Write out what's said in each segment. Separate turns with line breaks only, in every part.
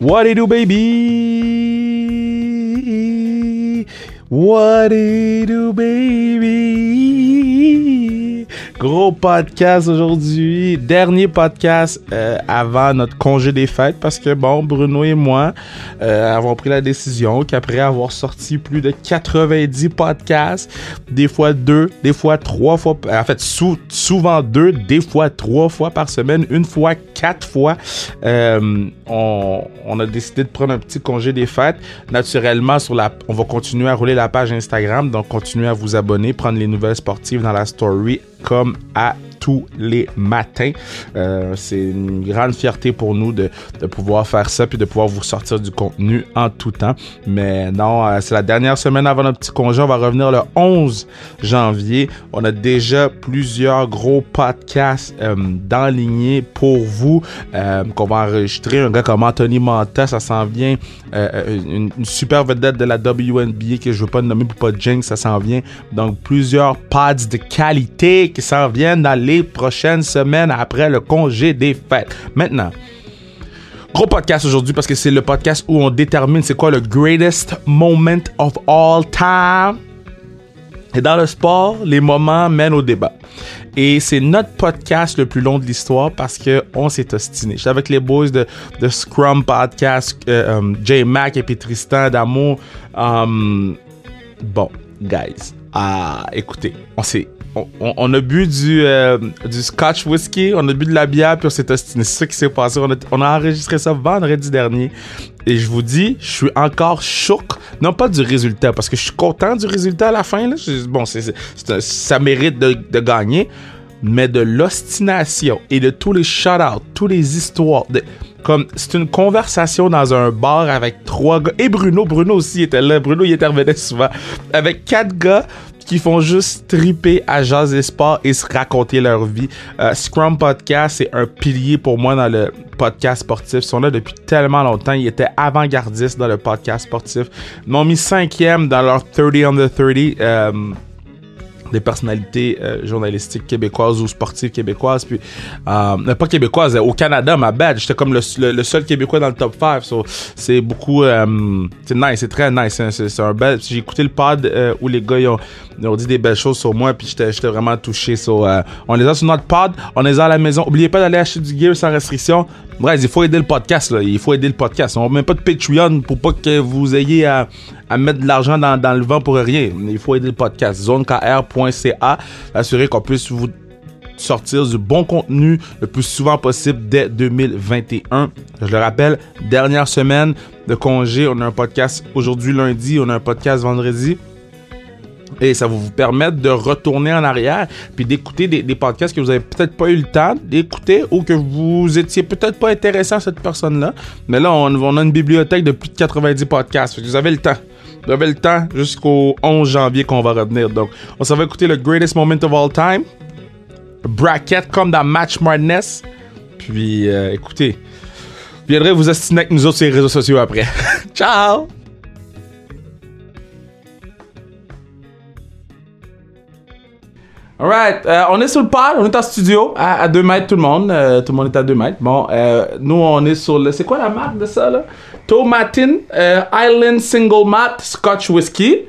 What it do, baby? What it do, baby? Gros podcast aujourd'hui. Dernier podcast euh, avant notre congé des fêtes parce que, bon, Bruno et moi euh, avons pris la décision qu'après avoir sorti plus de 90 podcasts, des fois deux, des fois trois fois, en fait, sou- souvent deux, des fois trois fois par semaine, une fois quatre fois, euh, on, on a décidé de prendre un petit congé des fêtes. Naturellement, sur la, on va continuer à rouler la page Instagram, donc continuez à vous abonner, prendre les nouvelles sportives dans la story comme à tous les matins. Euh, c'est une grande fierté pour nous de, de pouvoir faire ça puis de pouvoir vous sortir du contenu en tout temps. Mais non, euh, c'est la dernière semaine avant notre petit congé. On va revenir le 11 janvier. On a déjà plusieurs gros podcasts euh, d'enlignés pour vous euh, qu'on va enregistrer. Un gars comme Anthony Manta, ça s'en vient. Euh, une, une super vedette de la WNBA que je veux pas nommer pour pas de jinx, ça s'en vient. Donc plusieurs pads de qualité qui s'en viennent dans les prochaines semaines après le congé des fêtes. Maintenant, Gros podcast aujourd'hui parce que c'est le podcast où on détermine c'est quoi le greatest moment of all time. Et dans le sport, les moments mènent au débat. Et c'est notre podcast le plus long de l'histoire parce que on s'est ostiné. J'étais avec les boys de, de Scrum Podcast, euh, euh, J-Mac et puis Tristan Damo. Euh, bon, guys, ah, écoutez, on s'est... On, on- on a bu du, euh, du scotch whisky, on a bu de la bière, puis on s'est ostiné. C'est ça qui s'est passé. On a, on a enregistré ça vendredi dernier. Et je vous dis, je suis encore choc, non pas du résultat, parce que je suis content du résultat à la fin. Là. Je- Bon, c'est, c'est- c'est un- ça mérite de, de gagner, mais de l'ostination et de tous les shout-outs, tous les histoires. de- comme c'est une conversation dans un bar avec trois gars. Et Bruno, Bruno aussi était là. Bruno y intervenait souvent. Avec quatre gars qui font juste triper à Jazz et Sport et se raconter leur vie. Euh, Scrum Podcast, c'est un pilier pour moi dans le podcast sportif. Ils sont là depuis tellement longtemps. Ils étaient avant-gardistes dans le podcast sportif. Ils m'ont mis cinquième dans leur 30 under 30. euh, des personnalités euh, journalistiques québécoises ou sportives québécoises. Puis, euh, euh, pas québécoises, euh, au Canada, ma bad. J'étais comme le, le- le seul Québécois dans le top 5. so, c'est beaucoup. euh, c'est nice, c'est très nice. hein, c'est, c'est un bel. J'ai écouté le pod euh, où les gars ils ont, ils ont dit des belles choses sur moi. Puis j'étais, j'étais vraiment touché. So, euh, on les a sur notre pod, on les a à la maison. Oubliez pas d'aller acheter du gear sans restriction. Bref, il faut aider le podcast. Là. Il faut aider le podcast. On met pas de Patreon pour pas que vous ayez à à mettre de l'argent dans, dans le vent pour rien. Il faut aider le podcast. ZoneKR.ca, assurer qu'on puisse vous sortir du bon contenu le plus souvent possible dès 2021. Je le rappelle, dernière semaine de congé, on a un podcast aujourd'hui lundi, on a un podcast vendredi. Et ça va vous permettre de retourner en arrière puis d'écouter des, des podcasts que vous avez peut-être pas eu le temps d'écouter ou que vous étiez peut-être pas intéressant à cette personne-là. Mais là, on, on a une bibliothèque de plus de 90 podcasts. Fait que vous avez le temps. Vous avez le temps jusqu'au 11 janvier qu'on va revenir. Donc, on s'en va écouter le greatest moment of all time. Bracket comme dans Match Madness. Puis, euh, écoutez, viendrez vous astiner avec nous autres sur les réseaux sociaux après. Ciao! Alright, euh, on est sur le pad, on est en studio, à, à 2 mètres tout le monde, euh, tout le monde est à 2 mètres. Bon, euh, nous on est sur le, c'est quoi la marque de ça là? Tomatin, euh, Island Single Malt Scotch Whisky.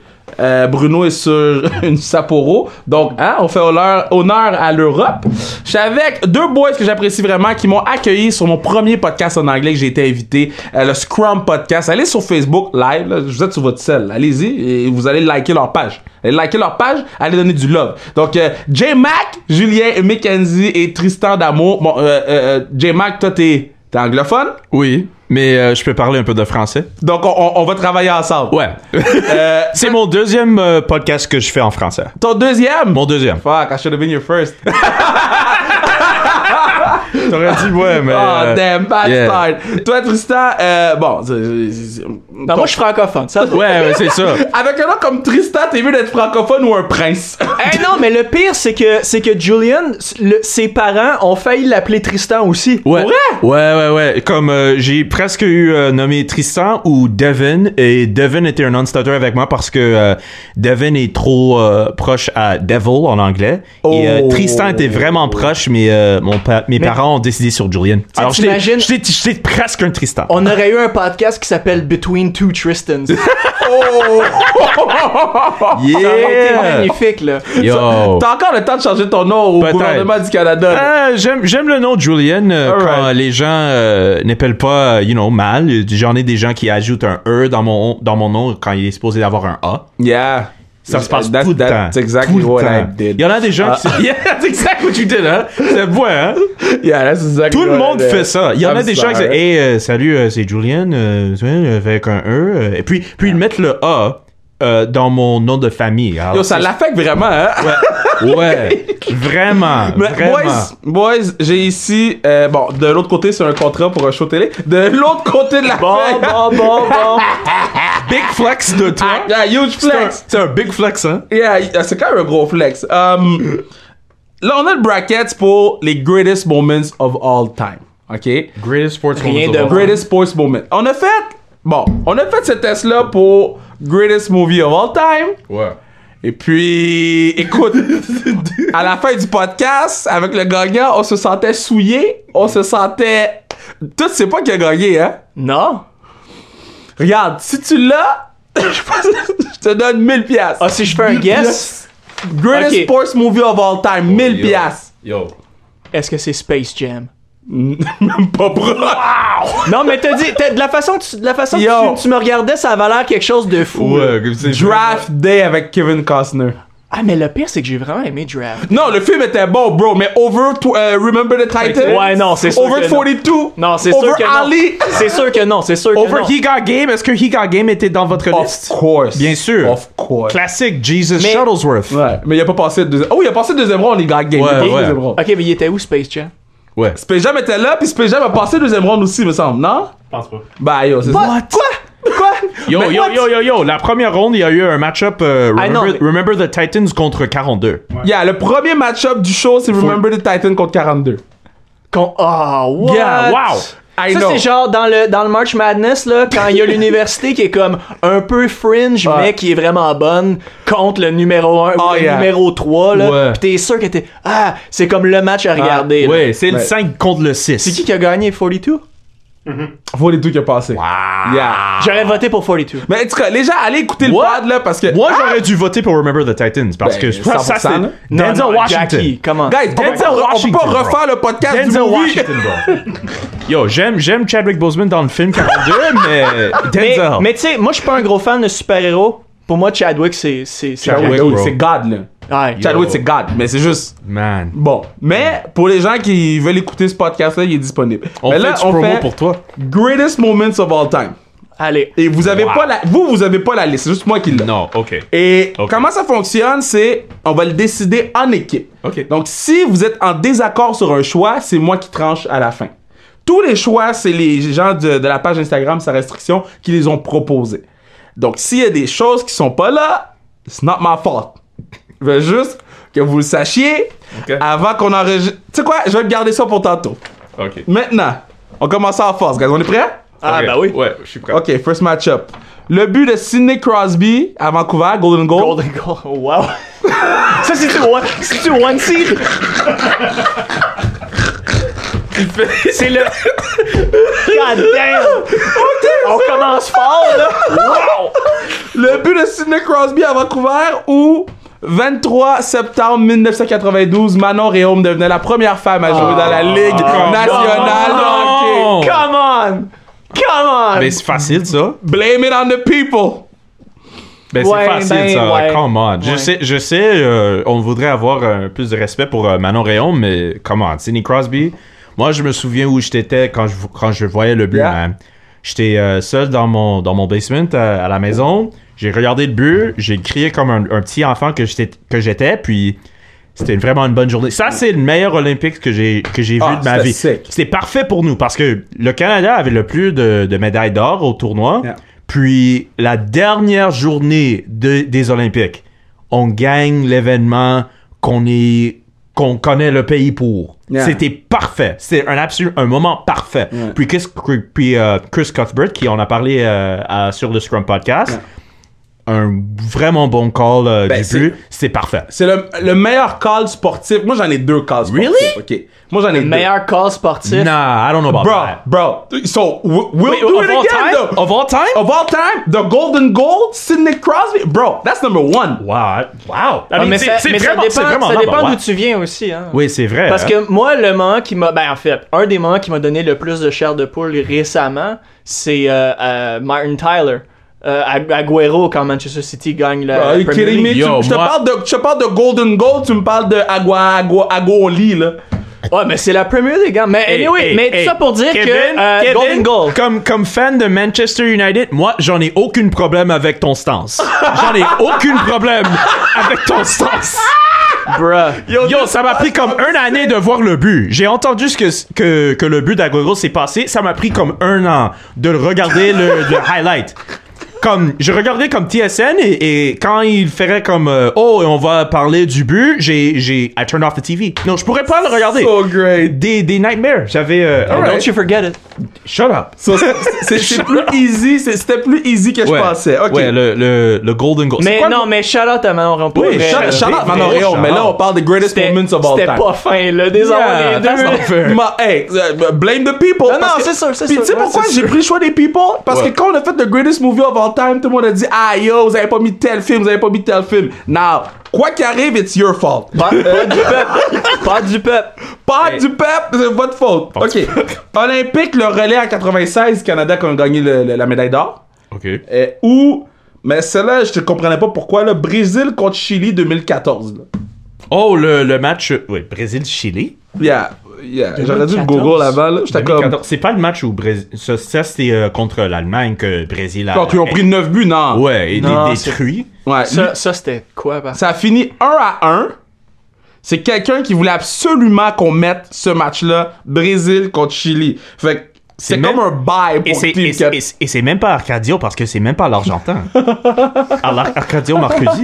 Euh, Bruno est sur une Sapporo, donc hein, on fait honneur, honneur à l'Europe. Je suis avec deux boys que j'apprécie vraiment qui m'ont accueilli sur mon premier podcast en anglais que j'ai été invité, euh, le Scrum Podcast. Allez sur Facebook Live, là, vous êtes sur votre selle, allez-y et vous allez liker leur page. Allez liker leur page, allez donner du love. Donc, euh, J-Mac, Julien, Mackenzie et Tristan Damo. Bon, euh, euh, euh, J-Mac, toi, t'es t'es anglophone.
Oui, mais euh, je peux parler un peu de français.
Donc, on, on- on va travailler ensemble.
Ouais.
Euh,
c'est mon deuxième euh, podcast que je fais en français.
ton deuxième.
Mon Euh, deuxième.
Fuck, I should have been your first.
T'aurais dit ouais, mais...
oh,
euh,
damn, bad
yeah.
start. Toi, Tristan, euh, bon. c'est- c'est- c'est-
Non,
ton-
Ben, moi, je suis francophone, ça.
Ouais, ouais, c'est ça.
Avec un nom comme Tristan, t'es mieux d'être francophone ou un prince?
Eh non, mais le pire, c'est que, c'est que Julian, le- ses parents ont failli l'appeler Tristan aussi.
Ouais.
Pour vrai?
Ouais, ouais, ouais. Comme euh, j'ai presque eu euh, nommé Tristan ou Devin, et Devin était un non-starter avec moi parce que euh, Devin est trop euh, proche à Devil en anglais. Et euh,
Oh.
Tristan était vraiment proche, mais euh, mon mon pa- mes parents ont décidé sur Julian. Alors j'étais
t'imagines-
j'étais- j'étais presque un Tristan.
On aurait eu un podcast qui s'appelle Between Two Tristans. Ça aurait été
Oh, Yeah!
Ah, magnifique, là.
Yo.
Ça- T'as encore le temps de changer ton nom au
Peut-être.
gouvernement du Canada. là.
Ah,
Euh,
j'aime j'aime le nom de Julian euh,
Alright.
quand les gens euh, n'appellent pas euh, you know mal j'en ai des gens qui ajoutent un e dans mon dans mon nom quand il est supposé avoir un a
Yeah.
ça se passe
That-
tout le temps
that's exactly
Tout le
what
temps.
I did.
il y en a des gens qui
Ah.
se- yeah that's exactly what you did hein c'est bon hein
Yeah, that's exactly
tout le
what I
monde
did.
fait ça il y en
I'm
a des gens qui disent
sorry.
hey euh, salut euh, c'est Julian euh, tu vois, avec un e euh, et puis puis ils mettent le a euh, dans mon nom de famille Alors,
Yo, ça l'affecte vraiment, hein?
ouais, ouais vraiment
Mais
vraiment
boys, boys, j'ai ici, euh, bon, de l'autre côté, c'est un contrat pour un show télé. De l'autre côté de la
Bon,
feuille-
bon, bon, bon.
big flex de toi
Ah, yeah, huge
C'est un-
flex.
c'est un big flex hein
Yeah, y- c'est quand même un gros flex. Um, là, on a le bracket pour les greatest moments of all time. OK?
Greatest sports
Rien
moments
de
of all
vrai.
Greatest sports moment. On a fait, bon, on a fait ce test-là pour greatest movie of all time.
time. Ouais.
Et puis, écoute, à la fin du podcast, avec le gagnant, on se sentait souillé, on se sentait. Tu sais pas qui a gagné, hein?
Non?
Regarde, si tu l'as, je pense- je te donne 1000 pièces.
Ah, si je fais un guess,
Greatest
ok.
sports movie of all time,
Oh,
1000 pièces.
Yo.
est-ce que c'est Space Jam?
Même pas pro.
Non, mais t'as dit, t'as- de la façon, que tu, de la façon que
Yo.
tu, tu me regardais, ça avait l'air quelque chose de fou. là.
Ouais, comme c'est-
Draft Day avec Kevin Costner.
Ah, mais le pire, c'est que j'ai vraiment aimé Draft.
Non, le film était bon, bro, mais Over tw- euh, Remember the Titan.
Ouais, non, c'est sûr
Over
que non.
42.
Non, c'est
Over
sûr que non.
Ali.
C'est sûr que non, c'est sûr que
Over
non.
He Got Game, est-ce que He Got Game était dans votre
Of
liste?
course.
Bien sûr.
Of course.
Classique Jesus
Oh. Mais-
Shuttlesworth.
Ouais, mais il a pas passé le deuxième. Oh, il a passé le deuxième round, les gars. Il
Ouais,
a passé
ouais.
le deuxième round.
Ok, mais il était où Space Jam?
Ouais.
Space Jam était là, puis Space Jam a passé le deuxième round aussi, me semble, non?
pense pas.
Bah, yo, c'est ça.
Quoi? Quoi?
Yo,
Mais
yo,
what?
yo, yo, yo, la première ronde, il y a eu un match-up euh,
Ah, non,
remember,
mais-
Remember the Titans contre 42.
Yeah, le premier match-up du show, c'est Remember the Titan contre 42.
Qu'on- Ah, what?
Yeah,
wow.
I
ça,
know.
c'est genre dans le, dans le March Madness, là, quand il y a l'université qui est comme un peu fringe, mais qui est vraiment bonne, contre le numéro 1 ou
Ah,
le
yeah.
numéro 3, là.
Ouais.
Pis t'es sûr que t'es. Ah, c'est comme le match à
Ah,
regarder. là.
Ouais, c'est le
Ouais.
5 contre le 6.
C'est qui qui a gagné 42?
Faut les deux qui a passé.
Wow.
Yeah.
J'aurais voté pour 42.
Ah. Mais en tout cas, les gens, allez écouter le
What?
pad, là, parce que.
Moi,
Ah!
j'aurais dû voter pour Remember the Titans parce
Ben,
que je pense que ça,
100%, là.
c'est
Non,
Denzel
non,
Washington.
Jackie, comment?
Ah, Guys, on peut
Denzel
pas, on peut
Washington,
pas
bro.
refaire le podcast
Denzel
du movie.
Washington, bro. Yo, j'aime, j'aime Chadwick Boseman dans le film 42, mais
mais
Denzel.
mais tu sais, moi, je suis pas un gros fan de super-héros. Pour moi, Chadwick, c'est. c'est- c'est-
Chadwick,
Chadwick, Ah,
oui,
bro.
c'est God, là.
Ouais.
Chadwick, c'est God, mais c'est juste.
Man.
Bon. Mais pour les gens qui veulent écouter ce podcast-là, il est disponible.
Mm. On
mais
fait
là,
du
on
promo
fait
pour toi.
Greatest Moments of All Time.
Allez.
Et vous avez
Wow.
pas la. Vous, vous avez pas la liste, c'est juste moi qui l'ai.
Non, ok.
Et
Ok.
comment ça fonctionne, c'est on va le décider en équipe.
Ok.
Donc si vous êtes en désaccord sur un choix, c'est moi qui tranche à la fin. Tous les choix, c'est les gens de, de la page Instagram sa restriction qui les ont proposés. Donc s'il y a des choses qui sont pas là, it's not my fault. Je veux juste que vous le sachiez
Ok.
avant qu'on enregistre. Tu sais quoi, je vais garder ça pour tantôt.
Ok.
Maintenant, on commence en force, guys. On est prêts?
Ah, bah oui.
Ouais, je suis prêt.
Ok, first match-up. Le but de Sidney Crosby à Vancouver, Golden Goal.
Golden Goal. Oh, Wow. ça, c'est-tu one, c'est-tu one seed? c'est le. God damn! On commence fort, là! Wow!
Le but de Sidney Crosby à Vancouver où 23 septembre 1992, Manon Réaume devenait la première femme à jouer dans la Ligue nationale de
Oh, non.
hockey.
Come on! Come on!
Mais Ben, c'est facile ça.
Blame it on the people.
Ben
Ouais,
c'est facile
ben,
ça.
ouais.
Come on. Je
Ouais.
sais, je sais euh, on voudrait avoir euh, plus de respect pour euh, Manon Rayon, mais come on. Sidney Crosby, moi je me souviens où j'étais quand je, quand je voyais le but.
Yeah.
man. J'étais euh, seul dans mon, dans mon basement euh, à la maison. J'ai regardé le but, j'ai crié comme un, un petit enfant que j'étais, que j'étais puis c'était vraiment une bonne journée. Ça, c'est le meilleur Olympique que j'ai, que j'ai
Ah,
vu de ma
c'était
vie.
sick.
C'était parfait pour nous parce que le Canada avait le plus de, de médailles d'or au tournoi.
Yeah.
Puis la dernière journée de- des Olympiques, on gagne l'événement qu'on est qu'on connaît le pays pour.
Yeah.
C'était parfait. C'était un absolu, un moment parfait.
Yeah.
Puis Chris, puis, euh, Chris Cuthbert, qui en a parlé euh, à- sur le Scrum Podcast, un vraiment bon call euh,
Ben,
du
c'est-
but. C'est parfait.
C'est le, le meilleur call sportif. Moi, j'en ai deux calls sportifs.
Really?
OK. Moi, j'en ai
Le
deux.
meilleur call sportif.
Nah, I don't know about
Bro,
that.
bro. So, we- we'll
Wait,
do
of
it
all
again,
time?
though.
Of all time?
Of all time, the golden goal, Sidney Crosby. Bro, that's number one.
Wow. I- Wow. I
Ah,
mean,
mais
c'est
ça,
c'est
mais ça
vraiment, c'est
dépend,
vraiment
ça
là,
dépend
bah,
d'où
wow.
tu viens aussi. Hein.
Oui, c'est vrai.
Parce
hein.
que moi, le moment qui m'a. Ben, en fait, un des moments qui m'a donné le plus de chair de poule récemment, c'est euh, euh, Martin Tyler. Euh, Ag- Agüero, quand Manchester City gagne la,
Bro, are
la
you
Premier
kidding me?
League.
Tu-
Yo,
je, te
moi-
parle de, je te parle de golden goal, tu me parles de agua, agua, agoli, là.
Ouais, mais c'est la Premier League. Hein. Mais
Hey,
anyway,
hey,
mais
hey.
tout ça pour dire
Kevin,
que euh,
Kevin,
Golden Goal.
Comme, comme fan de Manchester United, moi, j'en ai aucune problème avec ton stance. J'en ai aucune problème avec ton stance.
Bruh.
Yo, ça m'a pris comme une année de voir le but. J'ai entendu ce que, que, que le but d'Aguero s'est passé. Ça m'a pris comme un an de le regarder le, le highlight. Comme, je regardais comme TSN et, et quand il ferait comme euh, Oh, on va parler du but, j'ai, j'ai, I turned off the TV. Non, je pourrais pas le regarder.
So great.
Des, des nightmares. J'avais, euh, oh,
Alright.
Don't you forget it.
shut up.
So, c'est- c'est c'est plus easy, c'est- c'était plus easy que je
Ouais.
pensais. OK.
Ouais, le, le, le Golden Goal.
Mais
C'est quoi
non,
le-
mais shout out à Manon Rampo.
Oui,
Mais- euh,
shout-
Shout-
shout-
shout out
Des-
Manoréo,
des-
mais là, on parle des greatest
C'était
moments of all
c'était
time.
pas fin, là. Désolé,
Yeah,
les
that's
deux.
not fair.
Ma- hey, euh, blame the people.
Non,
parce
non,
que-
c'est sûr, c'est
Puis
sûr.
tu sais
Ouais,
pourquoi
c'est
j'ai
sûr.
pris le choix des people? Parce
Ouais.
que quand on a fait The Greatest Movie of All Time, tout le monde a dit Ah yo, vous avez pas mis tel film, vous avez pas mis tel film. Now, quoi qu'il arrive, it's your fault.
Pas, pas du peuple. Pas du peuple.
Pas du peuple, c'est votre faute. ok. Olympique, le relais en 96, Canada qui a gagné le- le- la médaille d'or.
Ok.
Euh, ou, mais celle-là, je te comprenais pas pourquoi, le Brésil contre Chili 2014. là.
Oh, le, le match. euh, Oui, Brésil-Chili.
Yeah, yeah. J'aurais dû le
2014?
Google avant, là. J'étais comme.
2014. C'est pas le match où Brésil. Ça, ça, c'était euh, contre l'Allemagne que Brésil a.
Quand ils ont pris 9 buts, non.
Ouais, il
Non,
est
c'est-
détruit.
Ouais.
Ça, ça c'était quoi, par
Ça a fini 1 à 1. C'est quelqu'un qui voulait absolument qu'on mette ce match-là, Brésil contre Chili. Fait que c'est
C'est même-
comme un bail
Et
pour
c'est,
Team
et,
Cap-
c'est- et c'est- et c'est même pas Arcadio parce que c'est même pas l'Argentin. Alors, Arcadio Marcusi.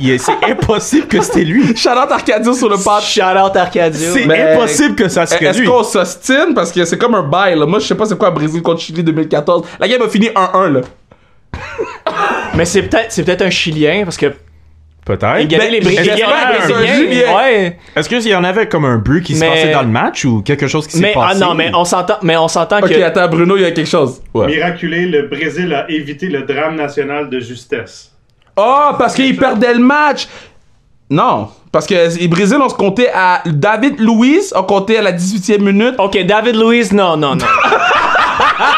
Il est- C'est impossible que c'était lui.
Shout out Arcadio sur le pod.
Shout out Arcadio.
C'est
Mais-
impossible que ça soit
Est-ce
lui.
qu'on s'ostine? Parce que c'est comme un bail, là. Moi, je sais pas c'est quoi Brésil contre Chili 2014. La game a fini 1-1, là.
Mais c'est peut-être c'est peut-être un Chilien, parce que
Peut-être.
égaler
Ben,
les Brésiliens.
j'espère
que c'est un
les Brésiliens,
Julien.
Ouais.
Est-ce qu'il y en avait comme un but qui se
Mais-
passait dans le match ou quelque chose qui s'est
Mais ah
passé?
non, mais on s'entend mais on s'entend
Ok,
que
attends, Bruno, il y a quelque chose.
Ouais.
Miraculé, le Brésil a évité le drame national de justesse.
Oh, parce qu'il perdait le match. Non. Parce que les Brésil, on se comptait à. David Luiz, on comptait à la 18e minute.
OK, David Luiz, non, non, non.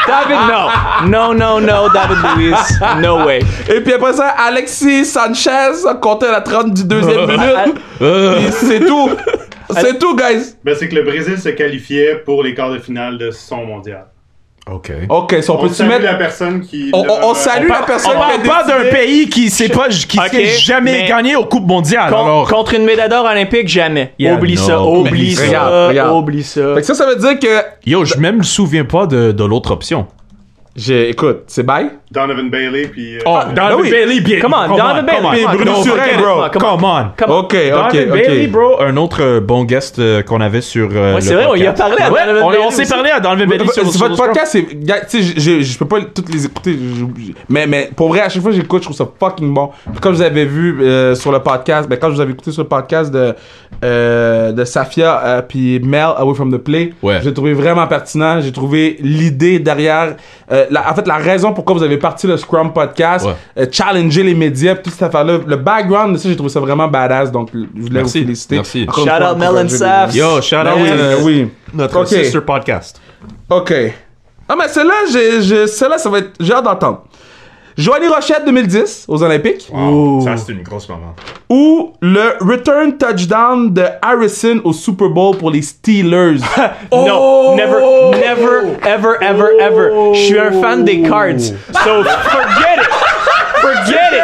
David, non. Non, non, non, David Luiz. No way.
Et puis après ça, Alexis Sanchez, on comptait à la 32e minute.
Euh,
Puis c'est tout. C'est tout, guys.
Ben, c'est que le Brésil se qualifiait pour les quarts de finale de son mondial.
Ok.
Ok, si on
On
peut-tu
salue
mettre.
la personne qui...
On,
l'a-
on- on salue la personne
On
qui a
parle pas d'un
décidé-
pays qui s'est pas qui
Ok,
s'est jamais
mais-
gagné aux coupes mondiales.
Con-
alors-
contre une médaille d'or olympique, jamais.
Yeah,
oublie
no.
ça, oublie
Mais
ça,
regarde, regarde.
oublie ça.
Fait que ça, ça veut dire que.
Yo, je même me souviens pas de, de l'autre option.
J'ai, écoute, c'est bye.
Donovan Bailey, puis... euh,
ben oui.
Bailey, bien.
Come on, Donovan Bailey.
come on.
Hey,
Bruno
Non,
Surin,
forget it,
bro.
Come on. Come
Come
Ok,
on.
on.
ok,
Donovan Bailey,
ok.
bro, un autre euh, bon guest euh, qu'on avait sur. euh,
Ouais,
le
c'est vrai, on y a
podcast.
parlé à
Ouais,
Donovan
on-
Bailey
On s'est
aussi.
parlé à Donovan Bailey
Votre-
sur
votre
sur le
podcast, c'est. gars, Tu sais, je- je je peux pas toutes les écouter. je- je- Mais, mais pour vrai, à chaque fois que j'écoute, je trouve ça fucking bon. Puis Comme vous avez vu euh, sur le podcast, ben, quand je vous avais écouté sur le podcast de, euh, de Safia euh, puis Mel, Away from the Play,
Ouais.
j'ai trouvé vraiment pertinent. J'ai trouvé l'idée derrière. euh, la- en fait, la raison pourquoi vous avez parti le Scrum podcast,
Ouais.
euh, challenger les médias, puis toute cette affaire-là. Le background de ça, j'ai trouvé ça vraiment badass. Donc, je voulais
Merci,
vous féliciter.
merci.
Encore une
Shout
fois,
out Mel and
encourager les-
Saf.
Yo, shout out,
Ben oui,
euh,
ben oui.
Notre
Ok.
sister podcast.
OK. Ah, mais celle-là, j'ai, j'ai- celle-là, ça va être. J'ai hâte d'entendre. Joanie Rochette 2010 aux Olympiques
Ah. Ça, c'est une grosse maman.
ou le return touchdown de Harrison au Super Bowl pour les Steelers.
No,
Oh!
never, never, ever, ever, ever. Je suis un fan des cards. So forget it. Forget it.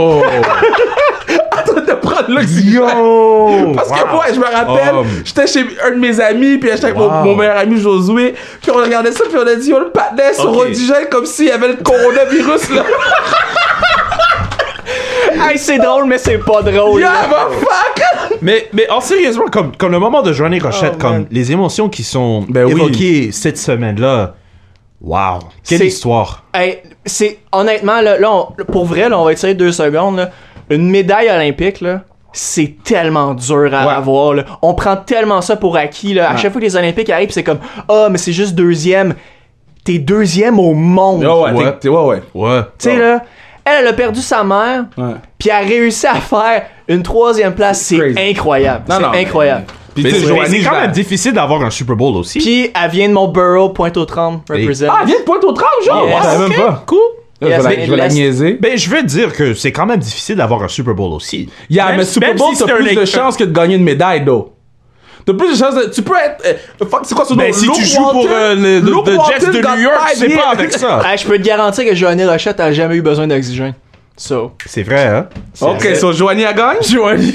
en train de prendre l'oxygène.
Yo!
Parce que moi, je me rappelle,
Oh.
j'étais chez un de mes amis, puis j'étais avec mon,
Wow.
mon meilleur ami Josué, puis on regardait ça, puis on a dit, on le patinait sur
Ok.
Odigel comme s'il y avait le coronavirus, là.
Hey, c'est drôle, mais c'est pas drôle.
yeah, bah, fuck!
Mais, mais en sérieusement, comme, comme le moment de Joanny Rochette,
Oh,
comme
man.
les émotions qui sont
Ben oui.
évoquées cette semaine-là, wow, quelle
C'est-
histoire.
Hey, c'est honnêtement là, là, on- pour vrai, là, on va tirer deux secondes. là. Une médaille olympique, là, c'est tellement dur à
Ouais.
avoir. là. On prend tellement ça pour acquis. Là. À chaque fois que les Olympiques arrivent, c'est comme ah, mais c'est juste deuxième. T'es deuxième au monde.
ouais, ouais. ouais, ouais.
Ouais.
Tu sais là, elle, elle a perdu sa mère, puis elle a réussi à faire une troisième place. C'est
crazy.
incroyable.
Non,
C'est
non, mais-
incroyable.
Puis
Mais
tu sais,
c'est mais
Joanie,
c'est
je
quand
la-
même difficile d'avoir un Super Bowl aussi.
Puis elle vient de Montborough, pointe aux trembles, represent.
Ah, viens de pointe au tram, genre!
Yes.
Ouais,
Ah,
même
ok,
pas.
Cool.
Là, je
Yes,
vais la-
mais
je vais la
laisse-
niaiser.
Ben, je veux dire que c'est quand même difficile d'avoir un Super Bowl aussi.
Yeah,
Même-
mais Super
même
Bowl,
si c'est
t'as
un
plus de
Lakers-
chances que de gagner une médaille, though. T'as plus de chances de... Tu peux être... euh, fuck, c'est quoi son nom?
Ben, si
Luke
tu joues
Walton?
pour euh, le, le-
Luke
the Jets
Walton
de
got
New York,
five
c'est
years.
pas avec ça.
Ah, je peux te garantir que Joanny Rochette a jamais eu besoin d'oxygène. So,
C'est vrai, hein?
Ok, so Joanie a gagné? Joanie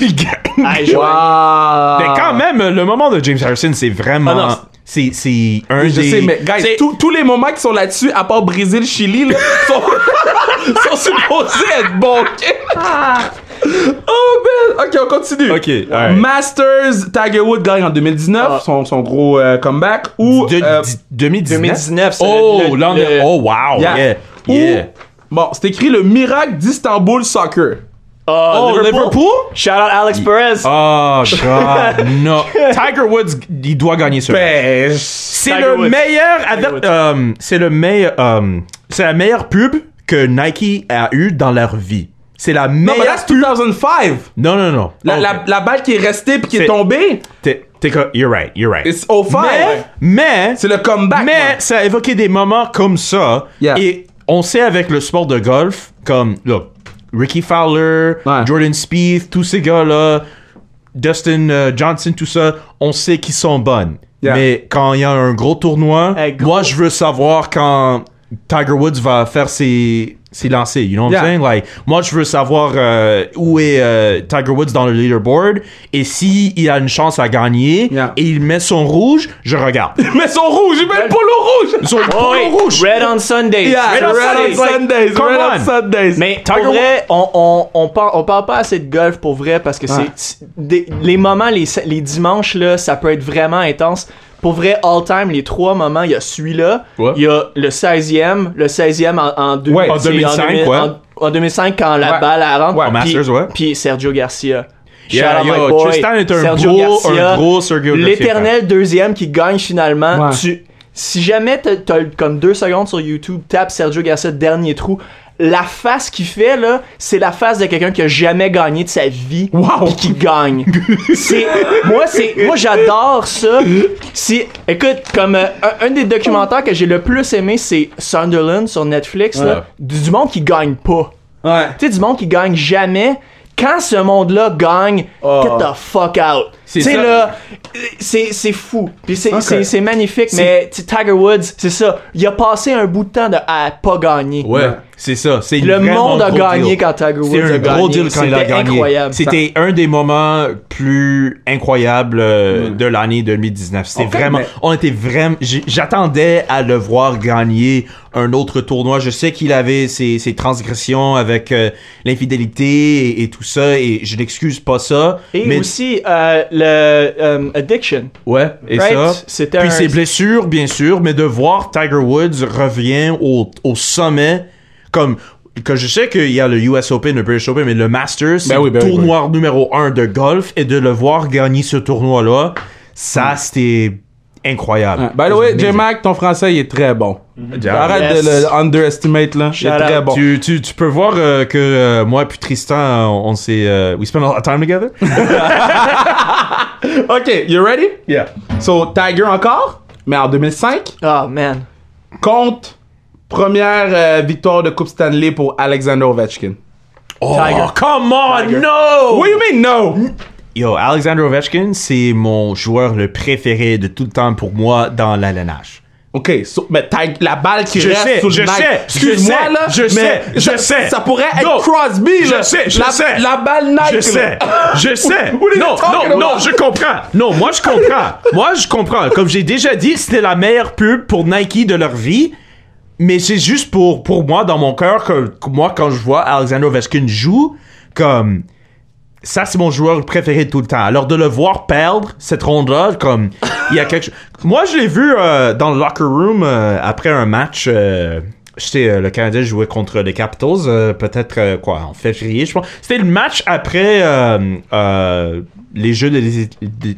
hey, Joanny.
Wow!
Mais quand même, le moment de James Harrison, c'est vraiment.
Ah non,
c'est c'est un
Je
des.
sais, mais guys,
c'est-
tous- tous les moments qui sont là-dessus, à part Brésil, Chili, là, sont, sont supposés être bons, ok? oh man! Ok, on continue.
Ah. Ok, alright.
Masters, Tiger Woods gagne en 2019,
Ah.
son, son gros euh, comeback, ou...
de-
euh,
di- 2019.
2019, c'est
Oh,
le-
l'an
le-
dernier. Oh, wow.
yeah.
Yeah.
Ou-
Yeah.
Bon, c'est écrit le miracle d'Istanbul Soccer.
Ah,
Oh, Liverpool?
Shout out Alex Perez.
Ah.
Oh, God, no. Tiger Woods, il doit gagner ce match.
Ben,
C'est
Tiger
le
Woods.
meilleur
Tiger
aver-
Woods.
euh, c'est le meilleur euh, c'est la meilleure pub que Nike a eu dans leur vie. C'est la
non, mais
meilleure
là, c'est 2005.
Non non non.
La,
Ok.
la, la balle qui est restée puis qui est,
C'est-
tombée,
T'es- t'es co- you're right, you're right.
it's 05.
mais mais
C'est le comeback.
mais
man.
ça a évoqué des moments comme ça
Yeah.
et on sait avec le sport de golf comme look, Ricky Fowler,
Ouais.
Jordan Spieth, tous ces gars là, Dustin euh, Johnson, tout ça, on sait qu'ils sont bonnes.
Yeah.
Mais quand il y a un gros tournoi,
Hey, gros.
moi je veux savoir quand Tiger Woods va faire ses ses lancers, you know what
Yeah.
I'm saying? Like, moi je veux savoir euh, où est euh, Tiger Woods dans le leaderboard et si il a une chance à gagner
Yeah.
et il met son rouge, je regarde.
Mais son rouge, il met le polo rouge.
Son
Oh,
polo
oui.
rouge.
Red on Sunday.
Yeah, Red
Red on
on
Sundays, like,
Sundays,
come
Red
on.
on Sundays.
Mais pour
Tiger-
vrai, on, on, on, parle, on parle pas assez de golf pour vrai parce que c'est c'est- des- les moments, les, les dimanches, là, ça peut être vraiment intense. Pour vrai, all time, les trois moments, il y a celui-là,
Ouais.
il y a le 16e, le 16e en, en, deux-
Ouais, en
c'est
2005, ouais.
en- en 2005, quand la
Ouais.
balle elle rentre.
Ouais,
au
puis-
Masters, ouais.
Puis Sergio Garcia.
Yeah,
Shout out
yo,
my boy,
Tristan est un
Sergio
gros-
Garcia,
un gros Sergio Garcia.
L'éternel deuxième qui gagne finalement.
Ouais.
Tu, si jamais t'as- t'as comme deux secondes sur YouTube, tape Sergio Garcia dernier trou. La face qu'il fait là, c'est la face de quelqu'un qui a jamais gagné de sa vie
Wow.
puis qui gagne. c'est moi c'est moi j'adore ça. Si écoute comme euh, un, un des documentaires que j'ai le plus aimé c'est Sunderland sur Netflix là,
Ouais.
du du monde qui gagne pas.
Ouais.
Tu sais, du monde qui gagne jamais. Quand ce monde-là gagne,
Ah.
Oh.
get the fuck out. Tu sais,
ça.
là, c'est c'est fou. Puis c'est
Ok.
c'est- c'est magnifique, mais tu sais, Tiger Woods, c'est ça. Il a passé un bout de temps de, à pas gagner.
Ouais, c'est ça. C'est
Le
vraiment
monde a
gros
gagné
deal.
quand Tiger Woods
C'est
a
un gros
gagné.
deal quand il a
C'était
gagné.
incroyable.
C'était un des moments plus incroyables euh,
Mm.
de l'année 2019. C'était
En fait,
vraiment,
mais-
on était vraiment, j'ai- j'attendais à le voir gagner un autre tournoi. Je sais qu'il avait ses, ses transgressions avec euh, l'infidélité et, et tout ça, et je n'excuse pas ça.
Et
mais
aussi, euh, le euh, Addiction.
ouais, et
Right?
ça.
C'était
Puis
un-
ses blessures, bien sûr, mais de voir Tiger Woods revient au, au sommet, comme que je sais qu'il y a le US Open, le British Open, mais le Masters, c'est
Ben oui, ben
le
oui,
tournoi numéro un de golf, et de le voir gagner ce tournoi-là, ça, c'était incroyable.
Hmm. Ouais. ben, By the way, J-Mac, ton français, il est très bon.
Mm-hmm.
Arrête
Yes.
de le underestimate, là. Il est
Shout
très
out.
bon.
Tu, tu, tu peux voir euh, que euh, moi puis Tristan, euh, on, s'est... euh, we spend a lot of time together.
OK, you ready?
yeah.
So, Tiger encore, mais en 2005,
Oh Ah, man.
contre Première euh, victoire de Coupe Stanley pour Alexander Ovechkin.
Oh,
Tiger.
come on, no!
What do you mean, no?
Yo, Alexander Ovechkin, c'est mon joueur le préféré de tout le temps pour moi dans la LNH.
OK, so- mais t'as la balle qui
Je
reste
sais,
sous le
je
net.
sais,
Excuse-moi,
je sais,
là,
je
mais
sais, je
ça-
sais.
Ça pourrait être
No.
Crosby, là.
Je sais, je
la,
sais.
La balle Nike,
Je sais, je sais.
What are you
Non,
talking
non, non,
about?
je comprends. Non, moi je comprends. Moi je comprends. Comme j'ai déjà dit, c'était la meilleure pub pour Nike de leur vie. Mais c'est juste pour, pour moi, dans mon cœur, que que moi quand je vois Alexander Ovechkin joue, comme ça c'est mon joueur préféré de tout le temps. Alors de le voir perdre cette ronde-là, comme il y a quelque chose. Moi je l'ai vu euh, dans le locker room euh, après un match. euh, J'étais euh, le Canadien jouait contre les Capitals, euh, peut-être euh, quoi en février, je pense. C'était le match après euh, euh, les jeux des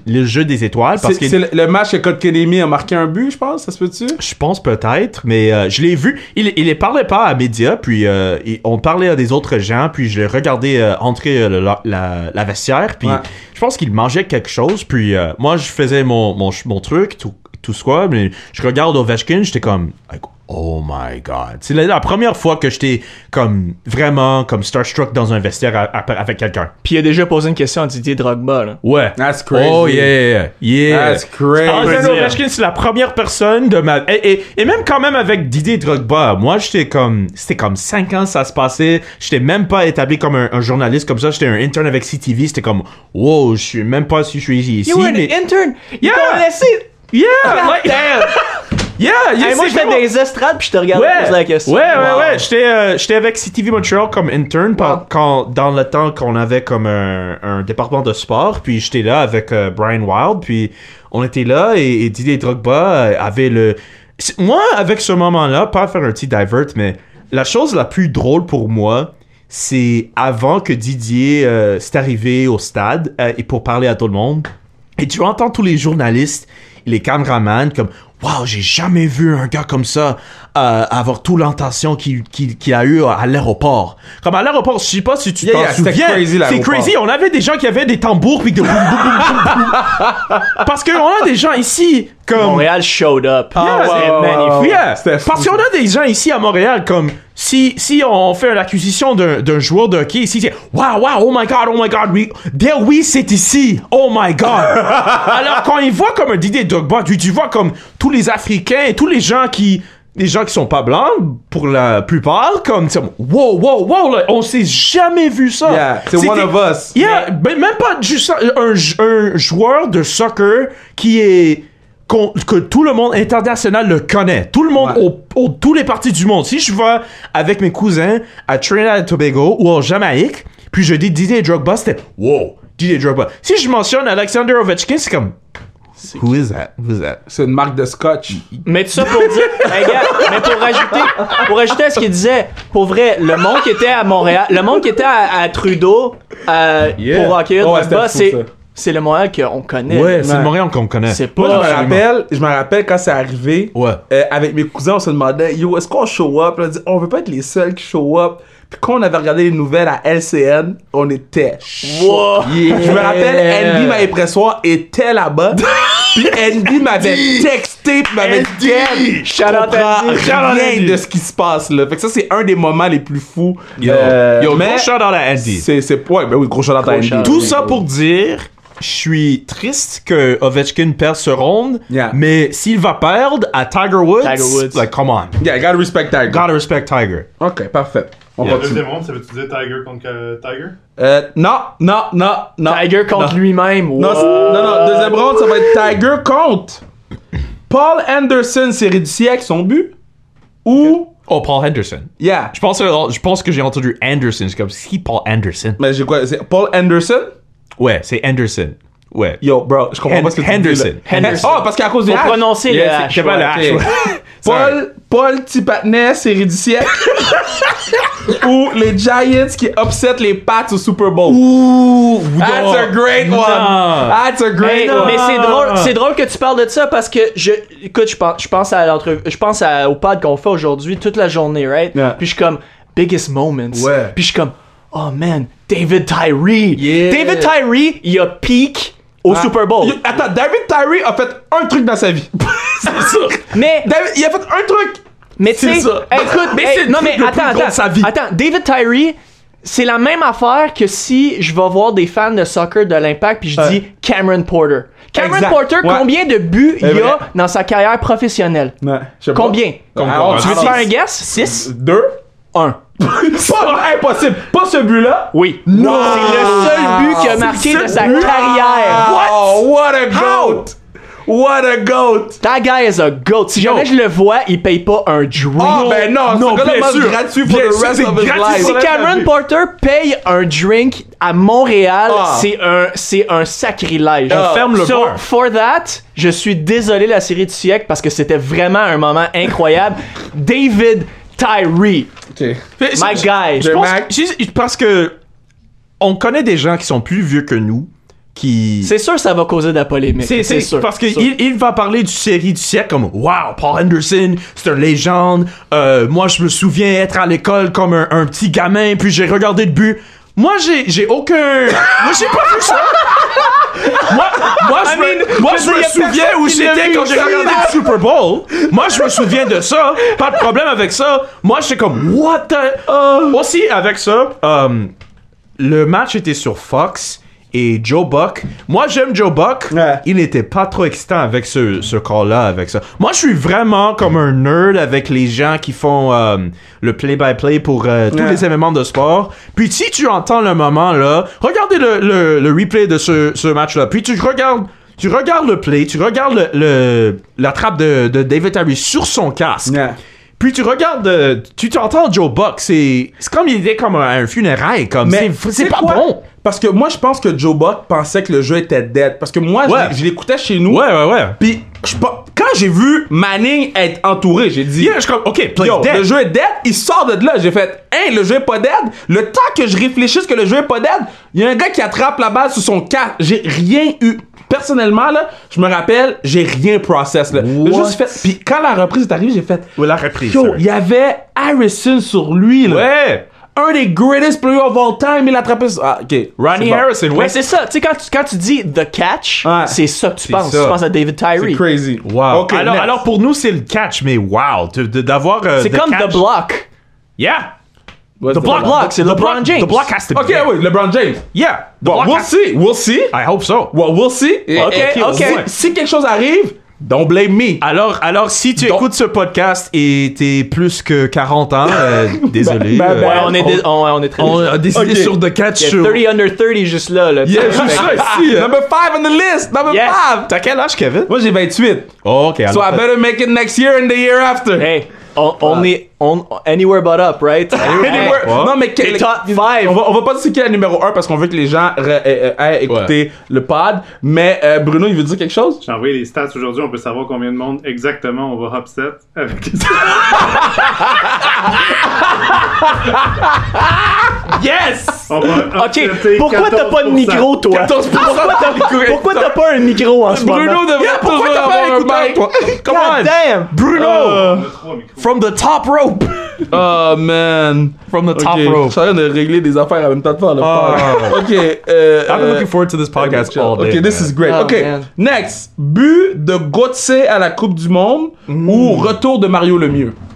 les jeux des étoiles parce
C'est
que
c'est le, le match que Code a marqué un but, je pense, ça se peut-tu?
je pense peut-être, mais euh, je l'ai vu. Il, il les parlait pas à médias, puis euh, il- on parlait à des autres gens, puis je l'ai regardé euh, entrer euh, le- la, la- la vestiaire, puis
Ouais.
je pense qu'il mangeait quelque chose, puis euh, moi je faisais mon, mon, ch- mon truc, tout, tout ce quoi, mais je regarde Ovechkin, j'étais comme, like, oh my god. C'est la, la première fois que j'étais comme vraiment comme starstruck dans un vestiaire à- à- avec quelqu'un.
Puis il a déjà posé une question à Didier Drogba, là.
Ouais.
That's crazy.
Oh yeah, yeah.
That's crazy.
Alexander Ovechkin, c'est la première personne de ma... Et, et- et même quand même avec Didier Drogba, moi, j'étais comme... C'était comme 5 ans, ça se passait. J'étais même pas établi comme un, un journaliste comme ça. J'étais un intern avec CTV. C'était comme... Wow, je suis même pas si je suis ici,
You were an
mais...
intern! You
Yeah.
t'ont laissé!
Yeah, like- Yeah, yeah,
Hey, moi,
c'est
j'étais
vraiment-
dans les estrades, puis je te regardais
Ouais,
poser la question.
ouais, ouais,
Wow.
ouais. J'étais, euh, j'étais avec CTV Montreal comme intern par- quand, dans le temps qu'on avait comme un, un département de sport. Puis j'étais là avec euh, Brian Wild. Puis on était là et, et Didier Drogba euh, avait le. C'est- Moi, avec ce moment-là, pas faire un petit divert, mais la chose la plus drôle pour moi, c'est avant que Didier euh, s'est arrivé au stade euh, et pour parler à tout le monde. Et tu entends tous les journalistes, les caméramans, comme Waouh, j'ai jamais vu un gars comme ça euh, avoir toute l'intention qu'il qu'il- qu'il a eu à l'aéroport. Comme à l'aéroport, je sais pas si tu
Yeah,
t'en
yeah, c'était
souviens.
crazy,
c'est
l'aéroport.
crazy. On avait des gens qui avaient des tambours puis de boum, boum, boum, boum, boum. parce que on a des gens ici comme
Montréal showed up.
Yeah,
Ah,
c'est
wow,
magnifique.
wow, wow.
Yeah.
C'était fou.
Parce qu'on a des gens ici à Montréal comme si si on fait l'acquisition d'un d'un joueur de hockey ici, c'est wow wow oh my god oh my god oui there we c'est ici oh my god. Alors quand ils voient comme un Didier Drogba, tu tu vois comme tous les Africains et tous les gens qui les gens qui sont pas blancs pour la plupart comme c'est wow wow wow là, on s'est jamais vu ça.
Yeah, c'est
C'était-
one of us.
Ah. Yeah, ben, même pas juste ça, un, un joueur de soccer qui est qu'on- que tout le monde international le connaît. Tout le monde,
Ouais.
au, au- tous les parties du monde. Si je vais avec mes cousins à Trinidad et Tobago ou en Jamaïque, puis je dis Didier Drogba, c'était wow, Didier Drogba. Si je mentionne Alexander Ovechkin, c'est comme Who is that? Who is that?
C'est une marque de scotch.
Mais tout ça pour dire, Hey, gars, mais pour rajouter, pour rajouter à ce qu'il disait, pour vrai, le monde qui était à Montréal, le monde qui était à, à Trudeau euh,
Yeah.
pour accueillir
Oh, Ouais,
Drogba,
c'était
c'est
fou, ça.
c'est le Montréal qu'on connaît.
Ouais, c'est le Montréal qu'on connaît.
C'est
Moi, je me
pas.
rappelle, je me rappelle quand c'est arrivé,
Ouais.
euh, avec mes cousins, on se demandait, yo, est-ce qu'on show up? Là, on dit, on veut pas être les seuls qui show up. Puis quand on avait regardé les nouvelles à LCN, on était
Wow.
Je me rappelle, Andy Maïpressoir était là-bas. puis Andy m'avait texté, puis m'avait dit, Kev, je
Shout out
comprends
Andy.
rien
Andy.
de ce qui se passe, là. Fait que ça, c'est un des moments les plus fous.
Yo,
Euh,
yo
mais
gros shout-out à Andy.
c'est, c'est, ouais, ben oui, gros shout out à Andy.
shout-out.
Tout ça pour dire, je suis triste que Ovechkin perde ce round,
Yeah.
mais s'il va perdre à Tiger Woods,
Tiger Woods.
like come on,
Yeah, gotta respect that.
gotta respect Tiger.
Ok, parfait. On
Yeah.
La
continue.
deuxième ronde, ça veut-tu dire Tiger contre euh, Tiger?
Euh, non, non, non, non.
Tiger contre
non.
lui-même.
Non, c'est-
Wow.
non, non, deuxième round, ça va être Tiger contre Paul Anderson, série du siècle, son but. Ou,
Oh Paul Henderson.
yeah.
Je pense, euh, je pense que j'ai entendu Anderson. C'est comme si Paul Anderson.
Mais j'ai quoi c'est Paul Anderson
Ouais, c'est Anderson. Ouais.
Yo, bro, je comprends
Hen-
pas ce que tu
Henderson.
dis. là.
Henderson.
Oh, parce qu'à cause du
Faut
H.
prononcer le
Yeah,
H,
c'est-
ouais,
c'est pas le
ok.
H, ouais.
Sorry.
Paul, Paul Tipatney, série du siècle. Ou les Giants qui upset les Pats au Super Bowl.
Ouh,
Ah,
That's a great one. That's a
Mais,
great
non.
one.
mais c'est drôle, c'est drôle que tu parles de ça parce que je, écoute, je pense, je pense à l'entrevue, je pense à- au pod qu'on fait aujourd'hui toute la journée, right?
Yeah.
Puis je suis comme biggest moments.
Ouais.
Puis je suis comme oh man, David Tyree.
Yeah.
David Tyree, il a peak au
Ah.
Super Bowl.
Yo, Attends, David Tyree a fait un truc dans sa vie.
Mais
David- il a fait un truc
Mais tu
C'est
sais,
ça.
écoute,
Mais
hey,
c'est le
non
truc
mais
le plus
attends,
gros de
attends,
sa vie.
attends, David Tyree, c'est la même affaire que si je vais voir des fans de soccer de l'Impact puis je
Ouais.
dis Cameron Porter. Cameron
Exact.
Porter,
Ouais.
combien de buts il
C'est
y a
vrai.
dans sa carrière professionnelle
Ouais, je sais pas.
Combien
Alors,
Combien?
Tu veux
Alors,
faire un guess
Six?
Deux?
Un.
Pas impossible. Pas ce but-là.
Oui.
Non.
C'est le seul but qu'il a
C'est
marqué
le
de sa
seul but?
carrière.
Oh, what a
How?
goat! What a goat!
That guy is a goat. Si jamais je le vois, il paye pas un drink.
Oh, ben non,
non,
ce gars-là
bien
mange
sûr.
gratuit pour
Bien
le
sûr,
rest
c'est
of his
gratuit,
life.
c'est
Si Cameron Porter paye un drink à Montréal,
Ah.
c'est un c'est un sacrilège.
Ah.
Ferme le
So,
bar.
for that, je suis désolé la série du siècle parce que c'était vraiment un moment incroyable. David Tyree,
Fait-
my
je-
guy.
je-
Je pense,
Mac.
je- je pense que on connaît des gens qui sont plus vieux que nous qui
C'est sûr ça va causer de la polémique.
C'est- c'est-
C'est sûr.
parce que
sûr.
il, il va parler du série du siècle comme wow Paul Anderson c'est une légende Euh, moi je me souviens être à l'école comme un, un petit gamin puis j'ai regardé le but moi j'ai j'ai aucun moi j'ai pas vu ça moi moi je me, moi, je me souviens où j'étais quand j'ai regardé le Super Bowl moi je me souviens de ça pas de problème avec ça moi j'étais comme what the aussi avec ça euh, le match était sur Fox et Joe Buck. Moi, j'aime Joe Buck.
Ouais.
Il n'était pas trop excitant avec ce, ce call-là, avec ça. Moi, je suis vraiment comme un nerd avec les gens qui font euh, le play-by-play pour euh, tous
Ouais.
les événements de sport. Puis si tu entends le moment là, regardez le, le, le replay de ce, ce match-là. Puis tu regardes, tu regardes le play, tu regardes le, le- la trappe de, de David Harris sur son casque.
Ouais.
Puis tu regardes, euh, tu t'entends Joe Buck, c'est c'est comme il était comme à un funérail, comme
Mais
c'est- c'est
tu sais
pas
quoi?
bon.
Parce que moi, je pense que Joe Buck pensait que le jeu était dead. Parce que moi, je-
Ouais.
je, l'écoutais chez nous.
ouais, ouais.
Puis, je pas- quand j'ai vu Manning être entouré, j'ai dit.
Yeah, je suis comme, ok, play
Yo,
dead.
le jeu est dead, il sort de là. J'ai fait, hein, le jeu est pas dead. Le temps que je réfléchisse que le jeu est pas dead, il y a un gars qui attrape la balle sous son casque. J'ai rien eu. Personnellement, là, je me rappelle, j'ai rien process. Là. Le jeu,
What?
j'ai fait. Puis quand la reprise est arrivée, j'ai fait.
Ou la reprise.
Yo,
sorry.
il y avait Harrison sur lui, là.
Ouais.
Un des greatest players of all time, il attrapait. Ah, ok.
Ronnie
C'est bon.
Harrison, ouais.
Mais c'est ça, tu sais quand tu quand tu dis the catch,
Ouais.
c'est ça que tu
C'est
penses.
ça.
Tu penses à David
C'est
Tyree.
crazy.
Wow.
Ok,
alors,
next.
alors pour nous, c'est le catch, mais wow, de- de- d'avoir. euh,
C'est comme
catch.
the block.
Yeah.
What's
The block.
block, c'est
The
LeBron
block-
James.
The block has to be
Ok,
there.
oui, LeBron James.
Yeah. The
Well,
block
we'll
has-
see, we'll see.
I hope so.
Well, we'll see. Ok,
ok,
ok.
ouais.
Si, si quelque chose arrive, don't blame me.
Alors, alors, si tu écoutes ce podcast et t'es plus que 40 ans, euh, désolé.
Ben, ben, ben,
Ouais, on est dé- on, ouais, on est très
on a décidé
Ok.
sur The Catch.
Il y a
sur-
30 under 30 juste là. là
Yeah,
Tu sais,
je suis
fait-
ça ici. Number 5 on the list. Number
Yes.
5.
T'as quel âge, Kevin?
Moi, j'ai 28.
Oh, ok, alors.
So I better make it next year and the year after.
Hey, on,
Ah.
on est on, anywhere but up, right?
Anywhere-
Ouais.
Non, mais quel-
Les top five.
On va, on va pas dire c'est qui est le numéro 1 parce qu'on veut que les gens re- euh, euh, aient écouté le pod. Mais euh, Bruno, il veut dire quelque chose?
J'ai envoyé les stats aujourd'hui, on peut savoir combien de monde exactement on va upset avec les
Yes!
On va
Ok,
upsetter
pourquoi t'as pas de
14%.
micro, toi? Ah, Pourquoi t'as- Pourquoi t'as pas un micro en ce moment?
Bruno devrait
Yeah, pourquoi
toujours
t'as pas
avoir un
écouté?
mic, toi.
Come
God
on!
damn!
Bruno!
On a trois micros.
From the top rope!
Oh man.
From the top
Ok, Je
rope. Ah.
suis en train de régler des affaires en même temps de faire le pod. Ok. euh,
I've been
euh,
looking forward to this podcast all day.
Ok, this
man.
is great.
Oh,
ok,
man.
next. But de Gauthier à la Coupe du Monde ou retour de Mario Lemieux?
Mm.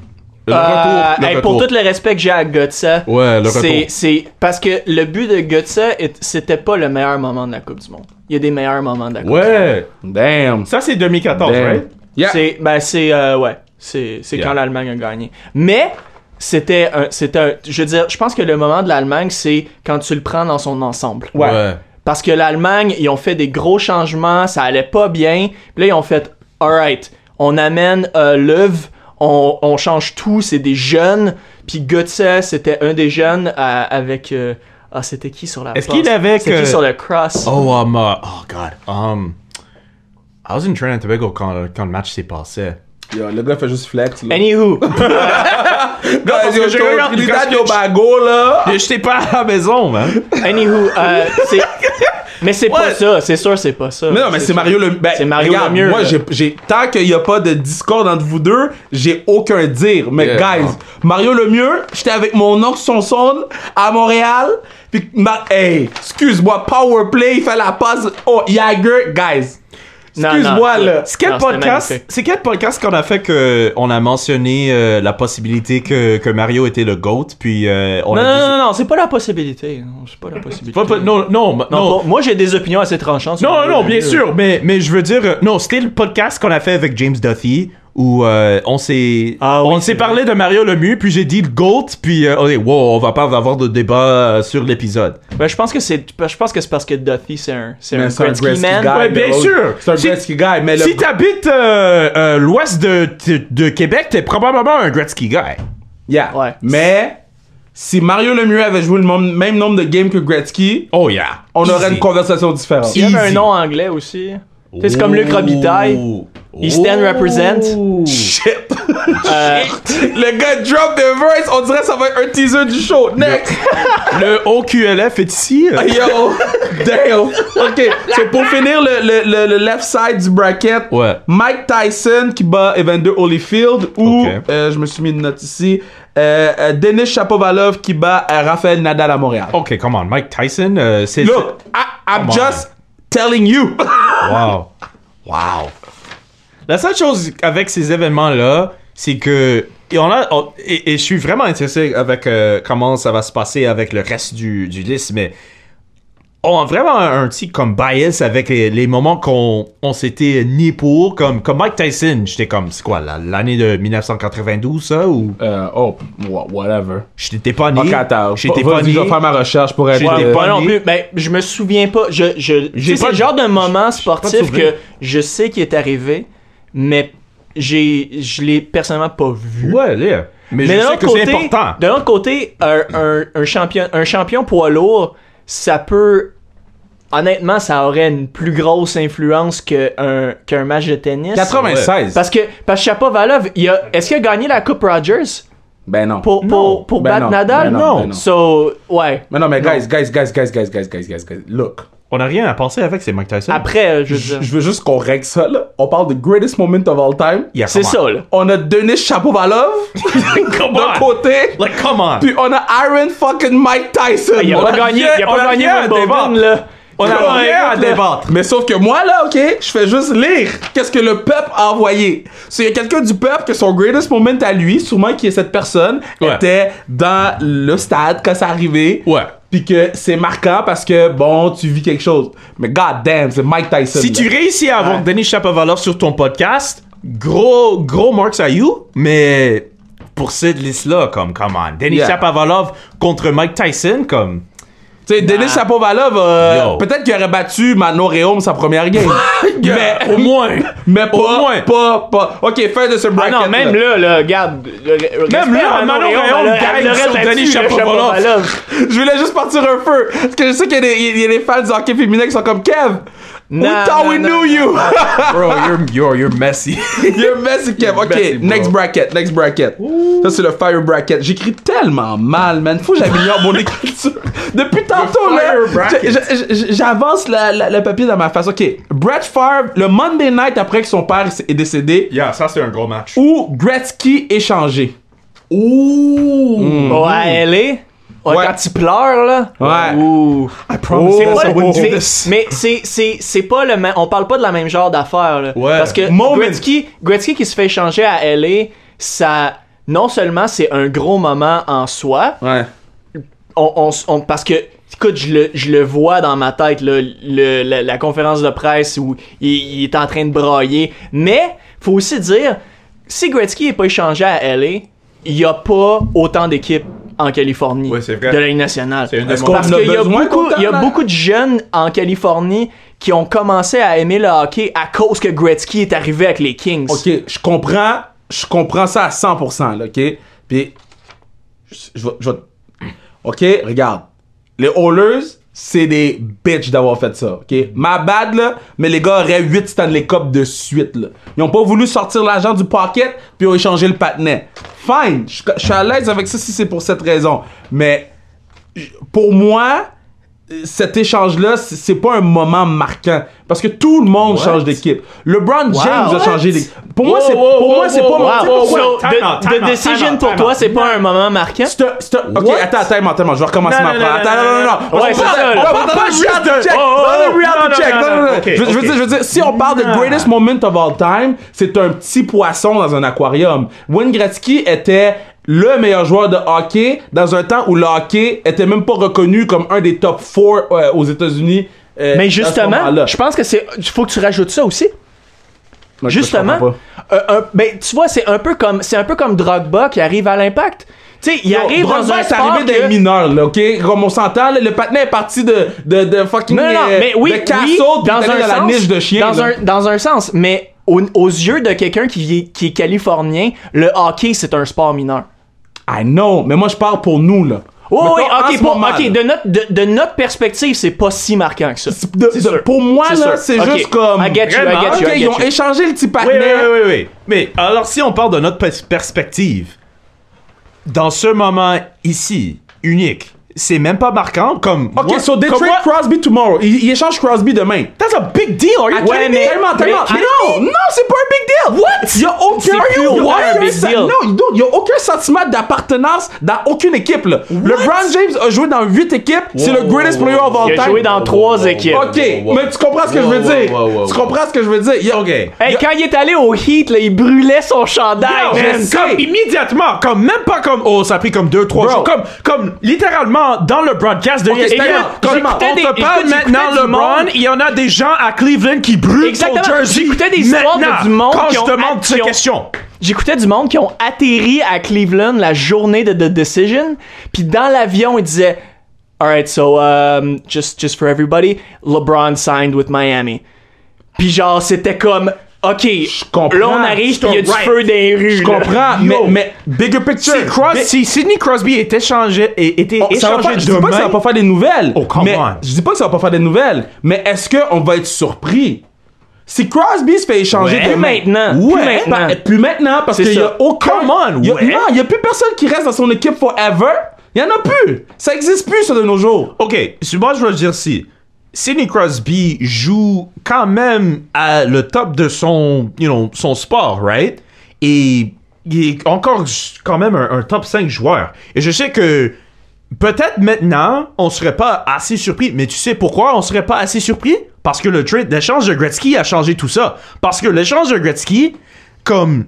Le
Euh,
retour, le
hey,
retour.
pour tout le respect que j'ai à Gutsa,
Ouais, le
c'est
retour.
c'est- parce que le but de Gutsa, est- c'était pas le meilleur moment de la Coupe du Monde. Il y a des meilleurs moments de la Coupe. du Monde.
Ouais!
Damn.
Ça, c'est 2014,
Damn.
right?
Yeah.
C'est ben c'est euh, ouais, c'est c'est
Yeah.
quand l'Allemagne a gagné. Mais c'était un c'était un- je veux dire, je pense que le moment de l'Allemagne c'est quand tu le prends dans son ensemble.
Ouais.
Parce que l'Allemagne, ils ont fait des gros changements, ça allait pas bien. Puis là, ils ont fait alright, on amène euh, l'œuvre, on, on change tout, c'est des jeunes. Puis Götze, c'était un des jeunes à- avec. euh, ah, c'était qui sur la
Est-ce
passe?
qu'il avait
C'était
que-
qui sur le cross
Oh, um, uh, oh, God. Um, I was in Trinidad and Tobago quand, quand le match s'est passé.
Yo, le gars fait juste flex. Là.
Anywho,
Gars,
parce
yo,
que j'ai
yo,
regardé-
Trinidad
parce que-
Tobago, là.
J'étais pas à la maison, man.
anywho, euh, c'est. Mais c'est pas
Ouais.
ça, c'est sûr, Euh, c'est pas ça.
Mais non, mais c'est Mario Lemieux. Ben,
C'est Mario
regarde,
Lemieux,
Moi,
là.
j'ai- j'ai. Tant qu'il n'y a pas de discord entre vous deux, j'ai aucun dire. Mais,
Yeah,
guys,
non.
Mario Lemieux, j'étais avec mon oncle Sonson à Montréal. Puis, ma- hey, excuse-moi, Powerplay, il fait la passe. Oh, Jagger, guys.
Non,
Excuse-moi
non,
là.
non,
C'est quel
c'était
podcast
magnifique.
C'est quel podcast qu'on a fait que on a mentionné euh, la possibilité que, que Mario était le goat puis euh, on
Non,
a
non,
dit-
non, non, c'est pas la possibilité. Non, C'est pas la possibilité.
Pas- pas- non, non, non,
Non, pas- Euh, moi j'ai des opinions assez tranchantes. sur
Non,
le-
non, bien sûr, mais, mais je veux dire, euh, non, c'était le podcast qu'on a fait avec James Duffy où euh, on s'est
Ah oui,
on
c'est
s'est
vrai.
parlé de Mario Lemieux, puis j'ai dit le GOAT, puis euh, on est, wow, on va pas avoir de débat euh, sur l'épisode.
Ben, je pense que c'est, je pense que c'est parce que Duffy c'est un, c'est
Mais
un
c'est un
Gretzky
Gretzky
man.
guy,
Ouais,
mais
bien
l'autre-
sûr.
C'est un
Si-
Gretzky guy, mais le
Si t'habites euh, euh, l'ouest de, de, de Québec, t'es probablement un Gretzky guy.
Yeah.
Ouais.
Mais si Mario Lemieux avait joué le mom- même nombre de games que Gretzky,
Oh yeah.
on
Easy.
aurait une conversation différente.
Il y avait un
Easy.
nom anglais aussi. Tu sais, C'est comme Luc Robitaille.
Oh.
East End represent.
Shit.
Uh,
Euh,
Le gars drop the verse, on dirait ça va être un teaser du show. Next!
Le OQLF est ici. euh.
Yo! Damn! Ok, c'est pour finir le, le- le- le left side du bracket.
Ouais.
Mike Tyson qui bat Evander Holyfield ou,
Ok.
euh, je me suis mis une note ici, euh, euh, Denis Shapovalov qui bat euh, Rafael Nadal à Montréal.
Ok, come on, Mike Tyson, euh, c'est.
Look, I, I'm
Come on.
just telling you.
Wow. Wow. La seule chose avec ces événements-là, c'est que. Et, on a, on- et, et je suis vraiment intéressé avec euh, comment ça va se passer avec le reste du, du liste, mais on a vraiment un, un petit comme bias avec les, les moments qu'on on s'était ni pour, comme, comme Mike Tyson. J'étais comme, c'est quoi, la- l'année de 1992, ça Ou
Euh, oh, wha- whatever.
j'étais pas né
Ok, attends.
J'étais
Vas-y,
pas né.
Je vais faire ma recherche pour être.
J'étais
euh,
pas
Moi
né.
non plus. Ben, je me souviens pas. Je, je, tu sais,
pas
c'est le
de-
genre de moment
pas de
sportif
souvenir.
que je sais qu'il est arrivé, mais j'ai, je l'ai personnellement pas vu.
Ouais, là. Mais,
Mais
je
d'un
sais
autre
que c'est
côté,
important.
d'un autre côté, un, un, un champion, un champion poids lourd, ça peut, honnêtement, ça aurait une plus grosse influence que un- qu'un match de tennis.
96.
Parce que, parce que Chapovalov, il a, est-ce qu'il a gagné la Coupe Rogers
Ben non.
Non.
pour,
Ben
pour, pour
Ben
battre
non,
Nadal?
ben non, ben non.
So, ouais.
Mais non, mais guys, guys, guys, guys, guys, guys, guys, guys, guys, look.
On a rien à penser avec, c'est Mike Tyson.
Après,
Je
je veux dire.
je veux juste qu'on règle ça, là. On parle de greatest moment of all time.
Yeah,
C'est
come on.
ça, là.
On a Denis Chapovalov
Come
d'un
on.
côté.
Like, come on.
Puis on a Iron fucking Mike Tyson.
Ah, Il a
On
pas gagné, il a
on a
pas gagné
rien à
Wimbledon,
débattre.
là.
On a
Correct,
rien
là.
à débattre.
Mais sauf que moi, là, OK, je fais juste lire qu'est-ce que le peuple a envoyé. S'il y a quelqu'un du peuple que son greatest moment à lui, sûrement qui est cette personne,
Ouais.
était dans le stade quand c'est arrivé.
Ouais.
Puis que c'est marquant parce que, bon, tu vis quelque chose. Mais god damn, c'est Mike Tyson.
Si tu
là.
réussis à avoir
Ouais.
Denis Chapovalov sur ton podcast, gros, gros marks à you, mais pour cette liste-là, comme, come on. Denis
Yeah.
Chapovalov contre Mike Tyson, comme.
Tu sais, Denis Chapovalov, euh,
Yo.
peut-être qu'il aurait battu Mano Reum sa première game. mais,
Au moins.
mais pas,
au moins.
pas, pas. OK, fin de ce
Ah
bracket.
non, même là, là, regarde.
Même là, Manon Rayon gagne sur Denis Shapovalov.
Je voulais juste partir un feu. Parce que je sais qu'il y a des- il y, a des fans du hockey féminin qui sont comme Kev.
Non,
we thought
non,
we
non,
knew you.
Bro, you're, you're, you're messy.
You're messy, Kev. Ok,
messy, bro.
next bracket, next bracket. Ça, c'est le fire bracket. J'écris tellement mal, man. Faut que j'améliore mon écriture. Depuis tantôt, là,
fire bracket.
j'- j'- j'- j'avance la- la- le papier dans ma face. Ok, Brett Favre, le Monday night après que son père est décédé,
yeah, ça, c'est un gros match.
ou Gretzky Mm. échangé.
Ouh.
Ouais, elle est.
Ouais.
Quand tu pleures, là.
Ouais.
Ouh.
promise
C'est
you
pas
I
le-
wouldn't do
mais-
this.
mais c'est c'est c'est pas le même on parle pas de la même genre d'affaire là
Ouais.
parce que
Moment.
Gretzky Gretzky qui se fait échanger à LA ça non seulement c'est un gros moment en soi
Ouais.
on, on s- on- parce que écoute je le, je le vois dans ma tête là, le- la, la conférence de presse où il, il est en train de brailler mais faut aussi dire si Gretzky est pas échangé à LA il y a pas autant d'équipes en Californie
Ouais, c'est vrai.
de la Ligue nationale
C'est une des
Est-ce
mon-
qu'on
parce
en a
qu'il y a,
besoin
beaucoup,
autant,
il y a
là?
beaucoup de jeunes en Californie qui ont commencé à aimer le hockey à cause que Gretzky est arrivé avec les Kings.
OK, Oh, je comprends, je comprends ça à 100%, là, OK? Puis, je- je vais... je vais- OK, regarde. Les Oilers, c'est des bitches d'avoir fait ça, OK? Ma bad, là, mais les gars auraient 8 Stanley Cup de suite, là. Ils ont pas voulu sortir l'argent du pocket, puis ils ont échangé le patinet. Fine, je je suis à l'aise avec ça si c'est pour cette raison. Mais pour moi, cet échange-là, c'est- c'est pas un moment marquant. Parce que tout le monde
What?
change d'équipe. LeBron James a changé d'équipe. Pour moi, c'est
wow,
pour moi,
wow,
c'est
wow,
pas.
wow, wow,
pourquoi-
wow.
So,
Time out,
the,
time
the
out, time
decision
out,
pour
time
toi,
out.
c'est pas un moment marquant?
C'est un- c'est un- Ok,
What?
attends, attends, attends, attends, je vais recommencer
Non,
ma
non,
phrase.
non,
Attends, non,
non,
non,
non,
non.
Ouais,
Parce
c'est
que-
ça, là.
Ouais,
Pas-
attends,
pas
attends,
juste
reality
un-
check.
oh, oh,
Non, non,
oh.
reality
Non, non,
check.
non,
Non, non,
non.
non.
Ok,
Je- Je veux
ok. Mm-hmm.
dire, je veux dire, si on parle de
Non.
greatest moment of all time, c'est un petit poisson dans un aquarium. Wayne Gretzky était le meilleur joueur de hockey dans un temps où le hockey était même pas reconnu comme un des top 4 aux États-Unis. euh,
Mais
à ce
justement,
moment-là.
je pense que c'est. Il faut que tu rajoutes ça aussi.
Moi, je- je comprends
Justement,
pas.
euh, un- ben, tu vois, c'est un peu comme c'est un peu comme Drogba qui arrive à l'impact. Tu sais, il arrive
Drogba
dans un
est
sport
arrivé
que-
des mineurs, là, ok? Comme on s'entend, là, le patinet est parti de, de, de fucking.
Non, non, non,
euh,
mais oui,
de castle,
oui,
puis il est
dans
allé
un
dans la
sens,
niche de chien.
dans
là.
un dans un sens, mais au- aux yeux de quelqu'un qui est, qui est californien, le hockey c'est un sport mineur.
I know, mais moi je parle pour nous là.
Oh, oui,
Mettons, en
ok,
ce
pour-
moment,
ok,
là.
de notre de, de notre perspective, c'est pas si marquant que ça.
De- de- pour moi
C'est
là,
sûr.
c'est
Ok.
juste comme.
I get you, I get
Ok,
you, I
ils
get
ont
you.
échangé le petit
Oui,
patinet.
oui, oui, oui, oui. Mais alors, si on parle de notre pers- perspective, dans ce moment ici, unique, c'est même pas marquant comme.
Ok,
moi-
so they
comme
trade
moi-
Crosby tomorrow. Ils, ils échangent Crosby demain.
That's a big deal. Are you
Ah,
kidding me?
tellement, tellement,
Mais-
tellement. non,
mais-
non, c'est pas un big deal. What? Y a aucun,
C'est plus
y a
loin,
aucun
un big
sen-
deal.
Non, you don't- y a aucun sentiment d'appartenance dans aucune équipe là. LeBron James a joué dans 8 équipes. c'est le greatest player of all
Il a
time.
joué dans trois équipes.
Oh. Ok, mais tu comprends ce que je veux dire. tu comprends ce que je veux dire. Y a-
Hey,
y a-
quand il est allé au Heat, là, il brûlait son
Ah,
chandail,
mais
man.
comme immédiatement, comme même pas comme oh ça a pris comme deux trois
Bro.
jours, comme comme littéralement dans le broadcast de E
écoute,
ESPN, comme on
j'écoutais des-
te parle
écoute,
maintenant
j'écoutais du monde.
LeBron, il y en a des gens à Cleveland qui brûlent
Exactement.
son jersey.
J'écoutais des histoires de
maintenant,
du monde
quand
qui
je
ont-
te demande
qui
cette
ont-
question.
J'écoutais du monde qui ont atterri à Cleveland la journée de The Decision, puis dans l'avion, ils disaient Alright, so um, just, just for everybody, LeBron signed with Miami. Puis genre, c'était comme Ok,
comprends,
là on arrive,
je
puis il y a du
comprends.
feu dans les rues.
Je
là.
comprends, mais, mais bigger picture.
Si, Cros-
Bi-
si Sidney Crosby était changé et était
Oh, ça va
échangé
pas- je dis pas que
demain,
ça va pas faire des nouvelles.
Oh, come
mais,
on.
Je dis pas que ça va pas faire des nouvelles, mais est-ce qu'on va être surpris? Si Crosby se fait échanger
Ouais.
demain,
Plus maintenant, plus
ouais,
maintenant.
pa- plus maintenant, parce
C'est
qu'il y a
ça.
aucun,
Come on,
y a-
ouais.
non, il y a plus personne qui reste dans son équipe forever. Il y en a plus. Ça existe plus ça de nos jours.
OK, si moi je veux dire si Sidney Crosby joue quand même à le top de son, you know, son sport, right? Et il est encore j- quand même un, un top 5 joueur. Et je sais que peut-être maintenant, on serait pas assez surpris, mais tu sais pourquoi on serait pas assez surpris? Parce que le trade l'échange de Gretzky a changé tout ça. Parce que l'échange de Gretzky comme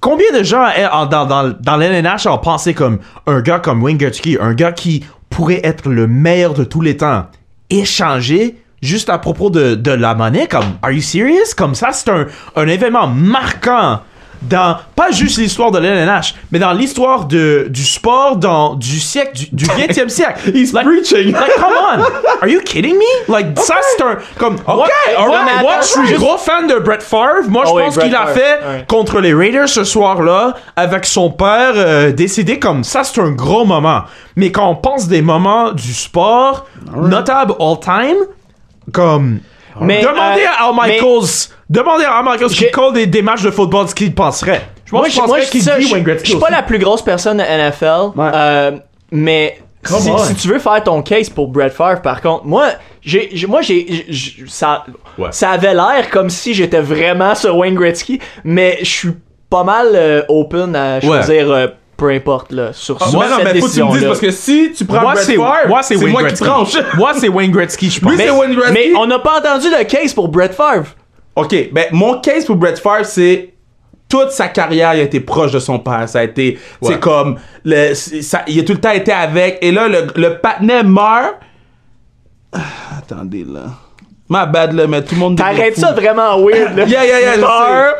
Combien de gens eh, en- dans, dans, dans l'NNH ont pensé comme un gars comme Wayne Gretzky, un gars qui pourrait être le meilleur de tous les temps, échangé juste à propos de, de la monnaie? Comme, are you serious? Comme ça, c'est un, un événement marquant dans, pas juste l'histoire de l'NNH, mais dans l'histoire de- du sport dans, du siècle, du, du 20e siècle.
He's
Like-
preaching.
Like, come on! Are you kidding me? Like, ça, c'est un. Comme. Ok,
ouais, mais
moi,
attends,
je suis
juste-
gros fan de Ah Brett Favre. Moi, je
Oh oui,
pense
Brett
qu'il a
Favre,
fait
ouais.
contre les Raiders ce soir-là, avec son père euh, décédé comme ça, c'est un gros moment. Mais quand on pense des moments du sport, notable all time, comme.
Mais,
demandez
euh,
à Al
mais-
Michaels, demandez à Al Michaels qui
J'ai-
colle des, des matchs de football ce qu'il penserait. Je pense
Moi,
je
je, moi,
penserais
je dis
qu'il
ça,
dit
je-
Wayne
je
Gretzky.
suis pas la plus grosse personne de NFL,
Ouais.
euh, mais si,
on.
si tu veux faire ton case pour Brett Favre, par contre, moi, j'ai, j'ai- moi, j'ai, j'- j'- ça,
Ouais.
ça avait l'air comme si j'étais vraiment sur Wayne Gretzky, mais je suis pas mal euh, open à choisir, euh, peu importe, là, sur, sur
Moi, Ah, non,
cette
mais faut que tu me dises,
décision-là.
parce que si tu prends
Moi,
Brett
c'est
Favre,
moi, c'est
c'est
Wayne
moi qui
Gretzky.
tranche.
Moi, c'est Wayne Gretzky, je pense.
Lui, c'est Wayne Gretzky.
Mais on n'a pas entendu le case pour Brett Favre.
OK, ben mon case pour Brett Favre, c'est toute sa carrière, il a été proche de son père. Ça a été, c'est comme, le, c'est- ça, il a tout le temps été avec. Et là, le, le patinet meurt. Ah, attendez, là. Ma bad, là, mais tout le monde...
T'arrêtes
devient
ça
fou.
vraiment weird, là.
Yeah, yeah, yeah, je
Favre.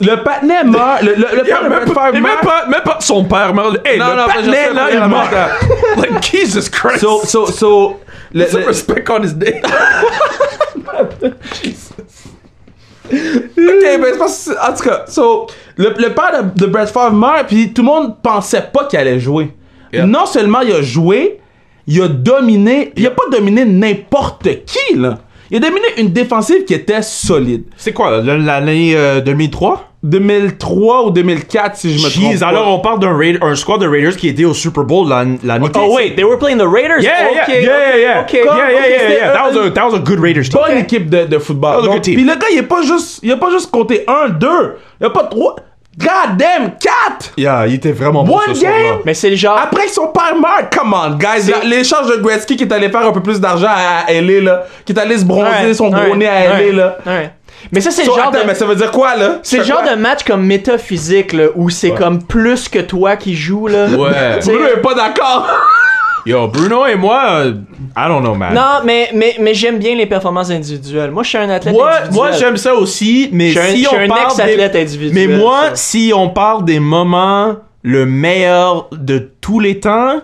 sais. Le patinet meurt. Le, le, le père de Brett Favre
Et même
meurt.
pas, même pas son père meurt. Hey,
Non,
le
non,
patinet,
mais je sais,
là,
mais
il
la
meurt.
merde.
like, Jesus Christ.
So, so, so... Le,
Put some
le-
respect on his name.
Ok, ben c'est parce que- En tout cas, so, le, le père de, de Brett Favre meurt, puis tout le monde pensait pas qu'il allait jouer. Non seulement il a joué, il a dominé, il a pas dominé n'importe qui, là. Il a dominé une défensive qui était solide.
C'est quoi, le- la- l'année euh, 2003?
2003 ou 2004, si je me trompe.
Jeez,
pas.
alors on parle d'un Raid- un squad de Raiders qui était au Super Bowl l'an- l'année
Oh wait, they were playing the Raiders?
Yeah, yeah, yeah, yeah,
okay, okay, okay.
yeah, yeah, yeah,
Okay,
yeah,
c'était
yeah. That
eux-
was a, that was a good Raiders team.
bonne équipe de, de football.
Oh, le
Donc,
good team.
Puis le gars, il est pas juste, il a pas juste compté 1, 2, il a pas 3, god damn, 4!
Yeah, il était vraiment bon
One
ce soir-là.
game?
Mais c'est le genre.
Après que son père meurt, come on, guys. la- L'échange de Gretzky qui est allé faire un peu plus d'argent à LA, là. Qui est allé se bronzer
Ouais,
son gros
ouais,
nez à LA,
ouais,
là.
ouais. Mais ça, c'est le
So,
genre
attends,
de.
mais ça veut dire quoi, là?
C'est le genre de match comme métaphysique, là, où c'est comme plus que toi qui joue, là.
Ouais.
Tu sais,
Bruno est pas d'accord.
Yo, Bruno et moi, euh, I don't know, man.
Non, mais, mais, mais j'aime bien les performances individuelles. Moi, je suis un athlète
Moi,
individuel.
moi j'aime ça aussi, mais
Je suis un-
si
je suis
on
un
parle
ex-athlète
des-
individuel,
Mais moi,
ça.
si on parle des moments le meilleur de tous les temps,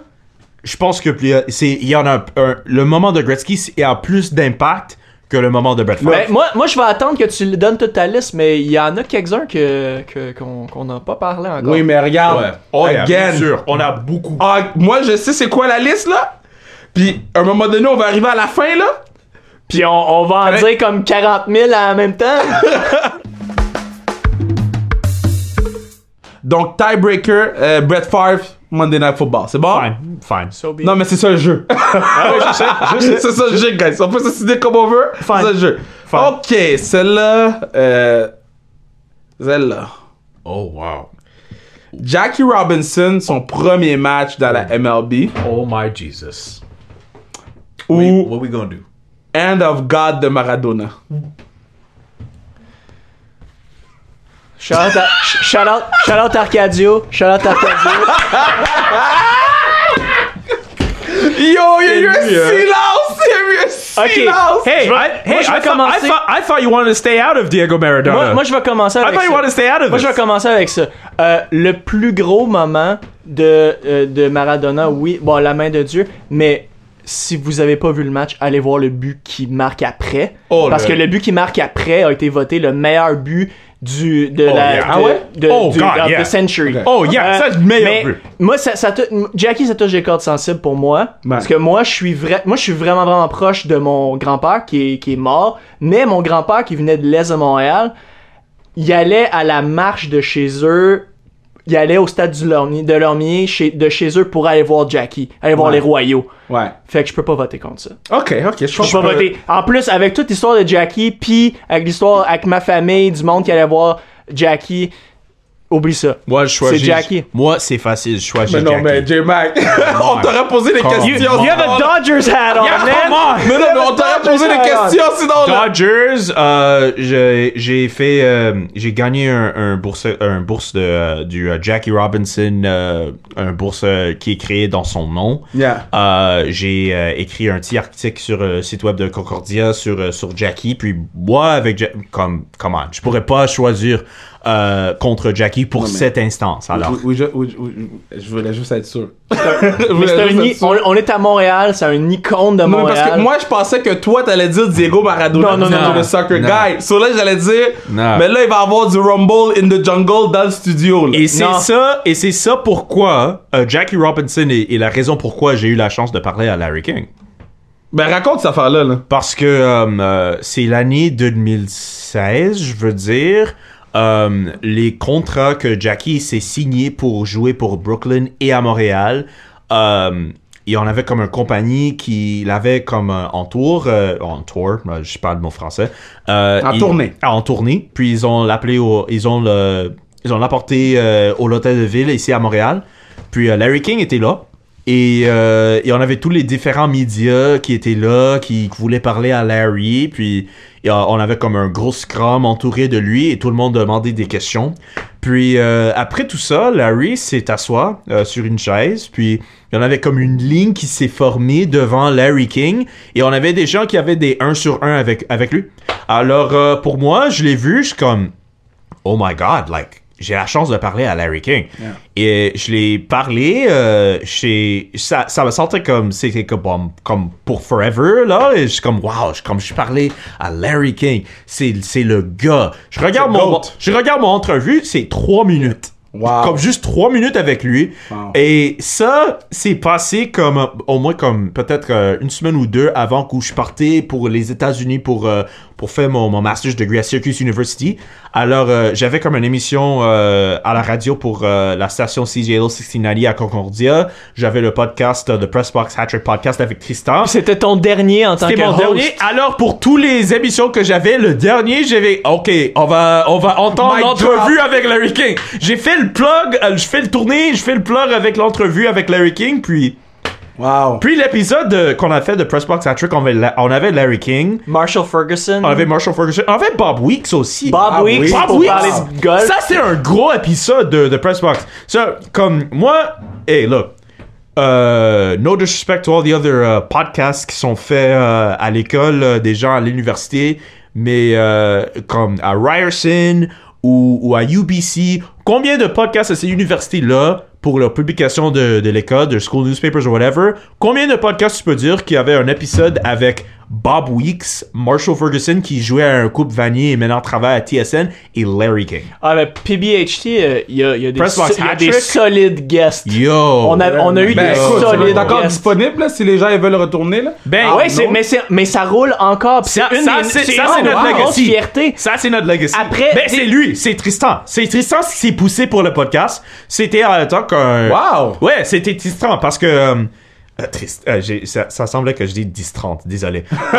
je pense que plus- c'est il y en a un, le moment de Gretzky c'est- a plus d'impact que le moment de Brett Favre.
Ben, moi, moi, je vais attendre que tu le donnes toute ta liste, mais il y en a quelques-uns que, que- qu'on, qu'on n'a pas parlé encore.
Oui, mais regarde.
Ouais. Oh, yeah,
again.
bien sûr, on a beaucoup.
Ah, moi, je sais c'est quoi la liste, là. Puis, à un moment donné, on va arriver à la fin, là.
Puis on, on va en dire comme 40 000 en même temps.
Donc, tiebreaker, euh, Brett Favre, Monday Night Football. C'est bon?
Fine, fine.
So be it.
Non, mais c'est ça le jeu.
Ah
Ah, c'est ça le jeu, guys. On peut s'assister comme on veut. C'est ça le jeu. Ok, celle-là. euh, celle-là.
Oh wow.
Jackie Robinson, son premier match dans la MLB.
Oh my Jesus.
Ou
What we gonna do?
Hand of God de Maradona.
Shout out, à- sh- shout out, shout out Arcadio. Shout out Arcadio.
Yo, Oh, il y a eu un
lui, hein.
silence! Il y a eu un
Ok.
silence!
Hey,
Je vais-
I, hey,
moi, je vais
I, thought, I,
commencer.
thought, I thought you wanted to stay out of Diego Maradona.
moi, moi, je vais commencer
I
avec
thought you
ça.
wanted to stay out of
Moi,
this.
je vais commencer avec ça. Euh, le plus gros moment de, euh, de Maradona, oui, bon, la main de Dieu, mais si vous avez pas vu le match, allez voir le but qui marque après.
Oh,
parce
le-
que le but qui marque après a été voté le meilleur but du de
Oh,
la
yeah.
de,
Ah ouais?
de-
Oh,
du-
God,
of
yeah.
the century.
Oh yeah,
Euh,
ça c'est le meilleur
mais
but.
moi ça, ça tou- m- Jackie ça touche des cordes sensibles pour moi parce que moi je suis vrai moi je suis vraiment vraiment proche de mon grand-père qui est, qui est mort mais mon grand-père qui venait de l'est de Montréal il allait à la marche de chez eux il allait au stade du Lormier, de Lormier chez, de chez eux pour aller voir Jackie aller voir les Royaux
Ouais.
fait que je peux pas voter contre ça
Ok, ok, je
je peux pas voter. En plus, avec toute l'histoire de Jackie, puis avec l'histoire avec ma famille, du monde qui allait voir Jackie, oublie ça.
Moi, je
C'est Jackie.
Moi, c'est facile, je choisis
Mais non, mais Oh
Jackie.
J-Mac, on t'aurait posé des
Come on.
questions.
You- you
You have a Dodgers hat on,
Yeah,
man.
come on.
Non, non, mais on t'aurait posé des questions sinon. là.
Dodgers, euh, j'ai j'ai fait, euh, j'ai gagné un, un bourse, un bourse de euh, du euh, Jackie Robinson, euh, un bourse euh, qui est créé dans son nom.
Yeah.
Euh, j'ai euh, écrit un petit article sur euh, le site web de Concordia sur euh, sur Jackie. Puis moi avec Ja- comme comment, je pourrais pas choisir euh, contre Jackie pour cette instance. Alors,
Oui, oui, je, oui, oui, je voulais juste être sûr. Je
Mais
voulais
c'est un
juste
i-
être sûr.
on, on est à Montréal, c'est un icône de
Non, mais
Montréal.
parce que moi, je pensais que toi, t'allais dire Diego Maradona,
Non, non,
parce que
non.
t'es le soccer
Non.
guy. So là, j'allais dire,
Non.
mais là, il va avoir du Rumble in the Jungle dans le studio. là.
Et c'est
Non.
ça, et c'est ça pourquoi euh, Jackie Robinson est, est la raison pourquoi j'ai eu la chance de parler à Larry King.
Ben, raconte cette affaire-là. Là.
Parce que euh, euh, c'est l'année 2016, je veux dire. euh, les contrats que Jackie s'est signé pour jouer pour Brooklyn et à Montréal, euh, il y en avait comme une compagnie qui l'avait comme euh, en tour, euh, en tour, euh, je parle mon français. euh,
En
ils-
tournée.
Ah, en tournée. Puis ils ont l'appelé au, ils ont le, ils ont l'apporté euh, au l'hôtel de ville ici à Montréal. Puis euh, Larry King était là. Et, euh, et on avait tous les différents médias qui étaient là, qui voulaient parler à Larry. Puis et, euh, on avait comme un gros scrum entouré de lui et tout le monde demandait des questions. Puis euh, après tout ça, Larry s'est assoit euh, sur une chaise. Puis il y en avait comme une ligne qui s'est formée devant Larry King. Et on avait des gens qui avaient des 1 sur 1 avec, avec lui. Alors euh, pour moi, je l'ai vu, je suis comme oh my god, like, j'ai la chance de parler à Larry King. Et je l'ai parlé, euh, chez, ça, ça me sentait comme, c'était comme, bon, comme pour forever, là. Et je suis comme, wow, je, comme je parlais à Larry King. C'est, c'est le gars. Je regarde mon,
goat.
je regarde mon entrevue, c'est trois minutes.
Wow.
Comme juste trois minutes avec lui.
Wow.
Et ça, c'est passé comme, euh, au moins comme peut-être euh, une semaine ou deux avant que je partais pour les États-Unis pour, euh, pour faire mon, mon master's degree à Syracuse University. Alors, euh, j'avais comme une émission euh, à la radio pour euh, la station CJL 1690 à Concordia. J'avais le podcast, euh, The Pressbox Hattrick Podcast avec Tristan.
C'était ton dernier en tant que
C'était mon
host.
dernier. Alors, pour tous les émissions que j'avais, le dernier, j'avais, OK, on va, on va entendre
My
l'entrevue avec Larry King. J'ai fait le plug, euh, je fais le tourné, je fais le plug avec l'entrevue avec Larry King, puis,
Wow.
puis l'épisode euh, qu'on a fait de Pressbox Hattrick, on avait, la- on avait Larry King,
Marshall Ferguson.
on avait Marshall Ferguson, on avait Bob Weeks aussi.
Bob
Ah,
Weeks
oui.
pour
Bob Weeks.
parler de golf.
Ça, c'est un gros épisode de, de Pressbox. Ça, comme moi, hey, look. euh, no disrespect to all the other euh, podcasts qui sont faits euh, à l'école, euh, des gens à l'université, mais euh, comme à Ryerson ou, ou à UBC, combien de podcasts à ces universités-là pour leur publication de, de l'école, de school newspapers ou whatever, combien de podcasts tu peux dire qu'il y avait un épisode avec Bob Weeks, Marshall Ferguson qui jouait à un couple vanier et maintenant travaille à TSN et Larry King?
Ah, mais PBHT, euh, il y, a, il y a des,
Press box
so- il y a
hat
des
trick.
solides guests.
Yo!
On a, on a eu
Ben,
des
écoute,
solides
c'est encore
guests.
disponible là, si les gens ils veulent retourner là.
Ben,
Ah ouais,
non.
c'est- mais, c'est- mais ça roule encore. pis
Ça,
c'est une
ça,
des-
c'est
c'est
ça,
une
c'est
des
notre
grosses
legacy.
fiertés.
Ça, c'est notre legacy.
Après,
ben,
des-
c'est lui, c'est Tristan. C'est Tristan qui s'est poussé pour le podcast. C'était en tant qu'un.
Wow.
Ouais, c'était Tristan parce que. euh, euh, Trist- euh, j'ai- ça, ça semblait que je dis 10-30, désolé. Euh,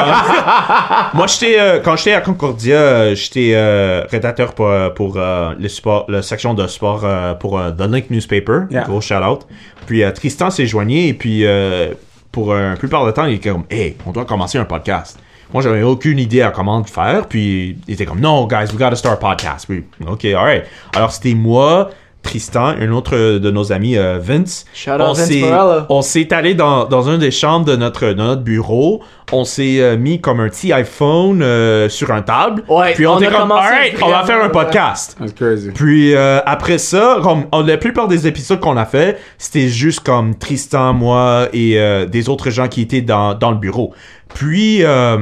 Moi, j'étais euh, quand j'étais à Concordia, euh, j'étais euh, rédacteur pour, euh, pour euh, le support, la section de sport euh, pour euh, The Link Newspaper.
Yeah.
Gros shout out. Puis euh, Tristan s'est joigné et puis euh, pour un plus part de temps, il était comme Hey, on doit commencer un podcast. Moi, j'avais aucune idée à comment le faire. Puis il était comme No, guys, we gotta start a podcast. Puis OK, alright. Alors c'était moi. Tristan, un autre euh, de nos amis, euh, Vince.
Shout out
on
Vince
s'est-
Morella.
on s'est allé dans, dans une des chambres de notre, de notre bureau. On s'est euh, mis comme un petit iPhone euh, sur un table.
Ouais,
puis on,
on
était
a
comme,
commencé
alright, on va
vraiment,
faire un
ouais.
podcast.
That's crazy.
Puis euh, après ça, comme on, la plupart des épisodes qu'on a fait, c'était juste comme Tristan, moi et euh, des autres gens qui étaient dans, dans le bureau. Puis euh,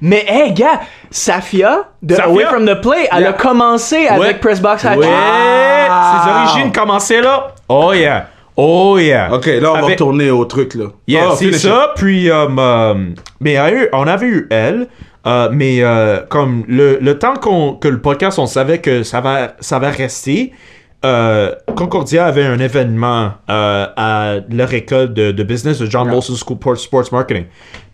Mais hey, gars, Safia de
Safia.
Away from the Play, elle
Yeah.
a commencé avec Pressbox Hatch.
Ouais,
Ah.
ses origines commençaient là. Oh yeah, oh yeah.
Ok, là on va
Avec-
retourner au truc là.
Yeah,
Oh,
c'est
finish it.
ça. Puis, euh, euh, mais on a eu- on avait eu elle. euh, mais euh, comme le, le temps qu'on, que le podcast, on savait que ça va, ça va rester. euh, Concordia avait un événement euh, à leur école de, de business de John Molson School for Sports Marketing.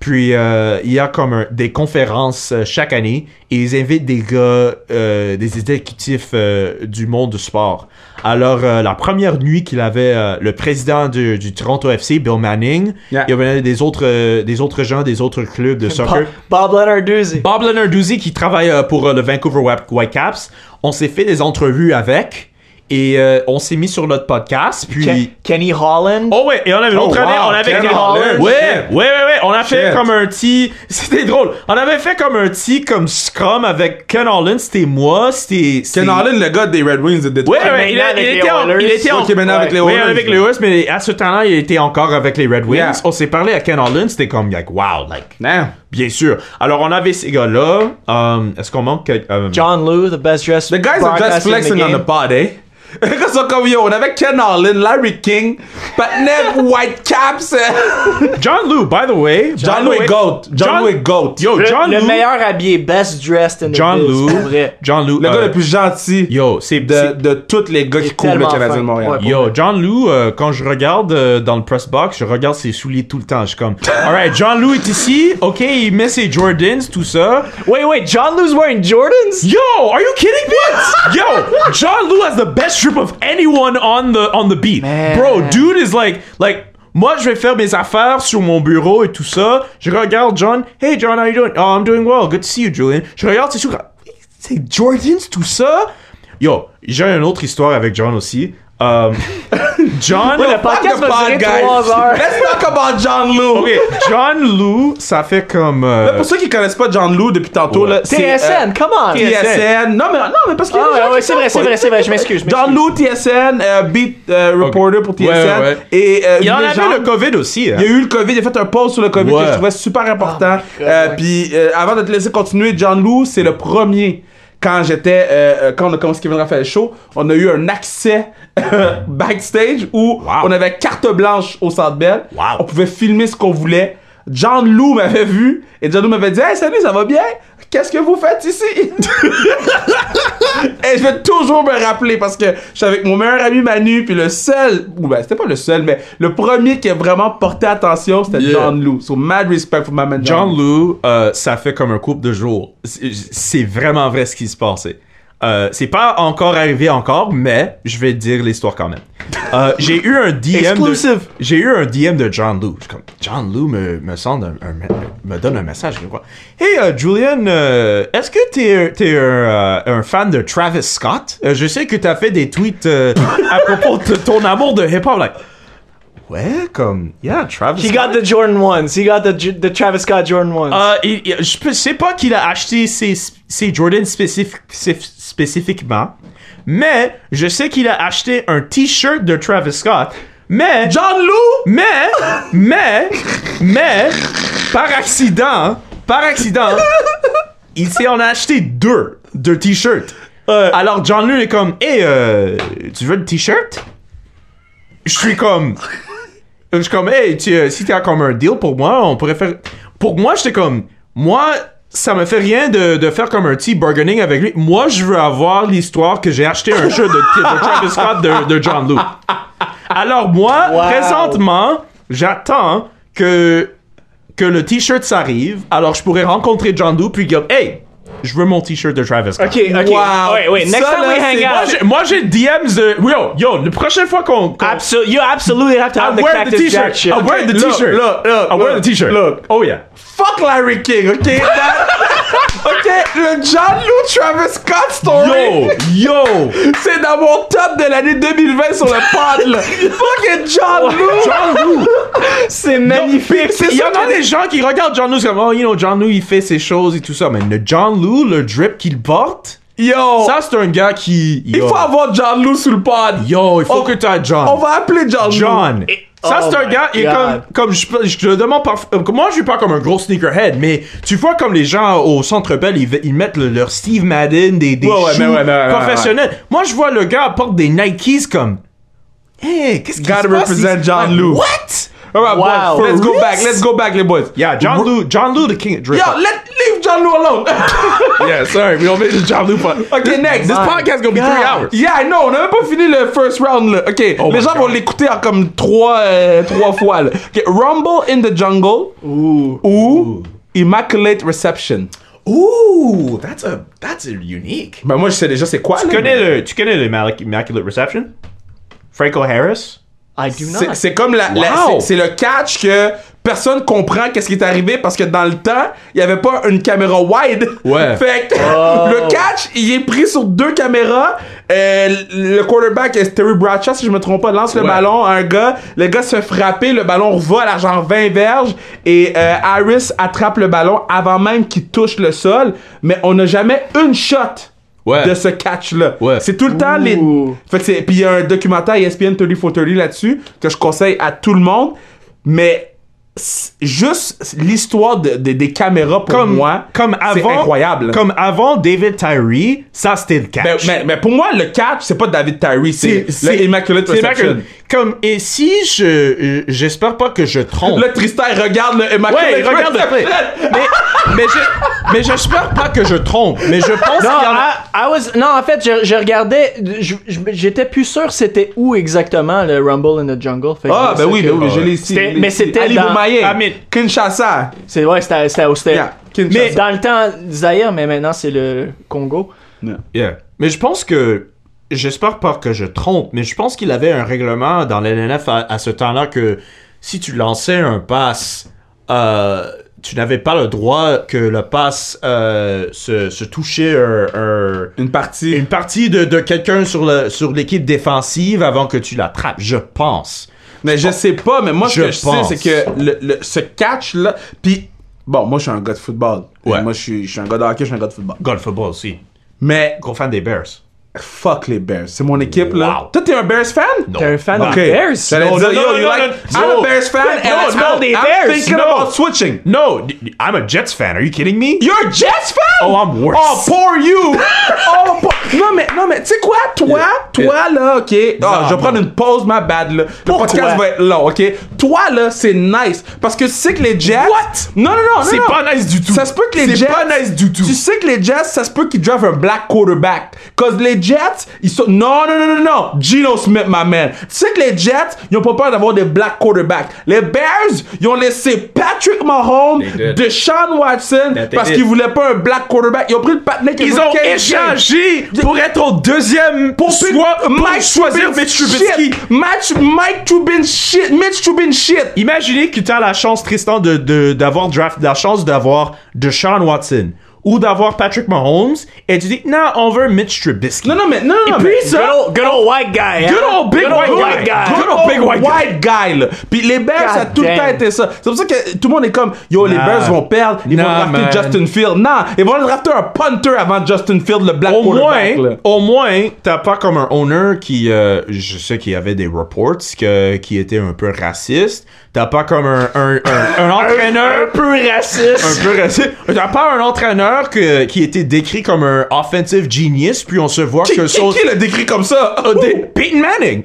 Puis euh, il y a comme un- des conférences euh, chaque année et ils invitent des gars, euh, des exécutifs euh, du monde du sport. Alors euh, la première nuit qu'il avait euh, le président du, du Toronto FC, Bill Manning,
Yeah.
il y avait des autres, euh, des autres gens, des autres clubs de soccer.
Bob, Ah. Bob Leonarduzzi.
Bob Leonarduzzi qui travaille euh, pour euh, le Vancouver Wa- Whitecaps. On s'est fait des entrevues avec et euh, on s'est mis sur notre podcast. Puis
Ken- Kenny Holland.
Oh ouais, et on avait l'autre
Oh,
année,
wow,
on avait
Kenny
fait-
Holland,
Ouais, ouais,
shit.
ouais, ouais, on a fait
Shit.
comme un petit, c'était drôle. On avait fait comme un petit comme scrum avec Ken Holland, c'était moi, c'était c'était-
Ken Harlan, le gars des Red Wings de Detroit.
Ouais, ouais, il, a-
Maintenant
il
avec
était
les
en, il
Oilers.
était en-
Ok, maintenant avec les
Ouais,
Oilers.
avec les Oilers, mais à ce temps-là, il était encore avec les Red Wings.
Yeah.
On s'est parlé à Ken Holland, c'était comme like wow, like
Damn.
bien sûr. Alors on avait ces gars-là, euh, est-ce qu'on manque quel- euh,
John Lou, the best dressed
The guys are just
broadcaster in
flexing on
game.
the pod, eh? Les gars sont comme yo, on avait Ken Harlan, Larry King, Patnet, Whitecaps, euh,
John Lou, by the way,
John Louis Goat, John Louis Goat.
Yo, John
Le
Lou,
meilleur habillé, best dressed in the
John
biz,
Lou,
pour vrai.
John Lou,
le
euh,
gars le plus gentil
Yo, c'est
de, de tous les gars
Il
qui
est
courent le
tellement
Canadien
fin.
de Montréal.
Ouais.
Yo, John Lou, euh, quand je regarde euh, dans le press box, je regarde ses souliers tout le temps. Je suis comme, alright, John Lou est ici. Ok, il met ses Jordans, tout ça.
Wait, wait, John Lou's wearing Jordans?
Yo, are you kidding me? Yo, John Lou has the best trip of anyone on the on the beat.
Man.
Bro, dude is like like. Moi, je vais faire mes affaires sur mon bureau et tout ça. Je regarde John. Hey, John, how you doing? Oh, I'm doing well. Good to see you, Julian. Je regarde ses sous- C'est Jordans, tout ça. Yo, j'ai une autre histoire avec John aussi. Euh, John.
Le podcast
the
va
pod,
durer
guys.
3 heures.
Let's talk about John Lou.
Ok, John Lou, ça fait comme. euh,
Pour ceux qui connaissent pas John Lou depuis tantôt,
Ouais.
là, c'est, euh,
TSN, come on!
TSN. Non, mais, non, mais parce que.
Ah ouais, ouais, c'est vrai, c'est vrai, c'est vrai, je m'excuse. je
John
m'excuse.
Lou, TSN, euh, beat euh, reporter pour TSN.
Ouais, ouais, ouais.
Et, euh,
il en
une
avait
légende.
le COVID aussi. hein.
Il y a eu le COVID, il a fait un post sur le COVID
Ouais.
que je trouvais super important.
God,
Euh,
ouais.
Puis euh, avant de te laisser continuer, John Lou, c'est le premier. Quand j'étais, euh, euh, quand on a commencé Kevin Raphaël Show, on a eu un accès backstage où on avait carte blanche au Centre Bell.
Wow.
On pouvait filmer ce qu'on voulait. John Lou m'avait vu et John Lou m'avait dit Hey, salut, ça va bien Qu'est-ce que vous faites ici? Et je vais toujours me rappeler parce que je suis avec mon meilleur ami Manu, puis le seul, ou ben c'était pas le seul, mais le premier qui a vraiment porté attention, c'était
Yeah.
John Lou. So mad respect pour ma man
John Lou, euh, ça fait comme un couple de jours. C'est- C'est vraiment vrai ce qui se passait. Euh, c'est pas encore arrivé encore, mais je vais dire l'histoire quand même. Euh, j'ai eu un DM de,
Exclusive.
j'ai eu un DM de John Lou. Je suis comme John Lou me me send un- un me- me donne un message je vois. Hey euh, Julian, euh, est-ce que t'es t'es un, euh, un fan de Travis Scott? Euh, je sais que t'as fait des tweets euh, à propos de ton amour de hip hop. Like, ouais, comme yeah Travis.
He
Scott.
got the Jordan ones. He got the, Ju- the Travis Scott Jordan ones.
Euh, il- il- je peux- je sais pas qu'il a acheté ses, ses Jordan spécif- spécif- spécifiquement, mais je sais qu'il a acheté un t-shirt de Travis Scott. Mais
John Lou!
mais mais mais par accident, par accident, il s'est en a acheté deux deux t-shirts. Alors John Lou est comme, hey, euh, tu veux le t-shirt? Je suis comme, je suis comme, hey, tu, euh, si t'as comme un deal pour moi, on pourrait faire. Pour moi, j'étais comme, moi, ça me fait rien de, de faire comme un petit bargaining avec lui. Moi, je veux avoir l'histoire que j'ai acheté un jeu de, de Travis Scott de, de John Lou. Alors moi, présentement, j'attends que que le t-shirt s'arrive. Alors je pourrais rencontrer John Doe puis dire, hey, je veux mon t-shirt de Travis Scott.
ok, ok.
wow.
Wait, wait. Next
Ça,
time
là,
we
c'est-
hang
Moi,
out.
j'ai- Moi j'ai DMs de yo yo. La prochaine fois qu'on qu'on-
Absol- you absolutely have to have the
wear Oh. the
Cactus Jack
t-shirt.
shit.
I wear the
Look,
t-shirt.
look, look,
I wear
look,
the t-shirt.
look.
Oh yeah.
Fuck Larry King, ok? That- ok, le John Lou Travis Scott story,
Yo yo.
c'est dans mon top de l'année 2020 sur le pod, là. Fucking John Lou!
John Doe.
C'est magnifique.
Il y en a des gens qui regardent John Lou comme oh you know John Lou il fait ses choses et tout ça mais le John Lou le drip qu'il porte
Yo!
ça c'est un gars qui
Oh. il
yo.
faut avoir John Lou sur le pod.
yo il faut
On-
que tu aies John
On va appeler John Lou.
John. Ça,
Oh
c'est un
my
gars, il est
God.
comme, comme je, je te le demande parf- euh, Moi, je suis pas comme un gros sneakerhead, mais tu vois comme les gens au centre Bell, ils, ve- ils mettent le- leur Steve Madden, des, des
Ouais, ouais,
shoes
mais ouais, mais ouais, ouais,
professionnels. Moi, je vois le gars porte des Nikes comme. Hey, qu'est-ce qui
Gotta
se passe?
represent
ici?
John
Like,
Lou.
What?
All right,
Wow.
boys, let's
For
go
reals?
back, let's go back, les boys.
Yeah, John Lou, John Lou, the king of drip.
Yo, let, leave John Lou alone.
yeah, sorry, we don't make the John Lou part.
Okay, next.
This
My
podcast gonna be three hours.
Yeah, I know, on a même pas fini le first round là. Ok, les gens vont l'écouter en comme trois, euh, trois fois là. Ok, Rumble in the Jungle ou Immaculate Reception.
Ooh, that's a, that's a unique.
Ben moi je sais déjà c'est quoi.
Tu
là,
connais
mais-
le, tu connais le Malik- Immaculate Reception? Franco Harris?
I do
C'est-
not.
C'est comme la, la-
Wow.
c'est- c'est le catch que personne comprend qu'est-ce qui est arrivé parce que dans le temps, il y avait pas une caméra wide.
Ouais.
Fait que le catch, il est pris sur deux caméras. Euh, le quarterback, c'est Terry Bradshaw, si je me trompe pas, lance le ballon à un gars. Le gars se fait frapper, le ballon revole à genre 20 verges et euh, Harris attrape le ballon avant même qu'il touche le sol, mais on n'a jamais une shot
Ouais.
de ce catch-là.
Ouais.
C'est tout le temps les.
Ouh.
Fait que c'est. Puis il y a un documentaire E ESPN 3430 là-dessus que je conseille à tout le monde. Mais c'est- juste l'histoire de, de- des caméras pour
comme,
moi,
comme avant,
c'est incroyable.
Comme avant David Tyree, ça c'était le
Ben,
catch.
mais, mais pour moi, le catch, c'est pas David Tyree, c'est le Immaculate
c'est
Reception.
Immaculate. Comme et si je, euh, j'espère pas que je trompe.
Là, Tristan, il regarde le Immaculate
Ouais, regarde
Reception.
après. Mais, mais, je- mais j'espère pas que je trompe. Mais je pense qu'il y
Non, ah.
en a.
I- I was- non, en fait, je, je regardais, je- je- j'étais plus sûr c'était où exactement le Rumble in the Jungle. Fait que
Ah,
je
ben
sais
oui,
que-
ben oui, je l'ai ici.
C'était-
je l'ai
mais
ici.
c'était
Ali
dans-
Boumaier,
Amit.
Kinshasa.
C'est ouais, c'était c'était au c'était-
Yeah,
Mais
Kinshasa.
dans le temps, Zaire, mais maintenant c'est le Congo.
Yeah. Mais je pense que j'espère pas que je trompe. Mais je pense qu'il avait un règlement dans l'NNF à, à ce temps-là que si tu lançais un pass, euh, tu n'avais pas le droit que le pass euh, se, se touchait un- un-
Une partie.
une partie de, de quelqu'un sur le sur l'équipe défensive avant que tu l'attrapes, je pense.
Mais je sais pas, mais moi, ce
Je
que je
pense.
sais, c'est que le, le- ce catch-là. Puis, bon, moi, je suis un gars de football.
Ouais.
Moi, je suis, je suis un gars de hockey, je suis un gars de football.
Golf football aussi.
Mais
Gros fan des Bears.
Fuck les Bears. C'est mon équipe, là.
Wow.
Toi, t'es un Bears fan?
T'es un fan
Ok.
des Bears?
J'allais
No,
dire,
no,
yo,
no,
you
no,
like,
no.
I'm a Bears fan, and
no,
I'm,
it's not the
I'm
Bears,
thinking
no.
about switching.
No, I'm a Jets fan. Are you kidding me?
You're a Jets fan?
Oh, I'm worse.
Oh, poor you! oh, poor... Non, mais, non, mais, tu sais quoi? Toi, toi, là, OK? Ah, je vais prendre une pause, ma bad, là. Le podcast va être long, OK? Toi, là, c'est nice. Parce que tu sais que les Jets... What? Non, non, non,
C'est
non, non.
pas nice du tout.
Ça se peut que les
C'est
Jets...
pas nice du tout.
Tu sais que les Jets, ça se peut qu'ils drivent un black quarterback. Cause les Jets, ils sont... Non, non, non, non, non. Gino Smith, ma man. Tu sais que les Jets, ils ont pas peur d'avoir des black quarterbacks. Les Bears, ils ont laissé Patrick Mahomes,
They did.
Deshaun Watson,
That they
parce
did.
qu'ils voulaient pas un black quarterback. Ils ont pris le patinet qui a
Ils
joué
ont
15
échangé pour être au deuxième pour
games.
choix pour
Mike
choisir
Trubin
Mitch
shit.
Trubisky.
Match, Mike Trubin shit. Mitch Trubin shit.
Imaginez que tu as la chance, Tristan, de, de- d'avoir draft, la chance d'avoir Deshaun Watson ou d'avoir Patrick Mahomes et tu dis, non, on veut Mitch Trubisky.
Non, non, mais, non, non,
Et
mais-
puis ça,
Good old, good old white guy.
Good
hein?
old big
Good
white
old
guy.
Good old big white, guy, là. Puis les Bears, ça a
God
tout le temps
damn.
été ça. C'est pour ça que tout le monde est comme, yo, les
Nah.
Bears vont perdre, ils
Nah,
vont drafter
man.
Justin Field. Non, ils vont drafter un punter avant Justin Field, le black
Au
quarterback.
moins,
là.
au moins, t'as pas comme un owner qui, euh, je sais qu'il y avait des reports que, qui étaient un peu racistes. T'as pas comme un, un, un, un entraîneur
Un peu raciste.
un peu raciste. T'as pas un entraîneur que, qui était décrit comme un offensive genius, puis on se voit
Qui,
que
qui,
son-
qui l'a décrit comme ça?
Des- Peyton Manning.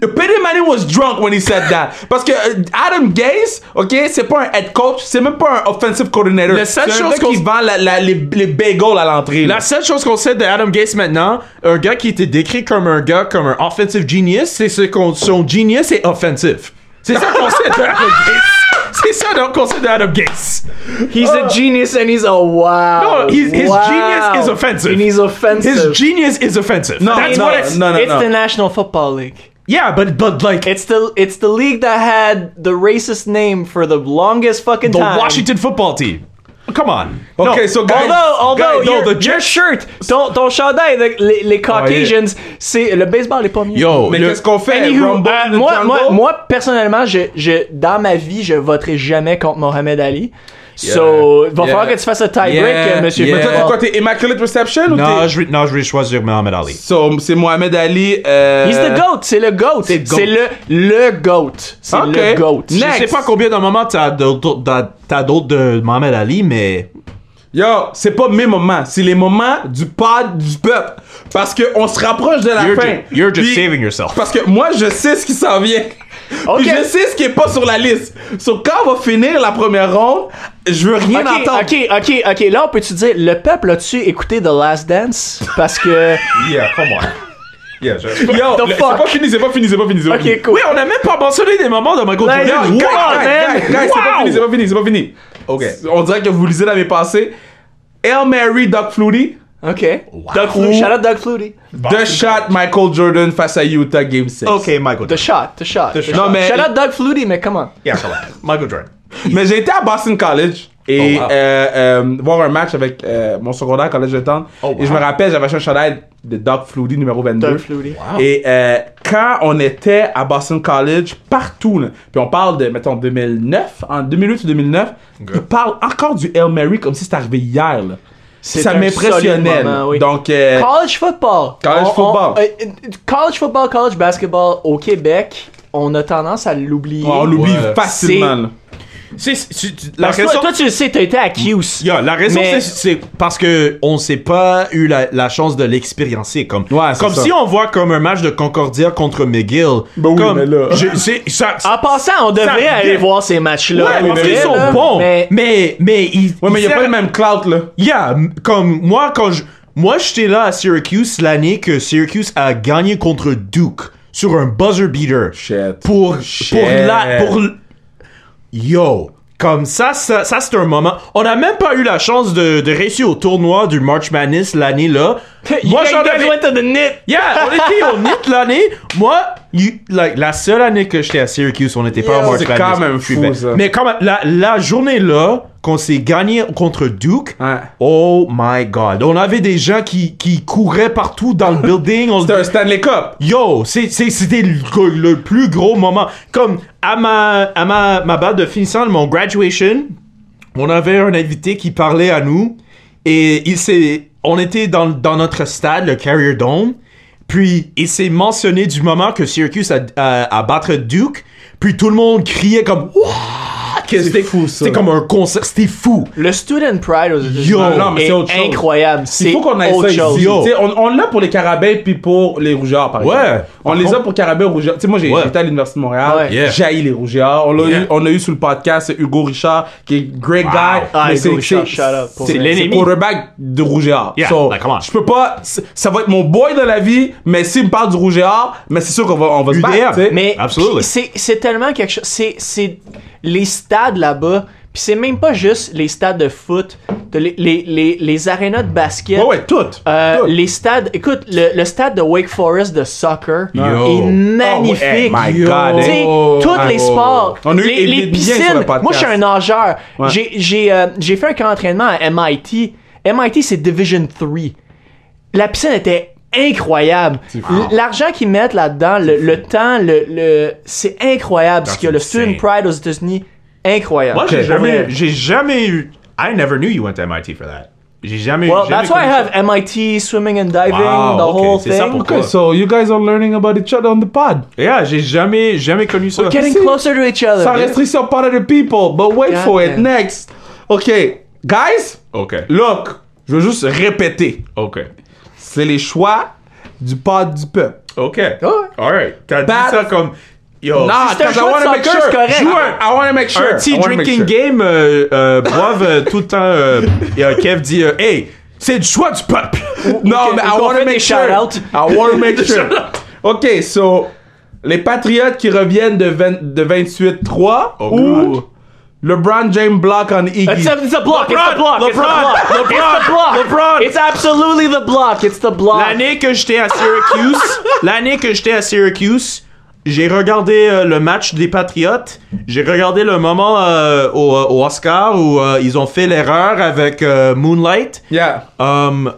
Peyton Manning was drunk when he said that. Parce que euh, Adam Gase, OK, c'est pas un head coach, c'est même pas un offensive coordinator.
La seule
c'est un
chose
gars
qu'on-
qui vend la- la- les, les bagels à l'entrée. là.
La seule chose qu'on sait de Adam Gates maintenant, un gars qui était décrit comme un gars, comme un offensive genius, c'est ce qu'on, son genius est offensif. C'est ça qu'on sait de Adam Gates. C'est ça donc, qu'on sait de Adam Gates.
He's a genius and he's a wow.
Oh. No, he's- his
Wow.
genius is offensive.
And he's offensive.
His genius is offensive.
No,
That's
no,
what it's,
no, no,
it's
no.
the National Football League.
Yeah, but but like
It's the it's the league that had the racist name for the longest fucking
the
time.
Washington football team. Come on.
Okay, so guys-
Although, although
guys, no,
your,
the
your
Jets- Oh,
shirt, ton, ton chandail, avec les, les Caucasians, c'est le baseball est pas mieux.
Yo,
Mais
le-
qu'est-ce qu'on fait?
Anywho,
Rumble
euh,
in the
moi,
jungle?
moi, moi, personnellement, je, je, dans ma vie, je voterai jamais contre Mohamed Ali. So, il va
Yeah.
falloir que tu fasses un tie-break,
Yeah.
euh, monsieur.
Yeah.
Mais toi, t'es
Football.
quoi? T'es Immaculate Reception ou
non,
t'es...
je vais, non, je vais choisir Mohamed Ali.
So, c'est Mohamed Ali. Euh...
He's the GOAT, c'est le GOAT.
C'est le GOAT.
C'est le, le GOAT. C'est
Ok.
le GOAT.
Next.
Je sais pas combien de moments t'as d'autres t'as- t'as d'autres de Mohamed Ali, mais
Yo, c'est pas mes moments, c'est les moments du pod du peuple. Parce que on se rapproche de la
You're
fin.
ju- you're just
Puis-
saving yourself.
Parce que moi, je sais ce qui s'en vient.
Ok.
Puis je sais ce qui est pas sur la liste. So, quand on va finir la première ronde, je veux rien
Ok,
entendre.
ok, ok, ok. Là, on peut-tu dire, le peuple a-tu écouté The Last Dance? Parce que.
yeah, come on. Yeah,
Yo,
The
le- c'est
fuck?
pas fini, c'est pas fini, c'est pas fini. c'est pas fini.
ok, cool.
Oui, on a même pas mentionné des moments de Michael
Like,
Jordan.
Guys,
Wow,
guys,
man.
guys, guys, c'est pas
Wow.
fini, c'est pas fini, c'est pas fini.
Ok.
On dirait que vous lisez l'année passée. Hail Mary, Doug Flutie.
Ok. Doug Flutie. Shout out Doug Flutie.
The shot Michael Jordan face à Utah Game 6.
Michael.
The shot, the shot. The
shot.
Non, mais-
Shout out Doug Flutie, mais comment?
Yeah, come on. Michael Jordan.
Mais j'ai été à Boston College et
Oh, wow.
euh, euh, voir un match avec euh, mon secondaire collège de temps.
Oh, wow.
Et je me rappelle, j'avais acheté un chandail de Doc Flutie numéro 22.
Doug Flutie.
Wow.
Et euh, quand on était à Boston College, partout, là, puis on parle de, mettons, 2009, en 2008 ou 2009, ils parlent encore du Hail Mary comme si c'était arrivé hier. Là.
C'est
Ça
un
m'impressionnait.
solide moment,
là.
oui.
Donc, euh,
College football.
College football.
euh, euh, college football, college basketball au Québec, on a tendance à l'oublier.
on l'oublie
Ouais.
facilement. là.
C'est, c'est- la
Parce que toi-
raison,
toi, tu le sais, t'as été à Cuse.
Yeah, la raison, c'est,
Mais-
c'est parce que on s'est pas eu la, la chance de l'expériencer. Comme,
Ouais, c'est
comme
ça.
si on voit comme un match de Concordia contre McGill.
Ben oui,
comme,
mais là- Ah,
je- c'est- ça-
En passant, on devrait
Ça-
aller voir ces matchs-là.
Ouais,
pour
parce
vrai,
qu'ils sont
là,
bons. Mais,
Mais
mais, ils.
Ouais, mais il n'y a
ils-
pas le même clout, là.
Yeah, m- comme moi, quand je. Moi, j'étais là à Syracuse l'année que Syracuse a gagné contre Duke sur un buzzer beater.
Shit.
Pour.
Oh, Shit.
Pour la. Pour. l- Yo! Comme ça, ça, ça, c'est un moment. On n'a même pas eu la chance de, de réussir au tournoi du March Madness l'année-là.
moi,
Moi, j'en
guys
avais.
went to the knit.
Yeah, on était au NIT l'année. Moi, you- like, la seule année que j'étais à Syracuse, on n'était pas
Yeah.
au March
C'est
Madness.
quand même
Je suis
fou,
bête.
ça.
Mais quand même, la, la journée-là, qu'on s'est gagné contre Duke,
Ouais.
oh my God. On avait des gens qui, qui couraient partout dans le building. On se
C'était un Stanley Cup.
Yo, c'est- c'est- c'était le, le plus gros moment. Comme à ma, à ma, ma balle de finissant de mon graduation, on avait un invité qui parlait à nous et il s'est. on- on était dans, dans notre stade, le Carrier Dome, puis il s'est mentionné du moment que Syracuse a, a- a battre Duke, puis tout le monde criait comme Wouah! Que C'était
fou, ça.
C'était comme un concert, c'était fou.
Le Student Pride aux États-Unis
Yo,
non, mais
est
c'est autre chose.
incroyable. C'est
Il faut qu'on ait ça
autre
ici.
chose.
Tu sais, On, on l'a pour les carabins puis pour les rougeards, par
Ouais.
exemple. On
Par
les a
contre-
pour carabins rougeards. Tu sais, moi, j'ai-
Ouais.
j'étais à l'Université de Montréal.
Ouais.
Yeah.
J'ai les rougeards. On, l'a
Yeah.
eu, on a eu sur le podcast Hugo Richard, qui est great
Wow.
guy.
Ah,
mais
Hugo
c'est-
Richard,
c'est-
shout out pour
C'est
vrai.
l'ennemi. quarterback de rougeard.
Yeah,
So,
like, come on.
je peux pas. c'est- Ça va être mon boy de la vie, mais s'il me parle du rougeard, mais c'est sûr qu'on va, on va se
UDM.
battre. tu sais.
Mais
Absolutely.
pis c'est c'est tellement quelque chose. C'est c'est les stades là-bas. Puis c'est même pas juste les stades de foot, de les les les, les arénas de basket.
Ouais, ouais, tout.
Euh,
Tout.
les stades, écoute, le, le stade de Wake Forest de soccer
Yo.
est magnifique.
Oh, ouais, hey, my God,
Tu sais,
hein.
tous
Oh,
les
oh,
sports,
oh. On a eu
les,
Émile
les
Bien sur le
piscines.
podcast.
Moi, je suis un nageur.
Ouais.
J'ai j'ai euh, j'ai fait un camp d'entraînement à MIT. MIT, c'est Division 3 la piscine était incroyable. L- L'argent qu'ils mettent là-dedans, le, le temps, le, le- c'est incroyable. Ce
That's
qu'il y a le Student
insane.
Pride aux États-Unis, incroyable.
Moi, j'ai
Ok.
jamais,
Ouais.
j'ai jamais eu. I never knew you went to MIT for that. J'ai jamais.
Well,
jamais
that's why I
connu
have MIT swimming and diving,
Wow,
the
ok,
whole
c'est ça
thing.
pour-
Okay, so you guys are learning about each other on the pod.
ça. Yeah, Eh, ah, j'ai jamais, jamais connu ça.
We're getting
C'est-
closer to each other.
Sans restriction par other people, but wait
God
for it.
damn.
Next. OK. Guys,
Ok,
look, je veux juste répéter.
ok,
C'est les choix du pod du peuple.
ok.
Ouais.
Alright, t'as
Bat-
dit ça comme yo.
Nah,
c'est un
'cause I
choix de
wanna make
soccer,
sure.
c'est correct.
Joue un- I wanna make sure.
un petit
I wanna make
drinking
sure.
game euh, euh, boivent euh, tout le temps. euh, et, euh, Kev dit euh, hey, c'est le choix du peuple.
Non,
Ou
mais
qu'on-
I
ou qu'on
wanna
fait
make
des
sure.
shout-outs.
I wanna make sure. OK, so, les Patriotes qui reviennent de, 20 de 28-3 ou
God.
LeBron James block on Iggy.
It's a, it's a block. it's the block. it's the
LeBron,
block. it's the block.
LeBron.
It's absolutely the block. It's the block.
L'année que j'étais à Syracuse, l'année que j'étais à Syracuse, j'ai regardé euh, le match des Patriotes. J'ai regardé le moment euh, au, au Oscar où euh, ils ont fait l'erreur avec euh, Moonlight.
Yeah.
Um,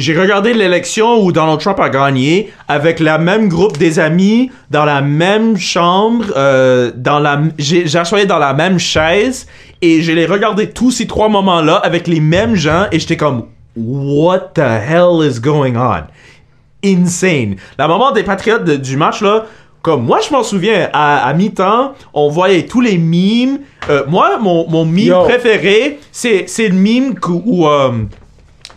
j'ai regardé l'élection où Donald Trump a gagné avec la même groupe des amis dans la même chambre, euh, dans la, j'ai j'ai assoyé dans la même chaise et je les regardé tous ces trois moments-là avec les mêmes gens et j'étais comme What the hell is going on? insane. La moment des Patriotes de- du match, là, comme moi, je m'en souviens, à, à mi-temps, on voyait tous les mimes. Euh, moi, mon, mon mime
Yo.
préféré, c'est, c'est le mime que- où euh,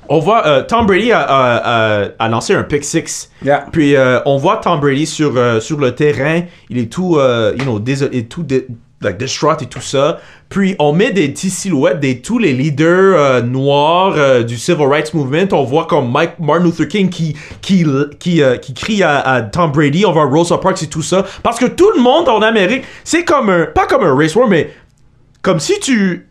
on voit euh, Tom Brady a, a- a- a lancé un pick six.
Yeah.
Puis euh, on voit Tom Brady sur, euh, sur le terrain. Il est tout, euh, you know, désolé, tout dé- like, distraught et tout ça. Puis on met des petites silhouettes de tous les leaders euh, noirs euh, du Civil Rights Movement. On voit comme Mike Martin Luther King qui, qui, qui, euh, qui crie à, à Tom Brady. On voit Rosa Parks et tout ça. Parce que tout le monde en Amérique, c'est comme un, pas comme un race war, mais comme si tu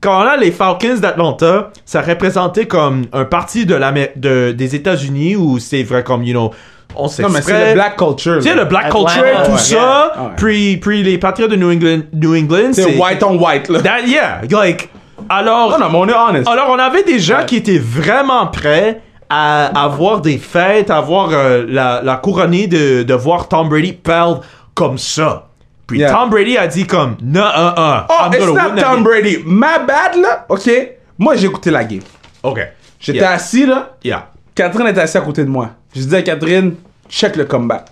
quand là les Falcons d'Atlanta, ça représentait comme un parti de la de, des États-Unis où c'est vrai comme you know on
Non, mais c'est
s'exprès.
le black culture.
tu sais
là.
le black
Atlanta,
culture tout
ouais.
ça,
Yeah. Ouais.
puis puis les patriotes de New England New England
C'est white on white, là.
That- yeah, like alors
Non, non, mais on est honest.
alors, on avait des gens qui étaient vraiment prêts à avoir des fêtes, à voir euh, la, la couronnée de, de voir Tom Brady perdre comme ça. Puis
Yeah.
Tom Brady a dit comme non, un, un.
Oh, it's not Tom Brady. My bad, là. OK. Moi, j'ai écouté la game.
Ok.
J'étais
Yeah.
assis, là.
Yeah.
Catherine était assise à côté de moi. Je dis à Catherine, check le comeback.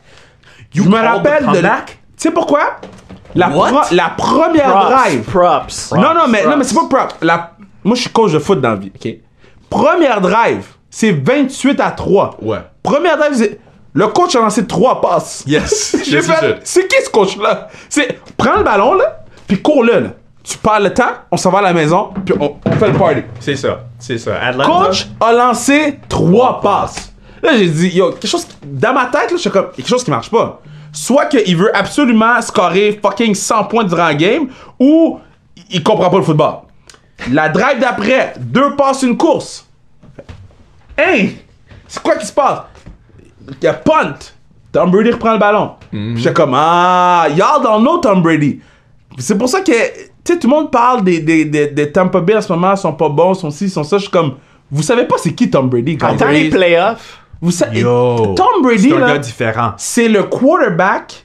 You
je me
called the
rappelle de la... Tu
comeback?
sais pourquoi? La,
What?
pro- la première drive.
props. Props.
non, non, mais, non, mais c'est pas prop. La... Moi, je suis coach de foot dans la vie. OK? Première drive, c'est 28 à 3.
Ouais.
Première drive, c'est... Le coach a lancé 3 passes.
Yes.
J'ai fait, c'est qui ce coach-là? C'est, prends le ballon, là, puis cours-le, là. Tu perds le temps, on s'en va à la maison, puis on, on fait le party.
C'est ça. C'est ça. Atlanta.
Coach a lancé trois passes. Là, j'ai dit, yo, quelque chose, qui- dans ma tête, là, je suis comme, quelque chose qui marche pas. Soit qu'il veut absolument scorer fucking 100 points durant le game, ou il comprend pas le football. La drive d'après, deux passes, une course. Hein? C'est quoi qui se passe? Il y a punt. Tom Brady reprend le ballon.
Mhm.
J'étais comme, ah, y'all dans know Tom Brady. C'est pour ça que, tu sais, tout le monde parle des, des, des, des Tampa Bay en ce moment, ils sont pas bons, ils sont ci, ils sont ça. Je suis comme, vous savez pas c'est qui Tom Brady quand
Dans les playoffs,
Vous sa-
Yo.
Tom Brady,
C'est un
là,
gars différent.
c'est le quarterback.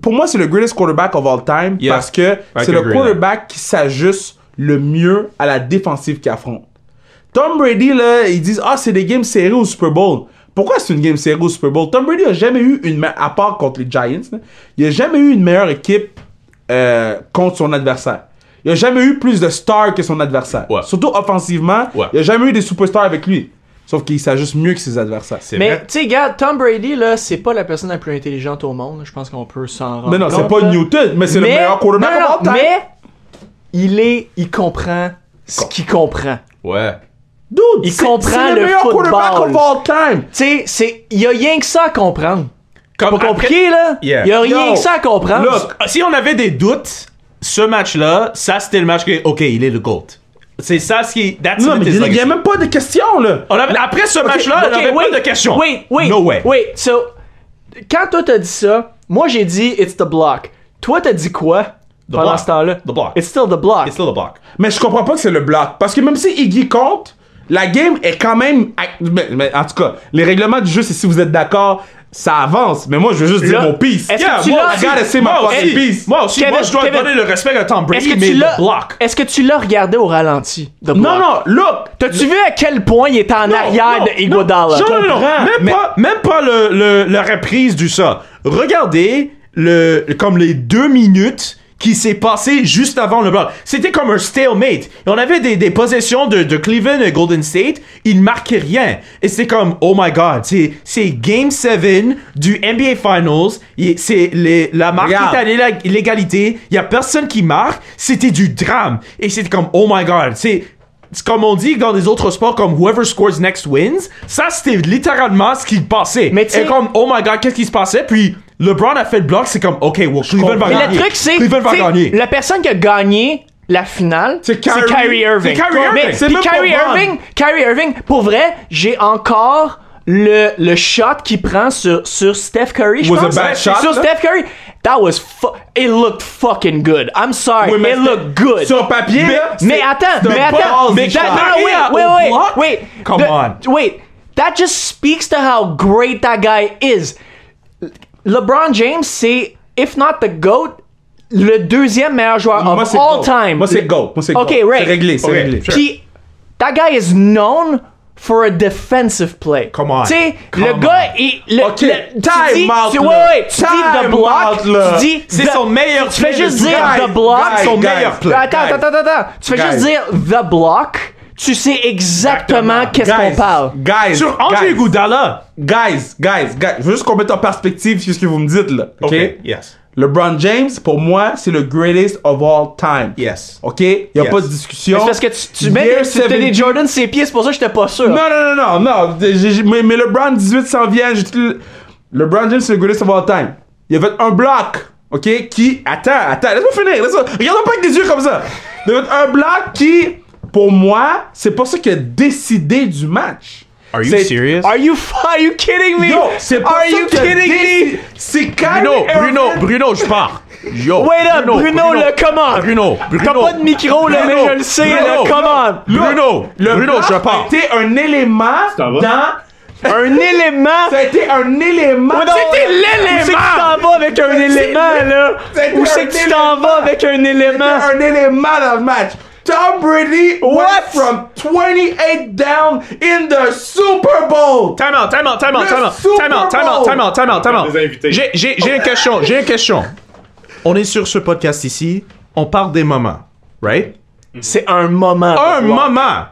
Pour moi, c'est le greatest quarterback of all time
Yeah.
parce que
I
c'est
can
le
agree
quarterback qui s'ajuste le mieux à la défensive qu'il affronte. Tom Brady, là, ils disent Ah, c'est des games serrées au Super Bowl. Pourquoi c'est une game serrée au Super Bowl Tom Brady a jamais eu une. me- À part contre les Giants, là, il a jamais eu une meilleure équipe euh, contre son adversaire. Il a jamais eu plus de stars que son adversaire.
Ouais.
Surtout offensivement,
Ouais.
il a jamais eu des superstars avec lui. Sauf qu'il s'ajuste mieux que ses adversaires.
C'est
Mais
vrai.
tu sais, gars, Tom Brady, là, c'est pas la personne la plus intelligente au monde. Je pense qu'on peut s'en rendre
Mais non, c'est
compte,
pas
là.
Newton, mais c'est le
Mais-
meilleur quarterback
non, non,
of all time.
Mais il est, il comprend ce qu'il comprend.
Ouais.
Dude,
Il
c'est-
comprend
c'est
le
meilleur quarterback
football.
of all time.
Tu sais, c'est, il y a rien que ça à comprendre.
Comme
Pas compliqué, là?
Yeah.
Il y a rien
Yo,
que ça à comprendre.
look,
Ah, Si on avait des doutes, ce match-là, ça c'était le match que, ok, il est le GOAT. C'est ça ce qui. That's
Non,
it,
mais il
his
y a
legacy.
même pas de question, là.
On avait- après ce match-là, on
Ok,
avait
wait,
pas de questions.
Wait, wait.
No way.
Wait, so, quand toi t'as dit ça, moi j'ai dit it's the block. Toi t'as dit quoi pendant
block.
ce temps-là?
The block.
It's still the block.
It's still a block.
Mais je comprends pas que c'est le bloc. Parce que même si Iggy compte, la game est quand même. mais- mais en tout cas, les règlements du jeu, c'est si vous êtes d'accord, ça avance. Mais moi, je veux juste dire
Là,
mon piece.
est-ce que tu
moi,
l'as-
regarde, c'est ma
Moi
fucking
aussi.
piece.
Moi aussi,
Kevin,
moi je dois
Kevin.
donner le respect à Tom
Est-ce
Brady,
que
mais
tu l'as
le block.
Est-ce que tu l'as regardé au ralenti? The
non,
block?
non, look.
T'as-tu vu à quel point il était en arrière
non,
de Iguodala?
Non, non, non,
comprends,
même,
mais-
pas, même pas le, le- la reprise du ça. Regardez le, comme les deux minutes qui s'est passé juste avant le bloc. C'était comme un stalemate. Et on avait des, des possessions de, de Cleveland et Golden State. Ils marquaient rien. Et c'était comme, oh my god, c'est c'est Game 7 du NBA Finals. Et C'est les- la marque
Regarde.
est allée la- l'égalité. Il y a personne qui marque. C'était du drame. Et c'était comme, oh my god, c'est c'est comme on dit dans les autres sports, comme whoever scores next wins, ça c'était littéralement ce qui passait.
Mais tu sais-
Et comme, oh my god, qu'est-ce qui se passait? Puis LeBron a fait le bloc, c'est comme, ok, well, Cleveland va
Mais
gagner.
le truc, c'est.
Cleveland va
t'sais,
gagner.
La personne qui a gagné la finale, c'est
Kyrie-
Irving.
c'est Kyrie Irving.
Mais-
C'est
puis
même pas
Kyrie
Bron.
Irving, Kyrie Irving, pour vrai, j'ai encore le, le shot qu'il prend sur, sur Steph Curry. je
Was a
pense.
bad shot,
Sur
là?
Steph Curry. That was fu It looked fucking good. I'm sorry.
Oui, mais
it
c'était-
looked good.
Sur papier,
Mais,
là,
mais
c'est-
attends,
c'est un
mais attends.
ballsy
Mais
shot.
that, no, no,
Kyrie
wait,
au
wait,
bloc?
wait, wait.
Come on.
Wait. That just speaks to how great that guy is. LeBron James, c'est, if not the GOAT, le deuxième meilleur joueur
Moi,
of
c'est
all
GOAT.
time.
Moi, c'est GOAT. Moi, c'est
Ok,
GOAT.
right.
C'est réglé, c'est
Ok.
réglé.
Sure.
Puis, that guy is known for a defensive play.
Come on.
Tu sais,
Come
le
on.
gars, il. Le,
Ok,
le- tu
time
dis,
out,
tu,
là.
ouais, ouais, tu dis
Time
the block.
out, là.
Tu dis.
C'est
the-
son meilleur
Tu fais
play
juste
de
dire
tout.
the block.
Guys,
son
guys.
meilleur play.
Attends,
Guys.
attends, attends, attends. Tu fais
Guys.
juste dire the block. Tu sais exactement qu'est-ce qu'on
Guys,
parle.
guys,
Sur
guys,
André Goudala.
guys, guys, guys, je veux juste qu'on mette en perspective ce que vous me dites là, ok?
Yes.
LeBron James, pour moi, c'est le greatest of all time.
Yes.
Ok? Il y a
Yes.
pas de discussion.
C'est parce que tu, tu mets
Year
des, tu te mets
17.
des Jordan sur ses pieds, c'est pour ça que j'étais pas sûr.
Non, non, non, non, non. J'ai- j'ai- mais, mais LeBron 18 s'en vient. j'ai tout le- LeBron James, c'est le greatest of all time. Il a fait un bloc, ok? Qui. Attends, attends, laisse-moi finir. Laisse-moi... Regarde pas avec des yeux comme ça. Il a fait un bloc qui, pour moi, c'est pas ça qui a décidé du match.
Are you
C'est-
serious?
Are you, f- are you kidding me?
Yo, c'est pas
are
ça
you
qui a
kidding
décidé-
me?
C'est quand
Bruno, Bruno, Bruno, je pars. Yo.
Wait up, Bruno, le comment?
Bruno, Bruno.
T'as pas de micro, là,
Bruno,
mais je le sais,
Bruno,
le comment?
Bruno,
Le
Bruno,
bloc
je pars.
a été un élément
Ça va?
dans.
Un élément.
Ça a été un élément.
C'était l'élément! Où c'est que tu t'en vas avec un
C'est-
élément, là?
C'était
Où c'est
un
que tu t'en
élément.
vas avec un élément?
un élément dans le match. Tom Brady
What?
went from 28 down in the Super Bowl.
Time out, time out, time out,
Le
time out,
Super
time out, time out,
Bowl.
time out, time out, time out.
Des invités.
J'ai, j'ai, j'ai une question, j'ai une question. On est sur ce podcast ici, on parle des moments, right?
C'est un moment.
Un moment!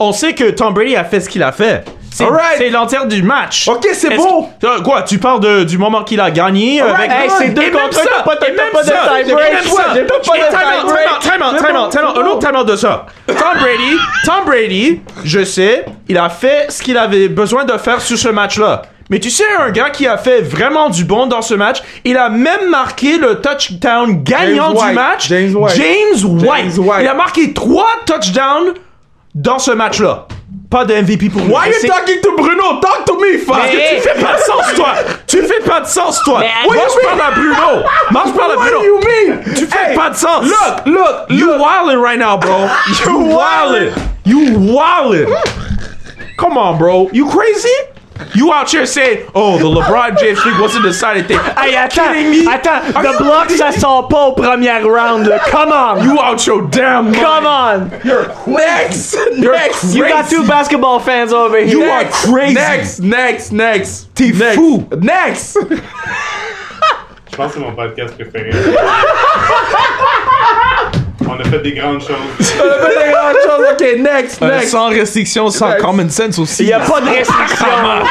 On sait que Tom Brady a fait ce qu'il a fait. C'est,
Alright.
c'est l'entière du match.
Ok, c'est
Est-ce
beau.
que- Euh, quoi, tu parles de- du moment qu'il a gagné euh, avec...
Hey, c'est deux
Et même
contre un,
ça,
t'as pas- t'as
et même
pas de
ça,
tie
j'ai
break.
même
Toi,
ça.
j'ai pas- pas
Et
de
time
tie
out,
break.
time out,
C'est
time out, time
bon,
out, time out.
c'est
Un
bon.
autre time out de ça. Tom Brady, Tom Brady, je sais, il a fait ce qu'il avait besoin de faire sur ce match-là. Mais tu sais, un gars qui a fait vraiment du bon dans ce match, il a même marqué le touchdown gagnant
James
du
White.
match.
James White.
James White.
White.
Il a marqué trois touchdowns dans ce match-là. Pas de MVP pour lui.
Why you
C'est-
talking to Bruno? Talk to me, fuck.
parce que tu fais pas de sens, toi! Tu fais pas de sens, toi!
Mais-
Moi,
What
je parle à Bruno! Moi, je parle à
What
Bruno!
do you mean?
Tu fais pas de sens!
Look, look,
You wildin' right now, bro! You wildin'! You wildin'! Come on, bro! You crazy?
You out here saying, oh, the LeBron James thing wasn't decided thing. Are
Hey,
you
attends,
kidding me?
attends,
Are
The
you-
bloc, ça sort pas au premier round, là. Come on!
You out your damn mind.
Come on!
Next, next,
You got
crazy.
two basketball fans over here.
You
Next.
are crazy. Next, next, next. T'es
fou.
Next.
Je pense que c'est mon podcast préféré. On a fait des grandes choses.
On a fait des grandes choses. Ok, next,
Euh,
next.
sans restriction, sans
Next.
common sense aussi. Ah,
Il y a pas de restriction.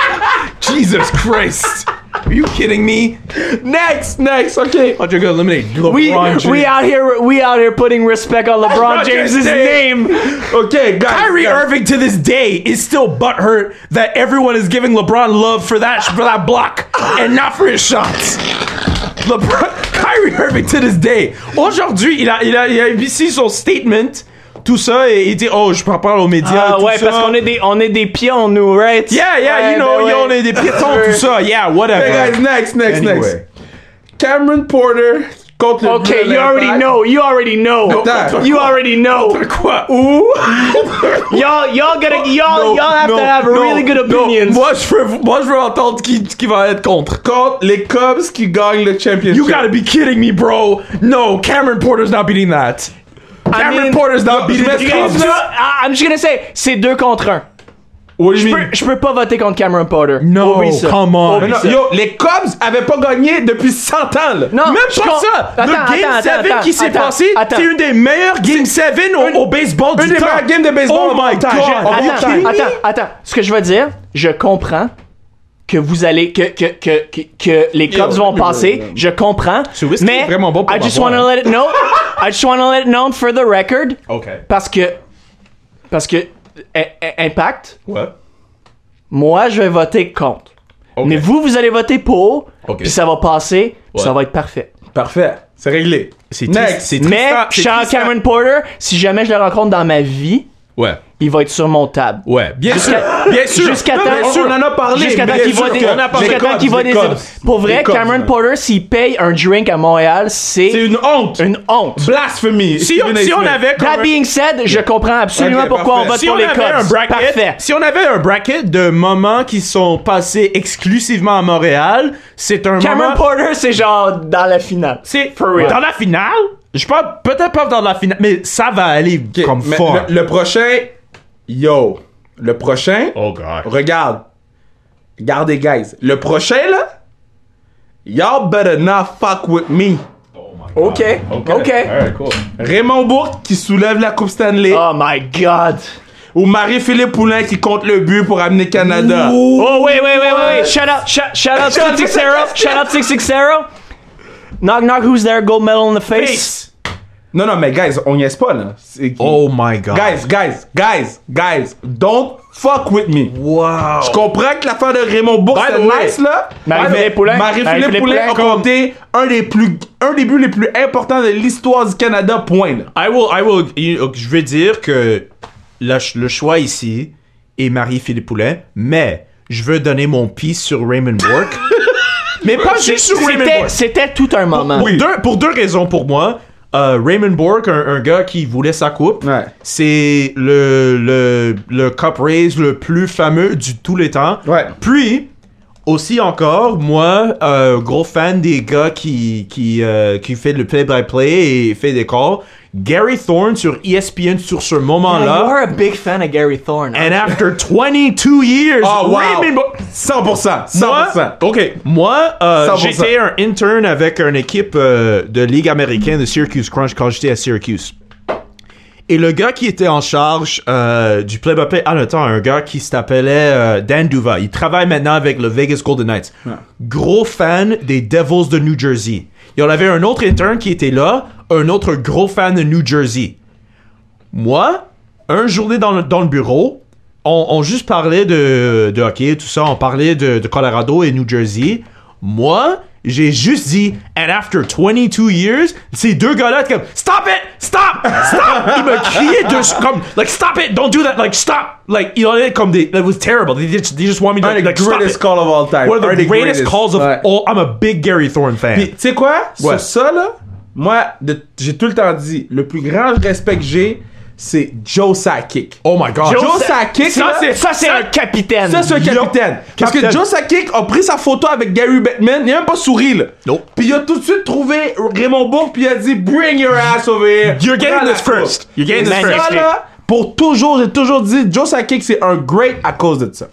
Jesus Christ! Are you kidding me?
Next, next. Ok.
Oh, you're gonna eliminate LeBron
We,
James.
we out here we out here putting respect on LeBron
That's not your
James's
name.
name.
Ok, guys.
Kyrie
guys.
Irving to this day is still butthurt that everyone is giving LeBron love for that for that block and not for his shots. LeBron, Kyrie Irving to this day. Aujourd'hui, il a, il a, il a ici son statement, tout ça, et il dit oh je prends pas aux médias.
Ah
tout
ouais,
ça.
parce qu'on est des on est des pions nous, right?
Yeah, yeah,
Ouais,
you know, yo,
ben ouais.
on est des piétons, tout ça. Yeah, whatever.
Okay, guys, next, next,
Anyway.
next. Cameron Porter contre le
Okay,
Bleu
you already
L'impact.
know. You already know.
Attends.
You already know.
Quoi?
Y'all y'all gonna y'all
No,
y'all have
no,
to have
no,
really good
no.
opinions.
Moi, je veux, moi, je veux entendre qui, qui va être contre.
Contre les Cubs qui gagnent le championship.
You gotta be kidding me, bro. No, Cameron Porter's not beating that. Cameron
mean-
Porter's not beating
je
the
m'excuse,
Cubs.
No, I- I'm just gonna say c'est deux contre un.
What do you
Je
mean?
peux, je peux pas voter contre Cameron Porter.
No,
Oublie ça.
come on.
Oublie
Non,
ça.
yo, les Cubs avaient pas gagné depuis 100 ans, là.
Non,
Même
je
pas
com-
ça.
Attends,
le Game
attends,
7
attends,
qui s'est
attends,
passé,
attends.
c'est une des meilleures Game 7 au, au baseball
une
du
des
temps.
meilleures games de baseball
Oh
au
my God.
montage. J'ai-
Are you
Attends,
kidding
attends,
me?
attends, attends. Ce que je veux dire, je comprends que vous allez que que que que, que les Cubs vont passer. Je comprends.
Ce whisky
mais
est vraiment bon pour
I just
ma voix,
wanna
hein. Oh.
let it know. I just wanna let it known for the record
OK.
parce que parce que i- i- impact.
What?
Moi, je vais voter contre. Mais vous, vous allez voter pour.
Ok.
Puis ça va passer. puis
Ouais.
ça va être parfait.
Parfait. C'est réglé.
C'est
Next.
triste, c'est triste.
Mais
c'est
Charles
Tristan-
Cameron Porter, si jamais je le rencontre dans ma vie,
Ouais.
il va être sur mon table.
Ouais. Bien sûr.
Jusqu'à-
Bien sûr.
Jusqu'à temps,
bien sûr, on en a parlé,
Jusqu'à temps
bien
qu'il
sûr
va des,
qu'on en a parlé.
jusqu'à temps
Les
qu'il va
Cubs,
des.
les Cubs.
Pour vrai,
Les Cubs,
Cameron
ouais.
Porter, s'il paye un drink à Montréal,
C'est
c'est
une honte.
une honte.
Blasphemy.
Si on, si on avait comme
That
un-
being said, je comprends absolument
Ok,
pourquoi
parfait.
on vote
si on
pour les
avait un
Cubs.
bracket,
Parfait.
si on avait un bracket de moments qui sont passés exclusivement à Montréal, c'est un
Cameron
moment
Porter, c'est genre dans la finale.
c'est
For real.
dans la finale. Je parle peut-être pas dans la finale, mais ça va aller comme
Mais
fort.
Le, le prochain, yo, le prochain,
Oh god.
regarde, regardez guys, le prochain là, y'all better not fuck with me.
OK. OK.
Raymond Bourque qui soulève la Coupe Stanley
Oh my God.
ou Marie-Philippe Poulin qui compte le but pour amener Canada.
Oh, wait, wait, wait, wait, wait. Shout out, shout, shout out 660. Shout out 660. Knock, knock, who's there? Gold medal in the face.
Non non mais guys, on y est pas là. C'est-
Oh my god.
Guys, guys, guys, guys, don't fuck with me.
wow.
Je comprends que l'affaire de Raymond Bourque,
By the
c'est
way,
nice, là.
Marie-Philippe
Mais
Poulin-
Marie-Philippe
Marie-Philippe
Poulin a
Poulin comme-
compté un des plus, un des buts les plus importants de l'histoire du Canada, point, là.
I will I will you- je vais dire que la ch- le choix ici est Marie-Philippe Poulin, mais je veux donner mon pis sur Raymond Bourque. mais pas juste sur Raymond
C'était-
Bourque.
C'était tout un moment.
Pour, deux, pour deux raisons pour moi. Euh, Raymond Bourque, un, un gars qui voulait sa coupe,
Ouais.
c'est le, le, le cup race le plus fameux du tous les temps.
Ouais.
Puis, aussi encore, moi, euh, gros fan des gars qui, qui, euh, qui fait le play-by-play et fait des calls, Gary Thorne sur E ESPN sur ce moment-là.
You're a big fan of Gary Thorne.
And
hein.
after 22 years,
Oh, wow.
Raymond Bourque...
100%, 100%.
Moi, ok. Moi, euh,
100%.
j'étais un intern avec une équipe euh, de ligue américaine de Syracuse Crunch quand j'étais à Syracuse. Et le gars qui était en charge euh, du play-by-play à le temps, un gars qui s'appelait euh, Dan Duva. Il travaille maintenant avec le Vegas Golden Knights. Gros fan des Devils de New Jersey. Et on avait un autre intern qui était là, un autre gros fan de New Jersey. Moi, un journée dans le, dans le bureau, on, on juste parlait de, de hockey, tout ça, on parlait de, de Colorado et New Jersey. Moi, j'ai juste dit, and after 22 years, ces deux gars-là, étaient comme, stop it, stop, stop. Ils me criaient dessus, comme, like, stop it, don't do that, like, stop. Like, ils en étaient comme des, it was terrible. They just, they just want me to,
Un des
like, stop
greatest
it.
call of all time.
One of the
Un des
greatest, calls of
Ouais.
all. I'm a big Gary Thorne fan.
Puis, tu sais quoi?
Ouais.
Sur ça, là, moi, de- j'ai tout le temps dit, le plus grand respect que j'ai, c'est Joe Sakic.
Oh my god.
Joe Sakic,
ça,
là,
c'est- ça, c'est un capitaine.
Ça, c'est un capitaine. Parce que
Capitaine.
Joe Sakic a pris sa photo avec Gary Bettman, il a même pas souri, là. Puis il a tout de suite trouvé Raymond Bourg, puis il a dit Bring your ass over here.
You're getting
Prends la
this
coupe.
first. You're getting
Et
this
ça,
first.
là, pour toujours, j'ai toujours dit Joe Sakic, c'est un great à cause de ça.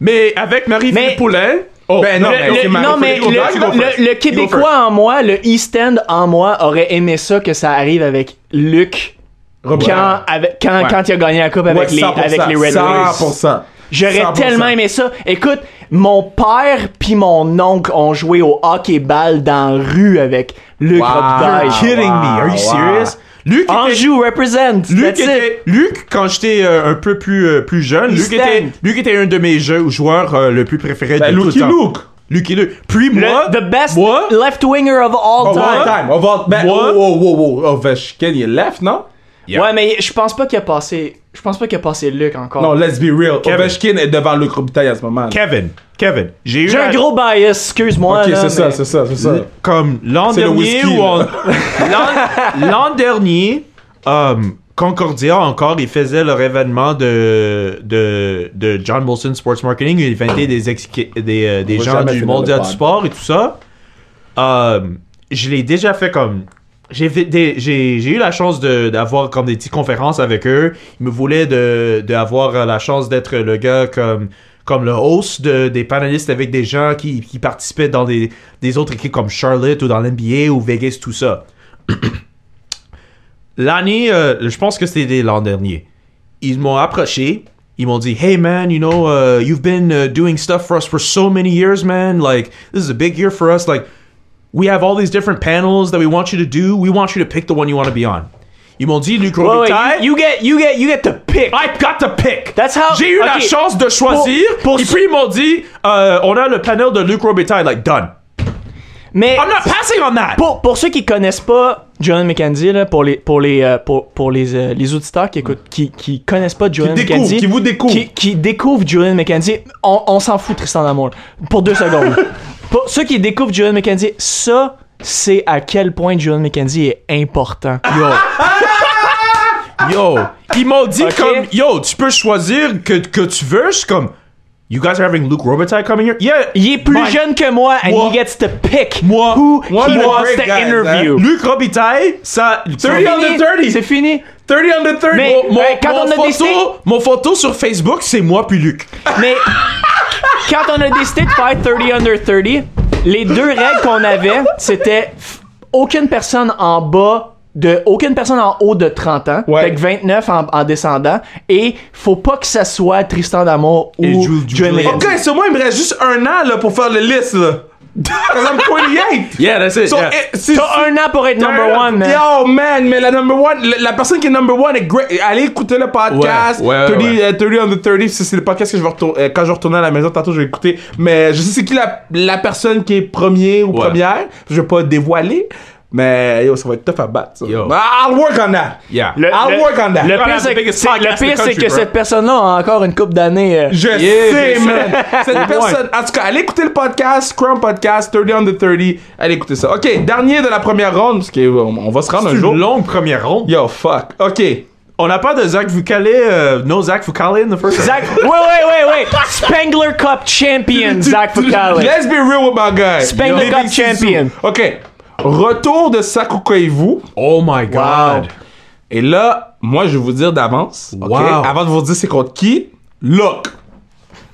Mais avec
Mais-
Marie-Philippe Poulin.
ben non,
Le- le- non, mais le, le- le Québécois en moi, le East End en moi aurait aimé ça que ça arrive avec Luc quand, avec, quand,
Ouais.
quand il a gagné la coupe avec, les, avec les Red Wings.
100%.
J'aurais
100%.
tellement aimé ça. Écoute, mon père puis mon oncle ont joué au hockey ball dans la rue avec Luc
Wow.
Robitaille.
You're
Kidding
Ah, Wow,
me. Are you
wow.
serious? Luc était-
Anjou represent.
Luc
That's it.
était, Luc, quand j'étais euh, un peu plus, euh, plus jeune, Luc
East
était,
End.
Luc était un de mes jeux, joueurs euh, le plus préféré
Ben,
de tout
Lucky
le temps.
Luke.
Lucky Luke. Puis
Le-
moi,
the best
moi,
left winger of all
Of all
time.
time. Of all ben,
Moi-
Oh, oh, oh, oh, oh, Ovechkin, il est left, non?
Yeah.
Ouais, mais je pense pas qu'il a passé. Je pense pas qu'il a passé Luc encore.
Non, let's be real.
Oh. Kevin.
Ovechkin est devant Luke Robitaille à ce moment. là.
Kevin, Kevin, j'ai eu
J'ai
la-
un gros bias, excuse-moi.
Ok,
là,
c'est ça,
mais-
c'est ça, c'est ça.
comme l'an
C'est le
dernier
whisky,
ou en- l'an l'an dernier euh, Concordia encore ils faisaient leur événement de de, de John Molson Sports Marketing ils invitaient des ex- des, euh, des
va
gens
jamais
du
finir
mondial
le
du
pod.
sport et tout ça Euh, je l'ai déjà fait comme j'ai fait des- j'ai j'ai eu la chance de- d'avoir comme des petites conférences avec eux ils me voulaient de d'avoir euh, la chance d'être le gars comme comme le host de- des panélistes avec des gens qui, qui participaient dans des, des autres équipes comme Charlotte ou dans l'NBA ou Vegas, tout ça. L'année, euh, je pense que c'était l'an dernier, ils m'ont approché, ils m'ont dit, hey man, you know, uh, you've been uh, doing stuff for us for so many years, man. Like, this is a big year for us. Like, we have all these different panels that we want you to do. We want you to pick the one you want to be on. Ils m'ont dit, Luc
Wait, wait,
Robitaille,
you, you get, you get, you get to pick.
I've got to pick.
That's how-
J'ai eu la
Ok.
chance de choisir.
Pour- pour-
et puis ils m'ont dit, euh, on a le panel de Luc Robitaille, like done.
Mais
I'm not passing on that.
pour, pour ceux qui connaissent pas Joanne McKenzie, là, pour les, pour les, euh, pour, pour les, euh, les auditeurs qui écoutent, qui, qui connaissent pas Joanne
découvrent,
McKenzie,
qui vous découvrent.
qui, qui découvrent Joanne McKenzie, on, on s'en fout Tristan d'amour pour deux secondes. Pour ceux qui découvrent Joanne McKenzie, ça c'est à quel point Joanne McKenzie est important.
Yo. yo. Ils m'ont dit
Ok.
comme, yo, tu peux choisir que, que tu veux. Je suis comme, you guys are having Luke Robitaille coming here? Yeah.
Il est plus
Mike,
jeune que moi and
Moi.
he gets to pick
Moi.
who
One
he
of the
wants
great hein.
to
guys,
interview.
Luc Robitaille, ça...
C'est
30
fini, C'est fini.
30 under 30.
Mais-
Mon, mon-
Ouais, quand
mon
on a
photo,
décidé-
mon photo sur Facebook, c'est moi puis Luc.
Mais quand on a décidé de faire 30 under 30, les deux règles qu'on avait, c'était f- aucune personne en bas de aucune personne en haut de 30 ans,
Ouais.
fait que 29 en, en descendant et faut pas que ça soit Tristan D'Amour ou
Jules
Joanne
Dubois.
Ok, sur moi, il me reste juste un an là, pour faire les listes. Là. Cause I'm 28.
Yeah, that's it.
So,
yeah.
eh, c'est-
T'as un an pour être number one, man.
Yo, man, mais la number one, la, la personne qui est number one est great. Allez écouter le podcast.
Ouais, ouais,
30,
ouais.
euh, 30 under 30, c'est c'est le podcast que je vais retourner. euh, quand je retourne à la maison, tantôt, je vais écouter. Mais je sais c'est qui la, la personne qui est premier ou
Ouais.
première. Je vais pas dévoiler. Mais yo, ça va être tough à battre. ça. Bah,
Yo.
I'll work on that.
Yeah.
I'll work on that.
le
Gonna
pire,
have the
c'est que,
biggest
c'est- le
podcast in
pire,
the
c'est
country,
que
bro.
cette personne-là a encore une coupe d'années. euh,
Je sais, man. Cette personne. En tout cas, allez écouter le podcast, Scrum Podcast, 30 under 30. Allez écouter ça. OK, dernier de la première ronde, parce qu'on on va se rendre
C'est
un
une
jour.
longue première ronde.
Yo, fuck. OK.
On n'a pas de Zach Vucalé, euh, no Zach Vucalé in the first
Zach, wait, wait, wait, wait. Spengler Cup champion, Zach Foucault.
Let's be real with my guy.
Spengler
Yo.
Cup
Living Sisu.
champion.
OK. Retour de Saku Koivu.
Oh my god.
Et là, moi, je vais vous dire d'avance. OK?
Wow.
Avant de vous dire c'est contre qui, look.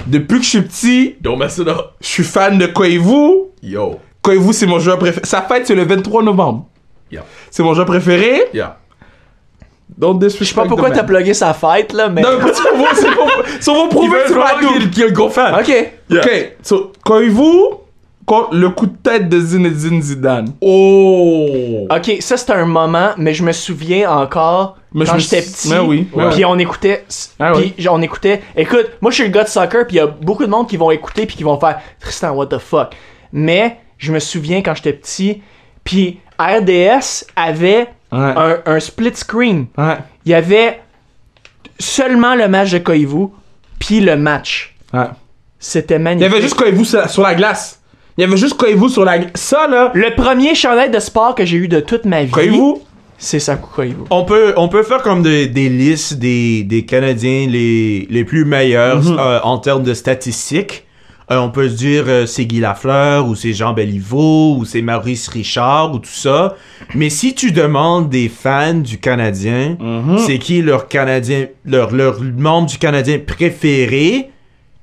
Depuis que je suis petit,
Don't mess it up.
je suis fan de Koivu.
Yo.
Koivu, c'est mon joueur préféré. Sa fête, c'est le 23 novembre.
Yeah.
C'est mon joueur préféré.
Yeah.
Don't disrespect
Je sais pas pourquoi t'as plugué sa fête, là, mais.
Non, mais c'est pour vous, c'est pour vous. C'est pour
Il
prouver
veut
que c'est
vraiment
pas nous.
qu'il- qu'il est un gros fan.
Ok.
Yeah.
Ok, so, Koivu contre le coup de tête de Zinedine Zidane.
Oh.
Ok, ça c'est un moment, mais je me souviens encore
Mais je
quand
me
j'étais
sou-
petit.
Mais oui, mais
Puis
oui.
on écoutait.
Ah
puis
oui.
j- on écoutait. Écoute, moi je suis le gars de soccer, puis il y a beaucoup de monde qui vont écouter puis qui vont faire Tristan, what the fuck. Mais je me souviens quand j'étais petit, puis RDS avait un, un split screen.
Ouais.
Il y avait seulement le match de Koivu, puis le match.
Ouais.
C'était
Il y
magnifique.
avait juste Koivu sur sur la glace. Il y avait juste Koivu sur la glace. Ça, là,
Le premier chandail de sport que j'ai eu de toute ma vie.
Koivu,
c'est Sakuka Ibu.
On peut, on peut faire comme des, des listes des, des Canadiens les, les plus meilleurs euh, en termes de statistiques. Euh, on peut se dire euh, c'est Guy Lafleur ou c'est Jean Béliveau ou c'est Maurice Richard ou tout ça. Mais si tu demandes des fans du Canadien, c'est qui leur Canadien, leur, leur membre du Canadien préféré,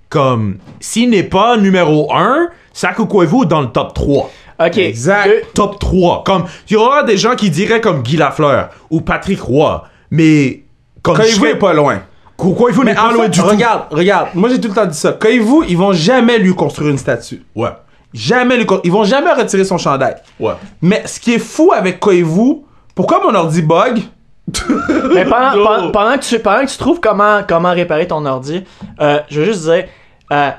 comme s'il n'est pas numéro 1, Sakukwevu est dans le top 3
Ok.
Exact.
Le-
top 3. Comme, il y aura des gens qui diraient comme Guy Lafleur ou Patrick Roy, mais comme
Quand
je
ils vont,
serais-
est pas loin.
Pourquoi il faut n'est
Mais
pas
en
loin
fait,
du tout.
regarde, regarde. Moi, j'ai tout le temps dit ça. Quand ils vont, ils vont jamais lui construire une statue.
Ouais.
Jamais lui con- Ils vont jamais retirer son chandail.
Ouais.
Mais ce qui est fou avec Koivu, pourquoi mon ordi bug?
Mais pendant, pendant, pendant que tu, pendant que tu trouves comment, comment réparer ton ordi, euh, je veux juste dire, euh,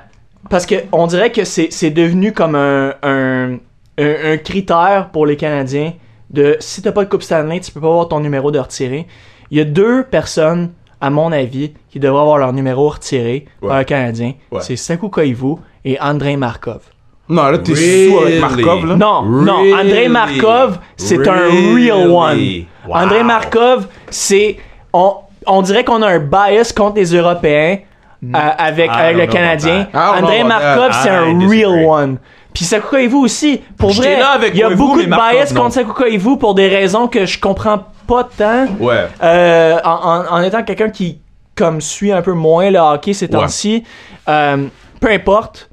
parce que on dirait que c'est c'est devenu comme un, un, un, un critère pour les Canadiens de si t'as pas de Coupe Stanley, tu peux pas avoir ton numéro de retiré. Il y a deux personnes, à mon avis, qui devraient avoir leur numéro retiré par un Canadien.
Ouais.
C'est Saku Koivu et Andrei Markov.
Non, là, t'es sous avec Markov, là.
Non, non, André
Really?
Markov, c'est
Really?
un real one.
Wow.
André Markov, c'est on, on dirait qu'on a un bias contre les Européens
Hmm.
euh, avec,
I
avec
don't
le
know
Canadien.
about
that. I don't
André
know about
Markov,
that.
c'est
I
un
disagree.
real one. Puis Sakuka Ivu aussi. Pour
J'étais
vrai,
là avec
il y a
Koivu,
beaucoup
mais
de
Markov,
bias
non.
contre Sakuka Ivu pour des raisons que je comprends pas tant.
Ouais.
Euh, en, en- en étant quelqu'un qui comme suit un peu moins le hockey ces temps-ci, euh, peu importe.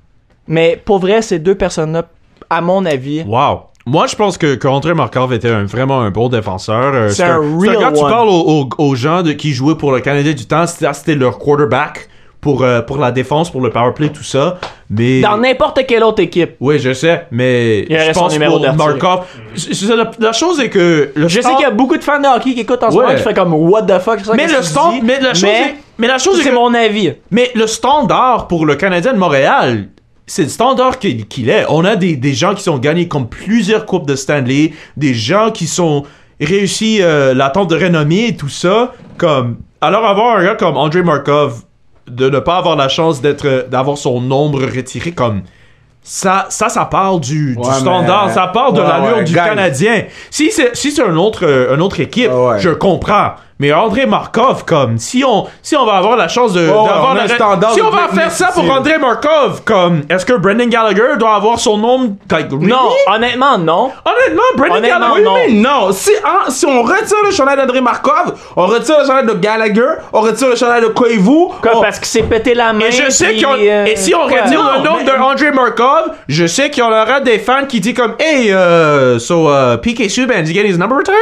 Mais pour vrai, ces deux personnes-là, à mon avis,
Wow. Moi, je pense que qu'André Markov était un- vraiment un bon défenseur. Euh,
C'est un real
Quand tu
one.
parles aux, aux- aux gens de, qui jouaient pour le Canadien du temps, c'était c'était leur quarterback pour, euh, pour la défense, pour le power play, tout ça. Mais...
dans n'importe quelle autre équipe.
Oui, je sais, mais
Il y
je
aurait son
pense
numéro
pour
de retiré.
Markov... c'est- c'est- La, la chose est que... Le
Je sais
star-
qu'il y a beaucoup de fans de hockey qui écoutent en ce
Ah. Ouais.
moment qui font comme What the fuck, je sais pas
Mais
qu'est-ce
le
que tu
stand-
dis,
mais la chose
mais
est- mais la chose est
c'est
que-
mon avis.
Mais le standard pour le Canadien de Montréal, c'est le standard qu'il qu'il est. On a des, des gens qui sont gagnés comme plusieurs coupes de Stanley, des gens qui sont réussi euh, l'attente de renommée et tout ça. Comme alors avoir un gars comme André Markov de ne pas avoir la chance d'être euh, d'avoir son nombre retiré comme ça, ça, ça part du, du
Ouais,
standard,
mais-
ça part de
Ouais,
l'allure
ouais,
du
guys.
Canadien. Si c'est si c'est un autre euh, une autre équipe,
Ouais, ouais.
je comprends. Mais André Markov, comme si on si on va avoir la chance de
Ouais, ouais,
d'avoir
on a
la
un
re-
standard
Si
de
on va
Britney
faire ça pour
Spears.
André Markov, comme est-ce que Brendan Gallagher doit avoir son nom like, really?
Non, honnêtement, non.
honnêtement, Brendan
Honnêtement,
Gallagher.
Oui,
non.
mais non. Si,
ah,
en- si on retire le chandail d'André Markov, on retire le chandail de Gallagher, on retire le chandail de Koivu.
Quoi,
on-
parce qu'il s'est pété la main.
Et Oh. je sais
puis,
qu'on
euh,
et si on
quoi,
retire
non,
le nom
mais-
de André Markov, je sais qu'il y en aura des fans qui disent comme hey euh, so uh, PK Subban did he get his number returned?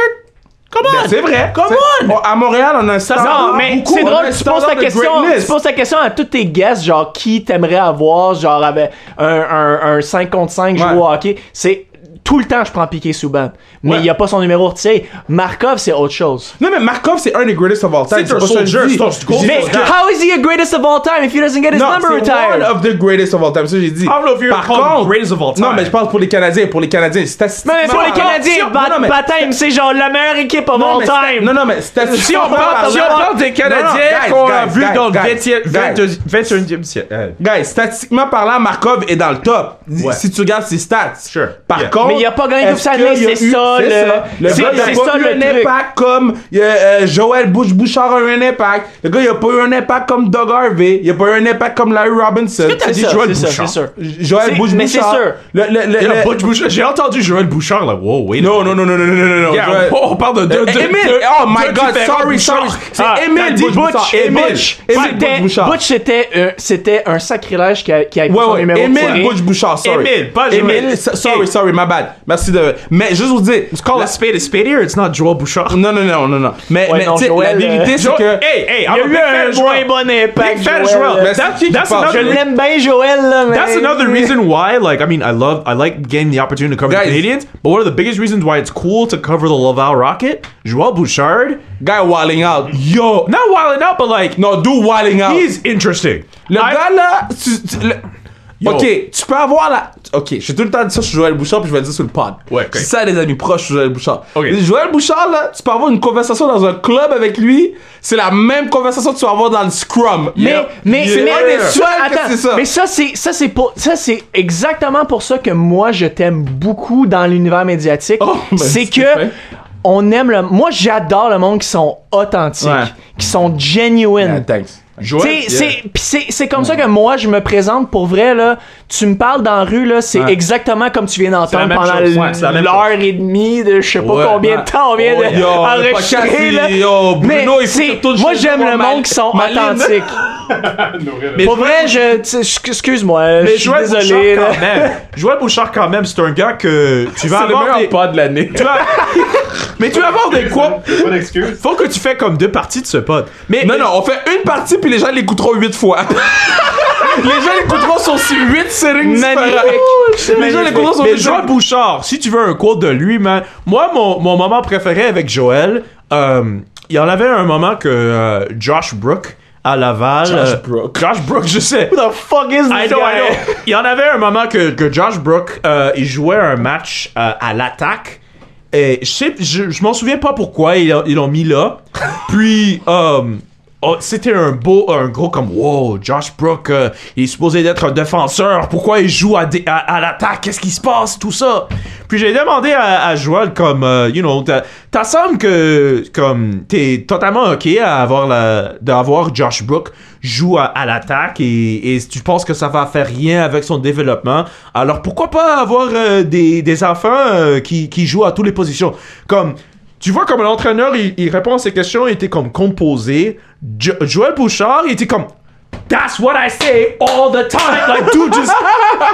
Come on.
Ben, C'est vrai.
Come
C'est-
on.
on- À Montréal, on a un standard.
Non, Ah, mais
beaucoup,
c'est
on a
drôle,
un
tu poses,
standard
ta
de
question,
greatness.
tu poses ta question à tous tes guests, genre qui t'aimerais avoir, genre avec un, un, un 5 contre 5 joué
Ouais.
au hockey. C'est tout le temps je prends Piqué Souban. Mais
Ouais.
il n'y a pas son numéro retiré. Markov, c'est autre chose.
Non, mais Markov, c'est un des greatest of all time.
C'est un
pas ça que je
soldier,
dis.
c'est un- c'est un-
J'ai-
Mais
c'est
Non,
how is he a greatest of all time if he doesn't get his number
c'est one
retired?
of the greatest of all time. Ça, j'ai dit.
I don't know if you're
Par
called
contre-
greatest of all time.
Non, mais je parle pour les Canadiens. Pour les Canadiens, statistiquement.
Non, mais pour les
non,
Canadiens,
si on- non, non, mais-
Bataille, c'est genre la meilleure équipe of
Non,
all
mais sta-
time.
Non, non, mais statistiquement.
Si on parle, si on
parlant-
parle des
Oh, Non, non,
Canadiens
guys,
qu'on a
guys,
vus
guys,
dans le
guys,
20e,
guys.
22 21e siècle. euh,
Guys, statistiquement parlant, Markov est dans le top.
Ouais.
Si tu regardes ses stats.
Sure.
Par
Yeah.
contre.
Mais il a pas gagné
est-ce
Coupe Stanley,
qu'il y a
c'est
eu-
ça, le-
Le
c'est-
gars, il a
c'est
pas
ça,
eu
le
un
truc.
impact comme euh, euh, Joël Bouch Bouchard a eu un impact. Le gars, il a pas eu un impact comme Doug Harvey. Il a pas eu un impact comme Larry Robinson.
C'est
T'as dit
ça,
Joël
c'est ça,
Bouchard.
c'est sûr.
Joël
C'est-
Bouch Bouchard.
mais c'est sûr.
Le, le, le,
Il y a
le-
pas de Bouchard. J'ai entendu Joël Bouchard là. Wow, wait. a
Non, non,
minute.
non, non, non, non, non, non.
Yeah,
Joël-
on- on parle de deux.
Euh,
de-
Émile,
de-
oh my
de
God,
différents
sorry,
Bouchards.
sorry. C'est
Ah,
Émile
t'as dit
Butch Bouchard.
Butch.
Émile.
Butch.
Émile
Ouais.
Butch
C'était-
Bouchard.
Butch, c'était euh, c'était un sacrilège qui a, qui a pris
Ouais,
son
ouais.
numéro
Émile
retiré.
Bouch Bouchard, sorry.
Émile, pas Joël.
Émile, so- sorry,
Hey.
sorry, my bad. Merci de. Mais juste vous dire.
Call
la-
a spade a spade here. It's not Joël Bouchard.
Non, non, non, non, non. Mais,
Ouais,
mais
non,
tu sais, la
Joël,
vérité,
euh,
c'est que.
Hey, hey,
Il y a
I'm
eu
a
un
big fan
moins
Joël.
bon impact.
Big fan
Joël.
Joël.
Mais
That's-
c'est qui
that's
qui parle?
Je
another-
l'aime bien, Joël, là, mais...
That's another reason why, like, I mean, I love, I like getting the opportunity to cover
Guys.
the Canadians, but one of the biggest reasons why it's cool to cover the Laval Rocket, Joël Bouchard,
Guy Walling out.
yo, not wilding out, but like,
Non, do Walling out.
he's interesting.
Le
I-
gars là, tu- tu- le-
Yo.
Ok, tu peux avoir la. Ok, j'ai tout le temps dit ça sur Joël Bouchard, puis je vais le dire sur le pod.
Ouais, ok.
C'est ça, les amis proches sur Joël Bouchard.
Ok.
Joël Bouchard là, tu peux avoir une conversation dans un club avec lui, c'est la même conversation que tu vas avoir dans le scrum.
Mais,
Yeah.
mais,
Yeah.
mais,
On est
mais-
sûr que
attends,
c'est ça.
mais ça, c'est, ça, c'est pour, ça, c'est exactement pour ça que moi, je t'aime beaucoup dans l'univers médiatique.
Oh, ben,
c'est
c'est
que,
fin.
on aime le. Moi, j'adore le monde qui sont authentiques,
Ouais.
qui sont genuine.
Yeah, thanks.
Tu sais, c'est- pis c'est c'est comme ça que moi je me présente pour vrai là. Tu me parles dans la rue là, c'est
Ouais.
exactement comme tu viens
C'est
d'entendre
la même
pendant
chose, ouais, c'est la même
l'heure et demie de je sais pas
Ouais,
combien
ouais.
de temps on vient
Oh, yo, le
d'enregistrer
podcast,
là.
il- yo, Bruno,
Mais
il faut qu'il
c'est-
retourne
moi
chez
j'aime
lui,
le
ma-
monde qui sont
ma ligne.
authentiques. Pour vrai, je tu sais, excuse-moi, je suis
Joël
désolé.
Bouchard,
là.
quand même. Joël Bouchard, quand même, c'est un gars que tu vas
C'est le
avoir
meilleur
des...
pas de l'année.
tu vas- Mais tu vas avoir des quoi
C'est pas d'excuse.
Faut que tu fais comme deux parties de ce pod. Mais
Non, non, on fait une partie puis les gens l'écouteront huit fois. les gens l'écouteront sur ces huit settings
Magnifique.
différents. Les gens
Mais,
l'écouteront sur
mais
des
Joël
gens.
Bouchard, si tu veux un quote de lui, man, moi, mon, mon moment préféré avec Joël, euh, il y en avait un moment que euh, Josh Brook à Laval.
Josh
euh,
Brook.
Josh Brook, je sais.
Who the fuck is this
I know,
guy?
I know. Il y en avait un moment que, que Josh Brook, euh, il jouait un match euh, à l'attaque. Et je sais, je, je m'en souviens pas pourquoi ils l'ont- ils l'ont mis là. Puis, euh, oh, c'était un beau, un gros comme, wow, Josh Brook, euh, il est supposé être un défenseur. Pourquoi il joue à, dé- à, à l'attaque? Qu'est-ce qui se passe? Tout ça. Puis j'ai demandé à, à Joel comme, euh, you know, t'as- t'as semble que, comme, t'es totalement ok à avoir la, d'avoir Josh Brook joue à, à l'attaque et, et tu penses que ça va faire rien avec son développement. Alors pourquoi pas avoir euh, des, des enfants euh, qui, qui jouent à toutes les positions? Comme, tu vois comme l'entraîneur, il, il répond à ces questions, il était comme composé. Jo- Joël Bouchard, il était comme That's what I say all the time. Like dude just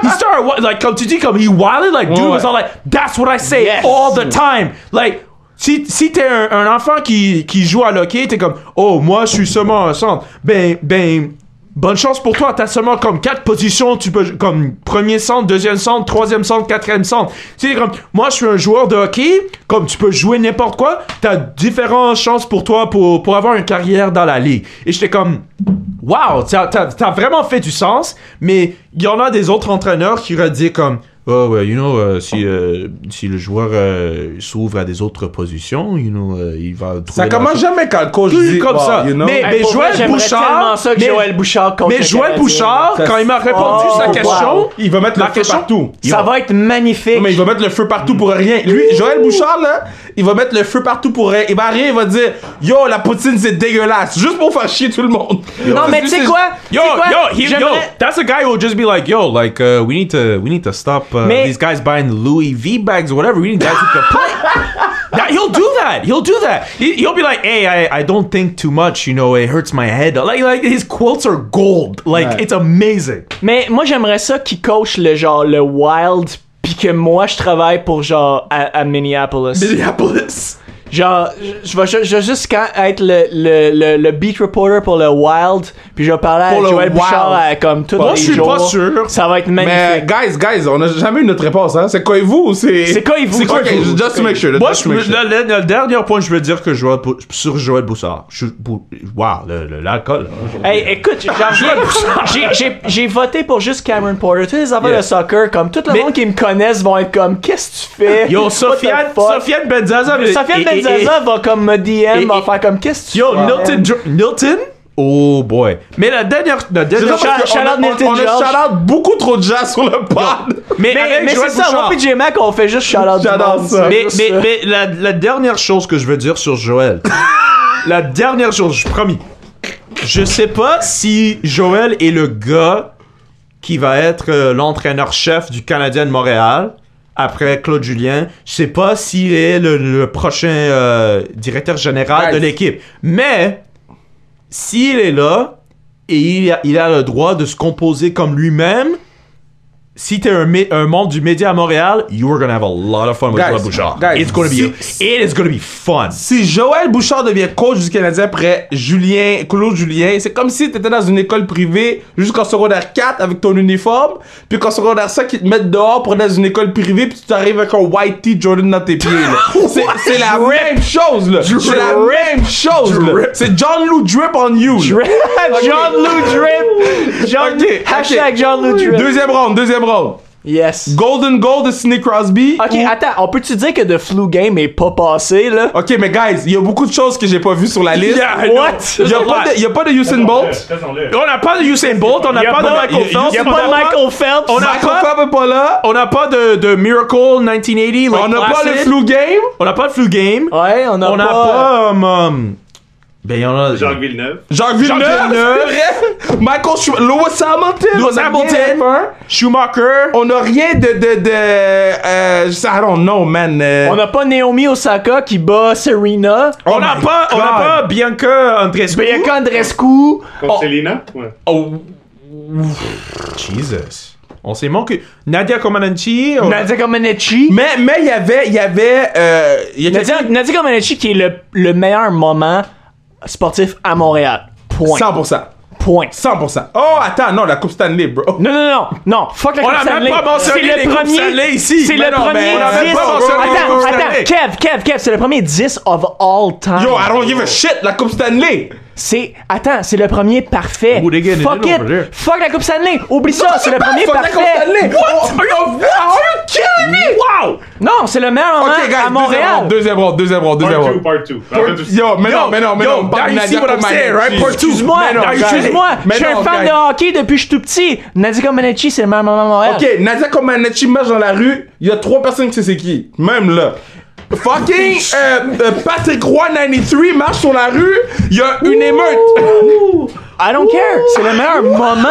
he started wa- like comme tu dis comme he wilded like dude was all like That's what I say
Yes.
all the time. Like si, si t'es un, un enfant qui, qui joue à l'hockey, t'es comme Oh, moi je suis seulement un centre. Ben, ben, bonne chance pour toi. T'as seulement comme quatre positions. Tu peux comme premier centre, deuxième centre, troisième centre, quatrième centre. Tu sais, comme moi je suis un joueur de hockey. Comme tu peux jouer n'importe quoi, t'as différentes chances pour toi pour, pour avoir une carrière dans la ligue. Et j'étais comme Wow, t'as t'as- t'as vraiment fait du sens, mais il y en a des autres entraîneurs qui auraient dit comme Oh, well, you know, euh, si, euh, si le joueur euh, s'ouvre à des autres positions, you know, euh, il va trouver.
Ça
la
commence
chance.
jamais quand le coach
Truc
dit
comme
wow,
ça.
you know. Ah,
Mais-
Hey,
mais
pour vrai,
Joël
j'aimerais
Bouchard-
tellement ça que
mais-
Joël Bouchard contre
Mais
le
Joël
Canadien.
Bouchard,
Ça-
quand il m'a répondu
Oh,
sa
wow.
question,
il va mettre le
la
feu
question-
partout.
Ça va être magnifique.
Non, mais il va mettre le feu partout pour rien. Lui, Joël Bouchard, là, il va mettre le feu partout pour rien. Il va rien, il va dire Yo, la poutine, c'est dégueulasse. Juste pour faire chier tout le monde.
Non, mais tu sais quoi?
Yo,
Tu sais quoi?
yo, he, yo,
J'aimerais-
that's a guy who will just be like, yo, like, uh, we need to, we need to stop uh,
Mais-
these guys buying Louis V bags or whatever. We need guys who can play. That, he'll do that. He'll do that. He, he'll be like, hey, I, I don't think too much. You know, it hurts my head. Like, like his quotes are gold. Like, it's amazing.
Mais moi j'aimerais ça qu'il coach le genre le Wild puis que moi je travaille pour genre à, à Minneapolis.
Minneapolis.
Genre je- je vais ju- je vais juste quand être le, le, le, le beat reporter pour le Wild puis je vais parler
Pour
à
le
Joël
Wild.
Bouchard à, comme tous
Moi,
les
je suis
jours.
pas sûr.
Ça va être
Mais,
magnifique.
guys, guys, on n'a jamais eu notre réponse, hein. C'est quoi vous ou c'est.
C'est quoi, et vous?
C'est quoi
C'est quoi, et vous?
Just to make sure.
Moi,
just
je,
to make sure.
le, le- le dernier point, je veux dire que Joël, Bou- sur Joël Boussard, je, Bou- wow, le- le- l'alcool. là.
Hey, écoute, j'en
Ah,
reviens- j'ai- j'ai- j'ai voté pour juste Cameron Porter. Tous les affaires
Yeah.
de soccer, comme tout le
Mais-
monde qui me connaissent vont être comme, qu'est-ce que tu fais?
Yo,
What the
Sofiane,
fuck?
Sofiane Benzaza. mais- et-
Sofiane
et- et-
Benzaza va comme me DM,
et-
va
et-
faire comme, qu'est-ce que tu
Yo,
fais?
Milton, Dr- Milton? Oh boy. Mais la dernière. La
C'est ça,
dernière
parce
Shout-
que
shout
on a-
out Milton
on- on a
George.
shout out beaucoup trop de gens sur le pod.
mais
Mais,
avec
mais
Joël
c'est ça,
Bouchard.
moi PJ Mac, on fait juste shout-out du
J'adore
monde,
ça.
c'est
Mais,
juste
mais,
ça.
mais la, la dernière chose que je veux dire sur Joël. la dernière chose, je promis. Je sais pas si Joël est le gars qui va être euh, l'entraîneur-chef du Canadien de Montréal après Claude Julien. Je sais pas s'il est le, le prochain euh, directeur général
Right.
de l'équipe. Mais s'il est là et il a, il a le droit de se composer comme lui-même, si t'es un, mé- un membre du média à Montréal, you are gonna have a lot of fun with
Guys,
Joël Bouchard.
guys,
it's gonna be
si-
it is gonna be fun.
Si Joël Bouchard devient coach du Canadien après Julien, Claude Julien, c'est comme si t'étais dans une école privée jusqu'en secondaire 4 avec ton uniforme, puis qu'en secondaire 5, ils te mettent dehors pour aller dans une école privée, puis tu t'arrives avec un white tee Jordan dans tes pieds. là. C'est- C'est la même chose, là. C'est la même chose, là. C'est John Lou Drip on you, là.
John Lou Drip! John-
Ok, ok.
Hashtag John Lou Drip.
Deuxième round, deuxième round.
Yes.
Golden Goal de Sidney Crosby.
Ok,
ou-
attends, on peut-tu dire que The Flu Game est pas passé, là?
Ok, mais guys, il y a beaucoup de choses que j'ai pas vues sur la liste.
What?
Il y a pas de- il y a pas de Usain Bolt. Oh.
Faisons-le.
On n'a pas de Usain Bolt, on n'a
Il y a
pas de
pas- il y a-
Michael Phelps.
il y
Y'a
a
on
pas de
n'a
Michael Phelps?
On n'a
Michael-
pas pas là.
On n'a pas de, de Miracle 1980. like
On n'a pas le
Placid.
flou game.
On n'a pas le flu game.
Ouais, on a
on n'a pas.
pas...
um, um, ben, on a.
Jacques Villeneuve.
Jacques Villeneuve. c'est vrai. Michael Schumacher. Lewis Hamilton.
Lewis
on a
Hamilton.
rien fait.
Schumacher.
On n'a rien de... de, de euh, I don't know, man. euh,
On n'a pas Naomi Osaka qui bat Serena.
oh
on n'a
my
pas, on n'a
God.
pas Bianca Andreescu.
Bianca Andreescu.
Contre
Oh,
Célina. Ouais.
Oh,
Jesus. On s'est manqué. Nadia Comaneci. on-
Nadia Comaneci.
Mais mais il y avait il y avait euh, il y a
Nadia, Nadia Comaneci qui est le, le meilleur moment sportif à Montréal. Point.
100%.
Point.
100%. Oh, attends, non, la Coupe Stanley, bro.
Non, non, non, non, fuck la
On
Coupe
n'a même
Stanley.
pas mentionné
C'est le
les coupes
premier-
Stanley ici.
C'est
Mais
le
non,
premier
mais on n'a même
10.
pas mentionné les
Attends,
coupes
attends,
Stanley.
Kev, Kev, Kev, c'est le premier 10 of all time.
Yo, I don't give a shit, la Coupe Stanley.
C'est. Attends, c'est le premier parfait.
Ooh, they getting
Fuck
it in
it.
over there.
Fuck la Coupe Stanley. Oublie ça, c'est le
Fuck
premier
la Coupe Stanley.
parfait.
What? Are you, what? Are you kidding me? Wow.
Non, c'est le meilleur moment
Ok, guys,
Hein, à Montréal.
deuxième round, deuxième round, deuxième
Part 2,
round.
part 2.
Yo, mais non, mais non, mais
yo,
non. pas
now you
Nadia
see what I'm
Comaneci.
saying, right? Part two.
Excuse-moi,
Mais non, guys.
excuse-moi, je
Mais
suis
non,
un fan
guys.
de hockey depuis que je suis tout petit. Nadia Comaneci, c'est le meilleur moment à Montréal.
Ok, Nadia Comaneci marche dans la rue, il y a trois personnes qui savent c'est qui. Même là. Fucking euh, euh, Patrick Roy 93 marche sur la rue, il y a une émeute.
I don't care. C'est le meilleur moment.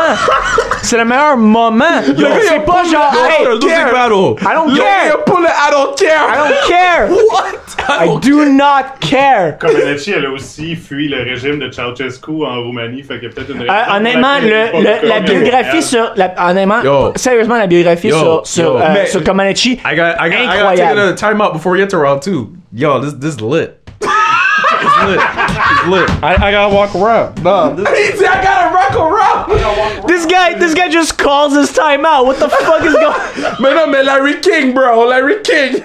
C'est le meilleur moment.
gars, il a
C'est pas genre. Hey,
Hey, losing
care.
battle.
I don't
Yo, il
care.
a pour le I don't care.
I don't care.
What?
I do not care.
Comaneci, elle a aussi fui le régime de Ceausescu en Roumanie, fait qu'il y a peut-être une
Euh,
raison.
honnêtement, le, le- la biographie sur. La, honnêtement,
Yo.
sérieusement, la biographie
Yo,
sur, sur,
yo.
euh,
Mais-
sur Comaneci.
I got, I got, I got to take
Incroyable.
another time out before we get to round two. Yo, this, this is lit. it's lit. It's lit. I, I gotta walk around. No, this,
He said, I gotta rock around.
This guy, this guy just calls his time out. What the fuck is going
mais non, mais Larry King, bro, Larry King.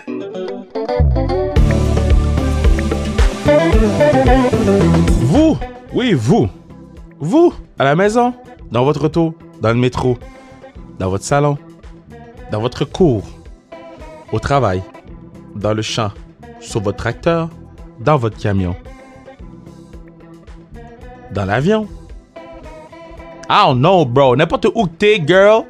Vous, oui, vous, vous, à la maison, dans votre auto, dans le métro, dans votre salon, dans votre cour, au travail, dans le champ, sur votre tracteur, dans votre camion, dans l'avion. Ah non, bro, n'importe où que t'es, girl.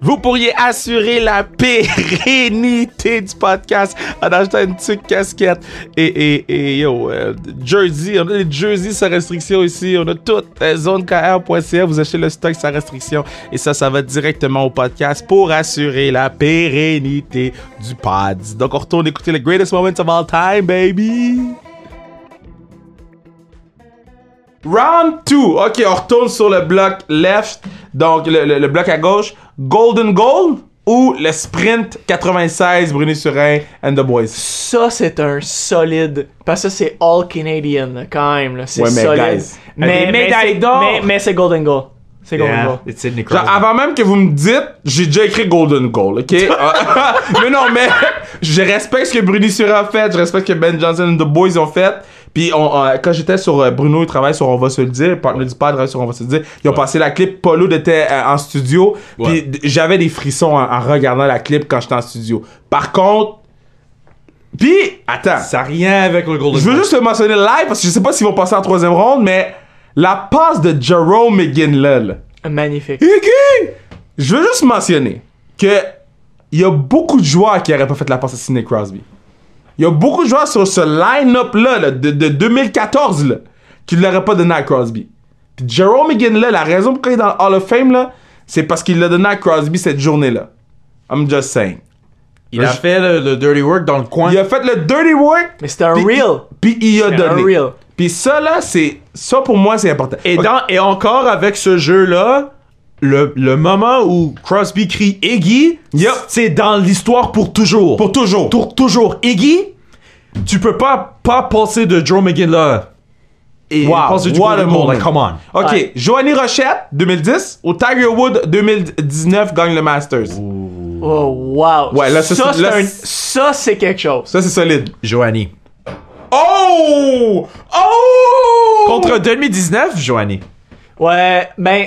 Vous pourriez assurer la pérennité du podcast en achetant une petite casquette. Et, et, et yo, euh, Jersey, on a les jerseys sans restriction ici. On a tout. euh, ZoneKR.ca, vous achetez le stock sans restriction. Et ça, ça va directement au podcast pour assurer la pérennité du pod. Donc, on retourne écouter le greatest moments of all time, baby.
Round 2. Ok, on retourne sur le bloc left, donc le, le- le bloc à gauche. Golden Goal ou le sprint 96 Bruni Surin and the Boys.
Ça, c'est un solide. Parce que c'est all Canadian, là, quand même. là. C'est
Ouais, mais
solide.
guys,
des médailles
c'est-
d'or.
Mais, mais c'est Golden Goal. C'est Golden Goal.
yeah, it's Sidney
Genre,
Crosby.
avant même que vous me dites, j'ai déjà écrit Golden Goal, ok? Ah, mais non, mais je respecte ce que Bruni Surin a fait, je respecte ce que Ben Johnson and the Boys ont fait. Puis on, euh, quand j'étais sur euh, Bruno, il travaille sur On va se le dire, le partenaire du père travaille sur On va se le dire. Ils ont passé la clip, Paulo était euh, en studio, puis
Ouais.
d- j'avais des frissons en, en regardant la clip quand j'étais en studio. Par contre, puis attends,
Ça a rien avec le Golden
je veux
Globe.
juste le mentionner live parce que je sais pas s'ils vont passer en troisième ronde, mais la passe de Jerome McGinley.
Magnifique.
Iggy! Je veux juste mentionner que il y a beaucoup de joueurs qui n'auraient pas fait la passe à Sidney Crosby. Il y a beaucoup de joueurs sur ce line-up-là là, de, de 2014 là, qui ne l'auraient pas donné à Crosby. Puis Jerome McGinley, la raison pourquoi il est dans le Hall of Fame, là, c'est parce qu'il l'a donné à Crosby cette journée-là. I'm just saying.
Il a fait le, le dirty work dans le coin.
Il a fait le dirty work,
Mais c'était un
puis-
real.
puis il a
C'est
donné.
un real.
Puis ça, là, c'est... Ça, pour moi, c'est important.
Et,
Ok.
dans, et encore avec ce jeu-là, le, le moment où Crosby crie Iggy,
Yep.
c'est dans l'histoire pour toujours.
Pour toujours.
Pour toujours. Iggy, tu peux pas, pas passer de Joe McGinley. Et
Wow,
passer du
what a
Golden Goal, like,
moment.
come on.
OK,
Ouais.
Joanie Rochette, 2010, ou Tiger Wood, 2019, gagne le Masters.
Oh, wow.
Ouais, là, ça,
ça,
c'est- là,
c'est un-
c'est-
ça, c'est quelque chose.
Ça, c'est solide.
Joanie.
Oh! Oh!
Contre 2019, Joanie.
Ouais, ben,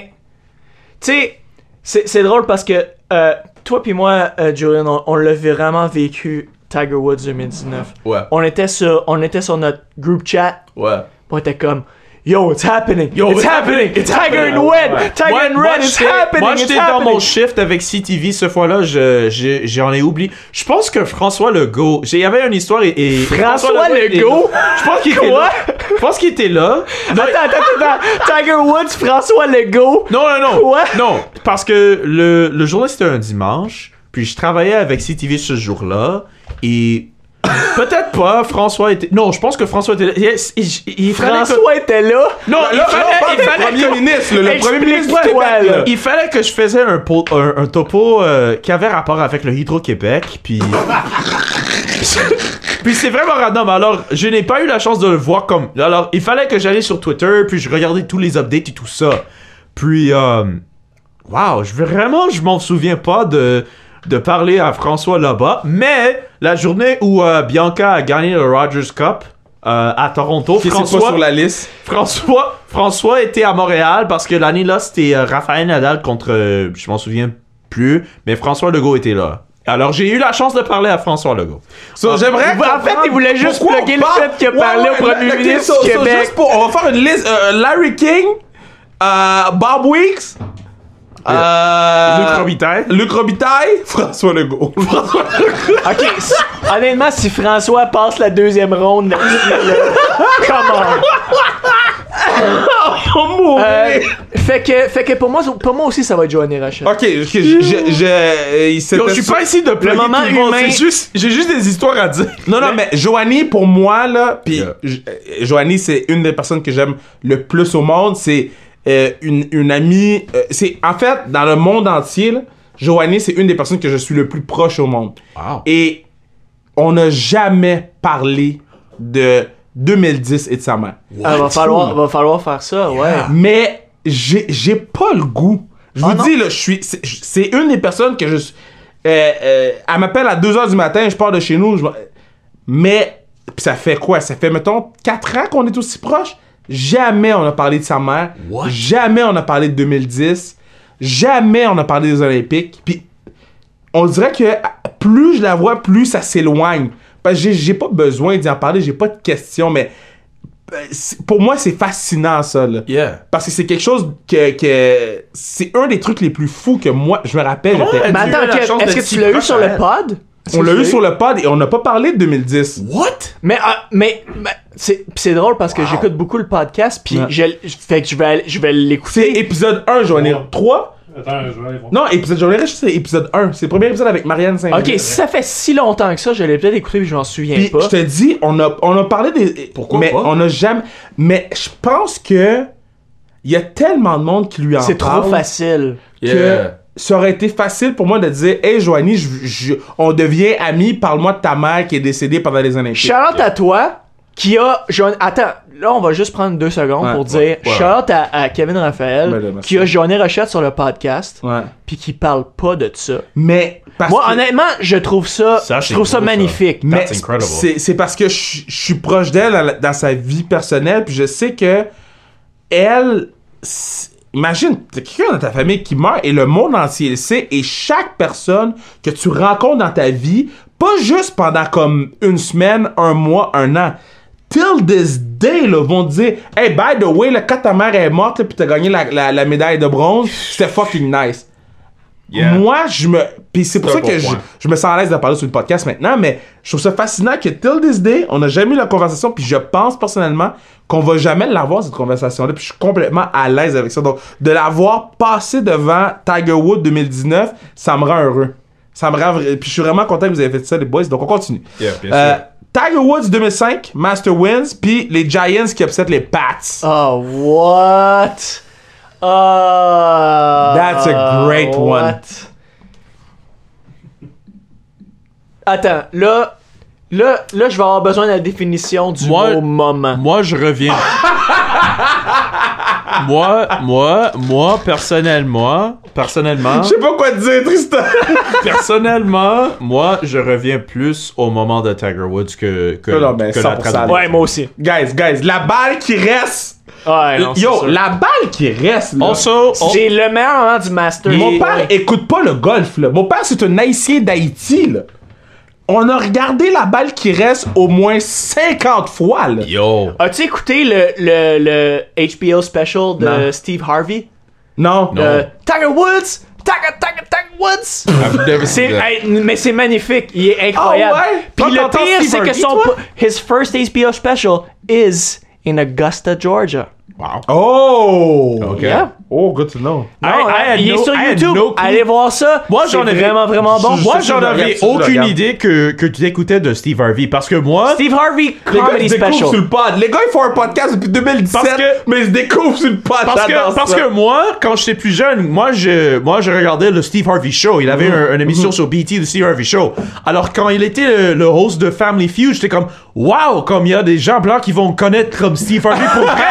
tu sais, C'est c'est drôle parce que euh, toi puis moi, euh, Julian, on, on l'a vraiment vécu Tiger Woods 2019.
Ouais.
On était sur, on était sur notre group chat.
Ouais.
On était comme. Yo, it's happening!
Yo,
it's
it's
happening! It's Tiger in red! Tiger
Moi-
in
moi,
red! It's
j'étais-
happening!
Moi,
it's
j'étais dans
happening.
mon shift avec CTV ce fois-là. je- je- J'en ai oublié. Je pense que François Legault. j'ai- Il y avait une histoire et. et-
François
était
Legault?
là. Je pense qu'il était
Quoi?
là. Je pense qu'il était là. Non,
Attends, attends, attends! Tiger Woods, François Legault!
Non, non, non.
Quoi?
Non, parce que le, le jour-là, c'était un dimanche. Puis je travaillais avec CTV ce jour-là. Et. Peut-être pas, François était. Non, je pense que François était là. Yes, il- il- il fallait que-
François était là!
Non, il
Là,
fallait-
on parle
il
du
fallait que-
premier ministre, là, le premier ministre du
Explique-toi,
Québec,
là.
là.
Il fallait que je faisais un, po- un, un topo euh, qui avait rapport avec le Hydro-Québec, puis... puis c'est vraiment random, alors je n'ai pas eu la chance de le voir comme... Alors, il fallait que j'allais sur Twitter, puis je regardais tous les updates et tout ça. Puis, euh... Wow, je, vraiment, je m'en souviens pas de, de parler à François là-bas, mais la journée où euh, Bianca a gagné le Rogers Cup... euh, à Toronto,
Qui c'est pas
François,
sur la liste?
François, François était à Montréal parce que l'année là, c'était euh, Raphaël Nadal contre, euh, je m'en souviens plus, mais François Legault était là. Alors j'ai eu la chance de parler à François Legault. Euh,
So, j'aimerais
Ah. en fait,
comprendre
il voulait juste
pourquoi
plugger
on
le
parle-
fait qu'il a parlé au premier
ok,
ministre
so-
du
so
Québec.
juste pour- on va faire une liste. euh, Larry King, euh, Bob Weeks, euh,
Luc Robitaille.
Luc Robitaille, François Legault. François Legault.
Ok, si- honnêtement, si François passe la deuxième ronde là-dessus, là, come on! Euh, fait, que, fait que pour moi, pour moi aussi, ça va être Joanny Rochelle.
Ok, ok, je, je, je- euh, il s'était
Yo, je suis
sou-
pas ici de plugger
Le moment
tout le monde,
humain.
c'est juste- j'ai juste des histoires à dire.
Non, non, mais Joanie, pour moi, là, puis
Yeah.
J- euh, Joanie, c'est une des personnes que j'aime le plus au monde. C'est euh, une, une amie. euh, c'est En fait, dans le monde entier, là, Joanie, c'est une des personnes que je suis le plus proche au monde.
Wow.
Et on n'a jamais parlé de 2010 et de sa mère.
Ah, va, falloir, va falloir faire ça, ouais. Ah
Mais j'ai j'ai pas le goût. Je vous
non?
dis, là, je suis. c'est- C'est une des personnes que je. suis- euh, euh, elle m'appelle à 2h du matin, je pars de chez nous. je m'en- mais pis ça fait quoi? Ça fait, mettons, 4 ans qu'on est aussi proches. Jamais on a parlé de sa mère. Jamais on a parlé de 2010. Jamais on a parlé des Olympiques. Puis on dirait que plus je la vois, plus ça s'éloigne. Parce que j'ai- j'ai pas besoin d'y en parler, j'ai pas de questions, mais euh, c'est- pour moi, c'est fascinant, ça, là.
Yeah.
Parce que c'est quelque chose que, que c'est un des trucs les plus fous que moi je me rappelle.
Comment
j'étais-
Mais
Tu as
attends,
eu la
ok,
chance
est-ce
d'être
que
si
tu l'as eu
proche hein.
sur
à
le
elle.
pod?
on l'a eu sur le pod et on n'a pas parlé de 2010.
What?
Mais, ah, mais, mais c'est pis c'est drôle parce que j'écoute beaucoup le podcast, puis
Ouais.
je- je- fait que je vais, aller- je vais
C'est
l'écouter.
épisode 1, Joanie.
Ouais.
3
Attends, je vais aller voir.
Non, épisode Joanie Rich, c'est épisode 1. C'est le premier épisode avec Marianne saint
Ok, si ça fait si longtemps que ça, je l'ai peut-être écouté, puis je m'en souviens
Puis
pas.
je te dis, on a, on a parlé des.
Pourquoi
Mais
pas?
on n'a jamais. Mais je pense que. Il y a tellement de monde qui lui en parle.
C'est trop facile.
que ça aurait été facile pour moi de dire Hey Joanie, je- je- on devient amis, parle-moi de ta mère qui est décédée pendant les Olympiques.
Shout-out à toi qui a. Joan- Attends, là, on va juste prendre deux secondes
Ouais,
pour dire
ouais, ouais.
shout-out à, à Kevin Raphaël
Ben là, merci.
qui a Johnny Rochette sur le podcast
Ouais.
puis qui parle pas de ça.
Mais. Parce
Moi,
que-
honnêtement, je trouve ça,
Ça,
je
c'est
trouve ça
beau, ça.
magnifique.
Mais
That's incredible.
c'est c'est parce que je je suis proche d'elle dans la- dans sa vie personnelle, puis je sais que elle. c'est- Imagine, t'as quelqu'un dans ta famille qui meurt et le monde entier le sait, et chaque personne que tu rencontres dans ta vie, pas juste pendant comme une semaine, un mois, un an, till this day, là, vont te dire Hey, by the way, là, quand ta mère est morte, là, puis t'as gagné la, la- la médaille de bronze, c'était fucking nice.
Yeah.
Moi, je me. Puis c'est pour
C'est
ça
un bon
que je,
point.
je me sens à l'aise de parler sur le podcast maintenant, mais je trouve ça fascinant que till this day, on n'a jamais eu la conversation, puis je pense personnellement qu'on va jamais l'avoir, cette conversation-là, puis je suis complètement à l'aise avec ça. Donc, de l'avoir passé devant Tiger Woods 2019, ça me rend heureux. Ça me rend. vra- Puis je suis vraiment content que vous avez fait ça, les boys, donc on continue.
Yeah, bien
Euh,
sûr.
Tiger Woods 2005, Master Wins, puis les Giants qui upset les Pats.
Oh, what? Oh,
That's a great
what?
one.
Attends, là, là, là, je vais avoir besoin de la définition du
Moi-
mot moment.
Moi, je reviens. moi, moi, moi, personnellement, personnellement,
Je sais pas quoi te dire, Tristan.
personnellement, moi, je reviens plus au moment de Tiger Woods que, que,
Non, non, ben,
que la
100%.
traduction.
Ouais, moi aussi.
guys, guys, la balle qui reste.
Ouais, non, Oh, c'est
Yo,
sûr.
la balle qui reste, là.
Also, on-
c'est le meilleur moment du master.
Oh. Mon père écoute pas le golf, là. Mon père, c'est un haïtien d'Haïti, là. On a regardé la balle qui reste au moins 50 fois, là.
yo,
As-tu écouté le, le, le HBO special de
Non.
Steve Harvey?
Non.
Euh, Tiger Woods! Tiger, Tiger, Tiger Woods!
I've never
C'est,
seen that.
hey, mais c'est magnifique, il est incroyable.
Ah ouais?
Puis
Toi,
le
t'entends
pire,
Steve
c'est que
Harvey,
son
toi?
his first HBO special is in Augusta, Georgia.
Wow.
Oh!
Yeah.
Oh, good to know.
I-
Non,
I had
il
no-
est sur
I had
YouTube.
no clue.
Allez voir ça.
Moi,
C'est
j'en avais-
vraiment vraiment bon.
Je-
Moi,
sais que
j'en
je le
avais
regarde, tu le
aucune
regardes.
idée que, que tu écoutais de Steve Harvey parce que moi,
Steve Harvey
Les gars, ils
comedy
se découvrent
special.
sur le pod. Les gars, ils font un podcast depuis 2017,
Parce que-
mais ils se découvrent sur le pod.
parce
J'adore
que, parce
ça.
que moi, quand j'étais plus jeune, moi je, moi, je regardais le Steve Harvey Show. Il avait un- une émission sur BT, le Steve Harvey Show. Alors, quand il était le, le host de Family Feud, j'étais comme, wow, comme il y a des gens blancs qui vont connaître comme Steve Harvey pour vrai.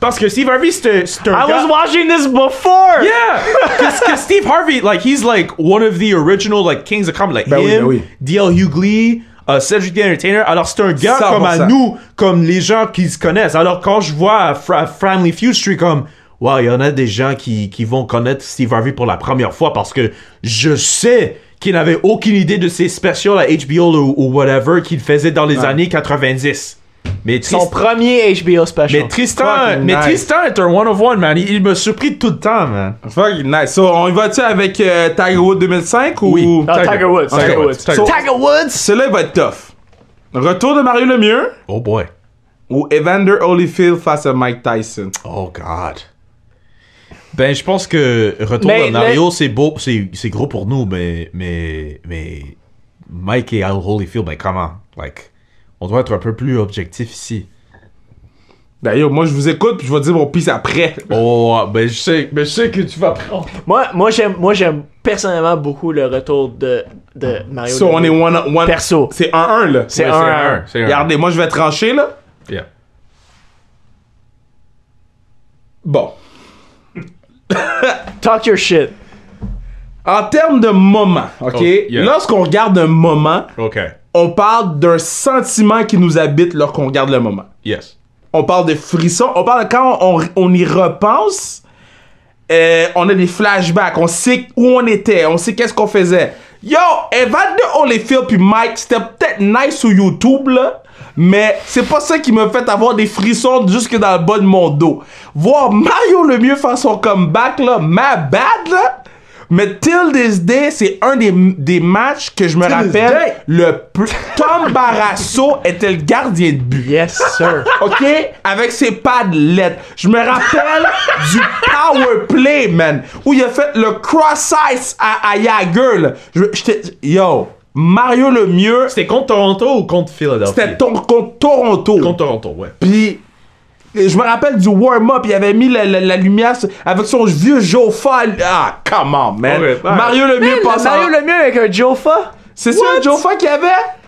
Parce que Steve Harvey, c'est c'est un
I
gars-
was watching this before.
Yeah, because Steve Harvey, like he's like one of the original like kings of comedy, like
Ben oui,
him,
ben oui.
DL Hughley, euh, Cedric the Entertainer. Alors c'est un gars
100%.
comme à nous, comme les gens qui se connaissent. Alors quand je vois Fra Family Feud, je suis comme wow, il y en a des gens qui qui vont connaître Steve Harvey pour la première fois parce que je sais qu'il n'avait aucune idée de ses specials à HBO ou, ou whatever qu'il faisait dans les années 90. Mais
Son
Trist-
premier HBO special.
mais Tristan,
Fucking
mais
nice.
Tristan est un one of one man. Il, il me surprit tout le temps, man.
Fuck, nice. So, on y va-tu avec euh, Tiger Woods 2005 ou...
Oui.
Non, Tiger Woods.
Ok.
Tiger Woods.
So,
Tiger Woods.
Celui-là, il va être tough. Retour de Mario Lemieux
Oh boy.
ou Evander Holyfield face à Mike Tyson?
Oh God. Ben, je pense que retour
Mais-
de Mario, c'est beau, c'est c'est gros pour nous, mais mais mais Mike et Al Holyfield, ben comment? Like, on doit être un peu plus objectif ici.
D'ailleurs, Ben, moi, je vous écoute, puis je vais dire mon pisse après.
Oh, ben je sais, ben je sais que tu vas prendre.
Moi, moi j'aime, moi j'aime personnellement beaucoup le retour de de Mario.
So, on est
Lemieux.
one, one...
Perso.
C'est 1-1, là.
C'est un, à un.
c'est un.
Regardez, moi, je vais trancher, là.
Yeah.
Bon.
Talk your shit.
En termes de moment, OK?
Oh, yeah.
Lorsqu'on regarde un moment,
Ok.
on parle d'un sentiment qui nous habite lorsqu'on regarde le moment.
Yes.
On parle de frissons. On parle de quand on, on y repense. euh, on a des flashbacks. On sait où on était. On sait qu'est-ce qu'on faisait. Yo, Evander Holyfield puis Mike, c'était peut-être nice sur YouTube, là. Mais c'est pas ça qui me fait avoir des frissons jusque dans le bas de mon dos. Voir Mario Lemieux faire son comeback, là, ma bad, là. Mais Till This Day, c'est un des, des matchs que je me
day.
rappelle le plus. Tom Barrasso était le gardien de but.
Yes, sir.
OK? Avec ses padlettes. Je me rappelle du power play, man. Où il a fait le cross-ice à, à Jagger, là. Je- j'étais- Yo, Mario le mieux,
C'était contre Toronto ou contre Philadelphie?
c'était ton- contre Toronto.
contre Toronto, ouais.
Puis, je me rappelle du warm-up, il avait mis la, la- la lumière sur- avec son vieux Jofa. Ah, come on, man.
Ok, ouais.
Mario le mieux passe en-
Mario Lemieux avec un Jofa.
C'est ça le Jofa qu'il y avait?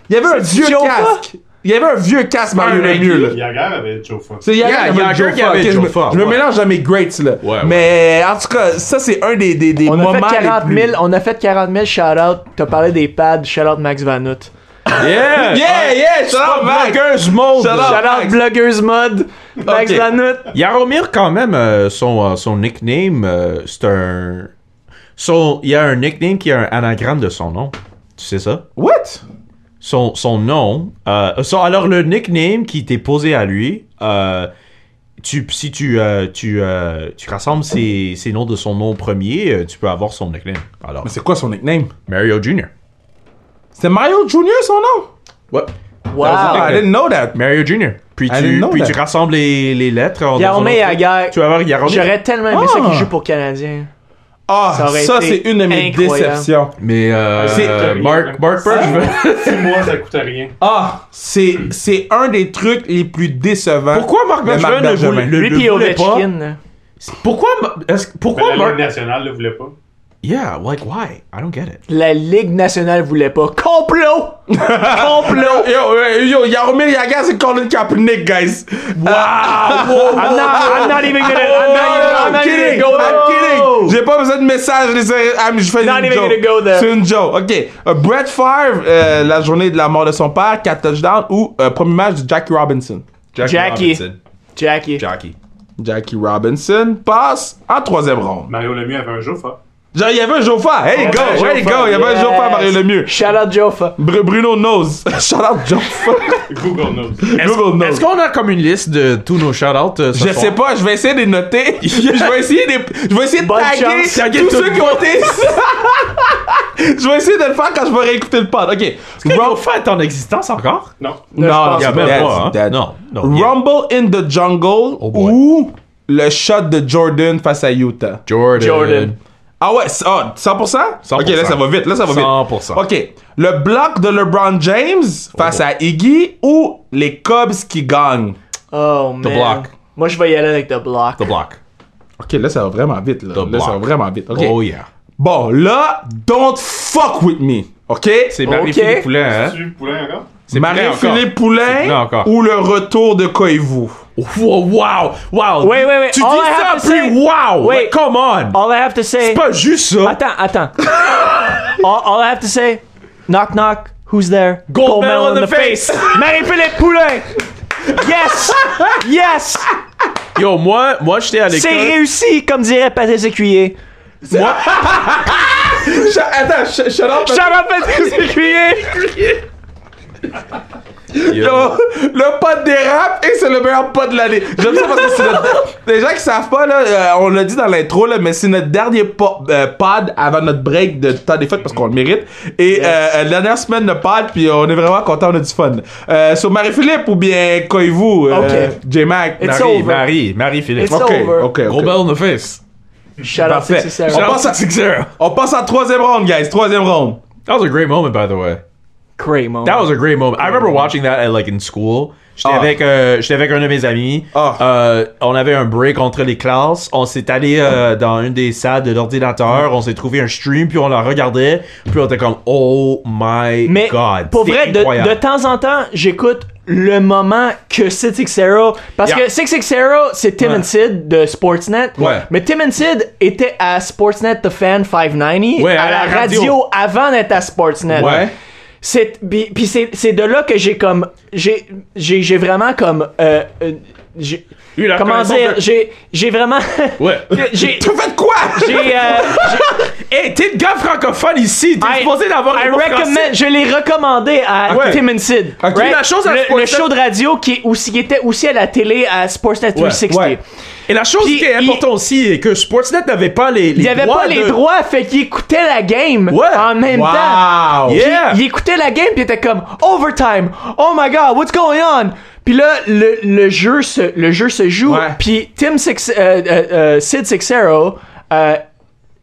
Il y avait un
C'est
vieux
Jofa?
casque. Il y avait un vieux casque, Mario le mieux, là.
Jagger avait Joe Fun.
C'est Yaga,
Yeah,
il y avait
Yager
Joe
qui avait
Ford. Ok,
Joe
je me-
Ford,
Je me
ouais.
mélange à mes greats, là.
ouais.
Mais en tout cas, ça, c'est un des, des, des
On
moments.
a fait 40
les
000,
plus-
on a fait 40 000 shout-out. T'as parlé des pads, shout-out Max Vanout.
Yeah.
Yeah, yeah, shout out, Max.
Blogueuse mode.
Shout out.
Shout-out
Max.
Blogueuse Mode, Max
Ok.
Vanout.
Yaromir, quand même, euh, son, euh, son nickname, euh, c'est un. son- Il y a un nickname qui est un anagramme de son nom. Tu sais ça?
What?
Son, son nom. euh, son- alors, le nickname qui t'est posé à lui, euh, tu, si tu, euh, tu, euh, tu rassembles ses, ses noms de son nom premier, euh, tu peux avoir son nickname. Alors,
Mais c'est quoi son nickname?
Mario Jr.
C'est Mario Jr. son nom? Ah,
Ouais. Ah,
Wow.
I didn't know that.
Mario Jr. Puis,
I didn't
tu,
know
puis
that.
tu rassembles les, les lettres. en- dans un
Yaromir
autre-
Yager.
Tu vas avoir Yaromir.
J'aurais tellement aimé ça
Ah.
qu'il joue pour Canadien.
Ah,
Ça
ça,
aurait été
c'est une de mes
incroyable.
déceptions.
Mais euh,
C'est-
Mark, Mark Burge, je veux-
Six mois, ça coûte rien.
Ah, c'est, c'est un des trucs les plus décevants.
Pourquoi Marc
de
Bergevin ne voulait, le,
Bergevin.
le
Lui pis
voulait pas?
Ovechkin. là.
Pourquoi, Ma- est-ce-
Mais
pourquoi
la Ligue
Marc...
nationale ne voulait pas.
Yeah, like why? I don't get it.
La Ligue nationale voulait pas. Complot! Complot!
Yo, yo, yo, Yaromir Yaga, c'est Colin Kaepernick, guys. Wow!
I'm not, I'm not even gonna, I'm not even, I'm
I'm
not even
kidding,
gonna
I'm
go there.
kidding. J'ai pas besoin de message, les sérieux. I'm- je fais
Not
une
even
joke.
gonna go there.
C'est une joke. Ok. Euh, Brett Favre, euh, la journée de la mort de son père, 4 touchdowns ou euh, premier match de Jackie Robinson.
Jackie. Jackie.
Jackie.
Jackie Robinson passe en troisième ronde.
Mario Lemieux avait un jour, hein.
Genre, il y avait un chauffeur. Hey, go,
Joe
hey, go. Il y avait
Yes.
un chauffeur, Mario Lemieux.
Shout out Jofa.
Br- Bruno Nose. Shout out, Joe.
Google knows.
Oh,
Google Nose.
Est-ce qu'on a comme une liste de tous nos shout-outs euh, ce
Je
soir?
sais pas, je vais essayer de les noter. je vais essayer de, je vais essayer de
Bonne
taguer
chance. Taguer
tous
tout
ceux
le
qui ont été. je vais essayer de le faire quand je vais réécouter le pod. Ok.
Bro,
Rum-
fait en existence encore?
Non.
Non,
Il y a
c'est
même
dead,
pas, hein?
c'est dead.
Non, non. il y a-
Rumble in the Jungle
boy.
ou le shot de Jordan face à Utah.
Jordan.
Jordan.
Ah ouais, c'est- ah, 100%?
100%.
Ok, là ça va vite, là ça va vite.
100%.
Ok, le bloc de LeBron James face à Iggy ou les Cubs qui gagnent?
Oh, man.
Block.
Moi, je vais y aller avec The Block.
The Block.
Ok, là ça va vraiment vite, là,
The
Là, ça va
block.
vraiment vite. Ok.
Oh yeah.
Bon, là, don't fuck with me. OK?
C'est Marie-Philippe
Marie-Philippe
Poulin, hein?
Tu poulain encore?
C'est
Marie-Philippe
C'est Poulin
Poulain
encore.
ou le retour de Koivu?
Wow, wow, wow.
Wait, wait, wait.
Tu
All
dis
I
ça,
have to say-
puis wow.
Wait.
Like, come on.
All I have to say.
C'est pas juste ça.
Attends, attends. all, all I have to say. Knock, knock. Who's there?
Gold medal in the face.
Marie-Philippe Poulin. Yes! Yes!
Yo, moi, moi, j'étais à
C'est
l'école.
réussi, comme dirait Patrice Écuyer.
Ch- Attends, sh- shut up.
Shout out Patrice Écuyer!
Yo, le pod dérape et c'est le meilleur pod de l'année. J'aime ça parce que c'est notre... Les gens qui savent pas, là, euh, on l'a dit dans l'intro, là, mais c'est notre dernier po- euh, pod avant notre break de temps des fêtes parce qu'on le mérite. Et euh, euh, dernière semaine de pod, puis on est vraiment content, on a du fun. Euh, sur Marie-Philippe ou bien Koivu, euh,
Ok.
J-Mac.
It's
Marie,
over.
Marie, Marie-Philippe.
It's
Ok,
over.
ok,
Gros
ok.
bell in the face.
Shout out
Parfait.
Sexy Sarah.
On
Shout out
passe à-
to Six Zero.
On passe en troisième ronde, guys. Troisième ronde.
That was a great moment, by the way.
Great moment.
That was a great moment. I remember watching that at, like in school. J'étais
Ah.
avec euh, j'étais avec un de mes amis.
Ah.
Euh, on avait un break entre les classes. On s'est allé euh, dans une des salles de l'ordinateur. On s'est trouvé un stream puis on la regardait. Puis on était comme oh my
Mais
god.
pour
C'est
vrai, de,
incroyable.
de temps en temps, j'écoute le moment que Sid Sixero. Parce
Yeah.
que Sid Sixero, c'est Tim and Sid de Sportsnet.
Ouais.
Mais Tim and Sid était à Sportsnet The Fan 590.
Ouais,
à, la radio, avant d'être à Sportsnet.
Ouais.
C'est, puis puis c'est, c'est de là que j'ai comme. J'ai, j'ai, j'ai vraiment comme. euh, euh, j'ai-
Eu la
comment
reconnaissance
dire?
de-
J'ai, j'ai vraiment.
Ouais.
j'ai.
Vous faites quoi?
J'ai. euh,
Hey, t'es le gars francophone ici. T'es
I-
supposé d'avoir
I
un mot
recommend-
français.
je l'ai recommandé à
Ouais.
Tim and Sid.
Ok.
La chose à
le,
Sportsnet-
le show de radio qui, est aussi, qui était aussi à la télé à Sportsnet 360.
ouais.
Et la chose
Puis
qui est
il-
importante aussi est que Sportsnet n'avait pas les, les
Il avait
droits
pas les
de-
droits, fait qu'il écoutait la game
Ouais.
en même temps.
Wow!
Yeah.
Il, il écoutait la game puis il était comme overtime. Oh my god, what's going on? Puis là le, le jeu se le jeu se joue
Ouais.
puis Tim Six, euh, euh, euh, Sid Sixero euh,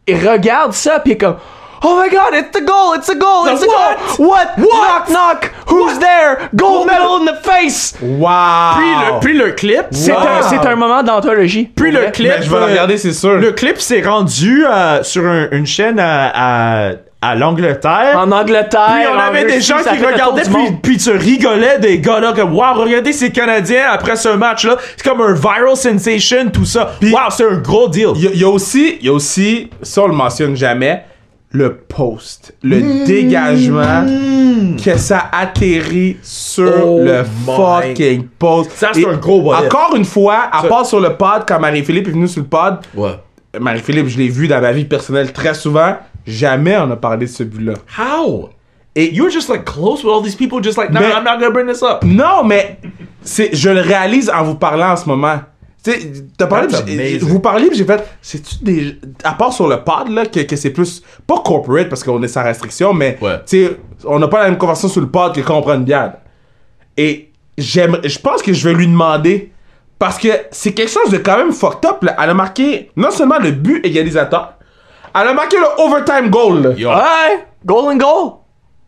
il regarde ça puis il est comme Oh my god, it's the goal, it's the goal, it's the goal. What? Knock knock. Who's there? Gold medal in the face.
Wow!
Puis le, puis le clip,
C'est
c'est
Wow.
un c'est un moment d'anthologie.
puis
pour
le
vrai.
clip.
Mais je vais le
euh,
regarder, c'est sûr.
Le clip s'est rendu euh, sur un- une chaîne à, à, à l'Angleterre.
en Angleterre,
puis on
en
avait des
Russie,
gens
ça
qui
fait le tour
regardaient,
du
puis,
monde.
puis tu rigolais des gars-là, comme waouh, regardez ces Canadiens après ce match-là. C'est comme un viral sensation, tout ça. Waouh, c'est un gros deal.
Il y, a- il y a aussi, il y a aussi, ça on le mentionne jamais, le post, le
Hmm.
dégagement que ça atterrit sur
Oh
le
my.
fucking post.
Ça, c'est
Et
un gros bonnet.
Encore une fois, à part sur le pod, quand Marie-Philippe est venue sur le pod,
Ouais.
Marie-Philippe, je l'ai vu dans ma vie personnelle très souvent, jamais on a parlé de ce but-là.
How? Et you were just like close with all these people, just like, no,
Mais-
I'm not gonna bring this up.
Non, mais c'est, je le réalise en vous parlant en ce moment. Tu sais, t'as parlé,
That's
puis j'ai-
amazing.
vous parliez, puis j'ai fait, c'est-tu des. À part sur le pod, là, que, que c'est plus. Pas corporate parce qu'on est sans restriction, mais.
Ouais.
Tu sais, on n'a pas la même conversation sur le pod que quand on prend une bière. Et j'aime, je pense que je vais lui demander. Parce que c'est quelque chose de quand même fucked up, là. Elle a marqué non seulement le but égalisateur, elle a marqué le overtime goal, là.
Yo.
Ouais, goal and goal.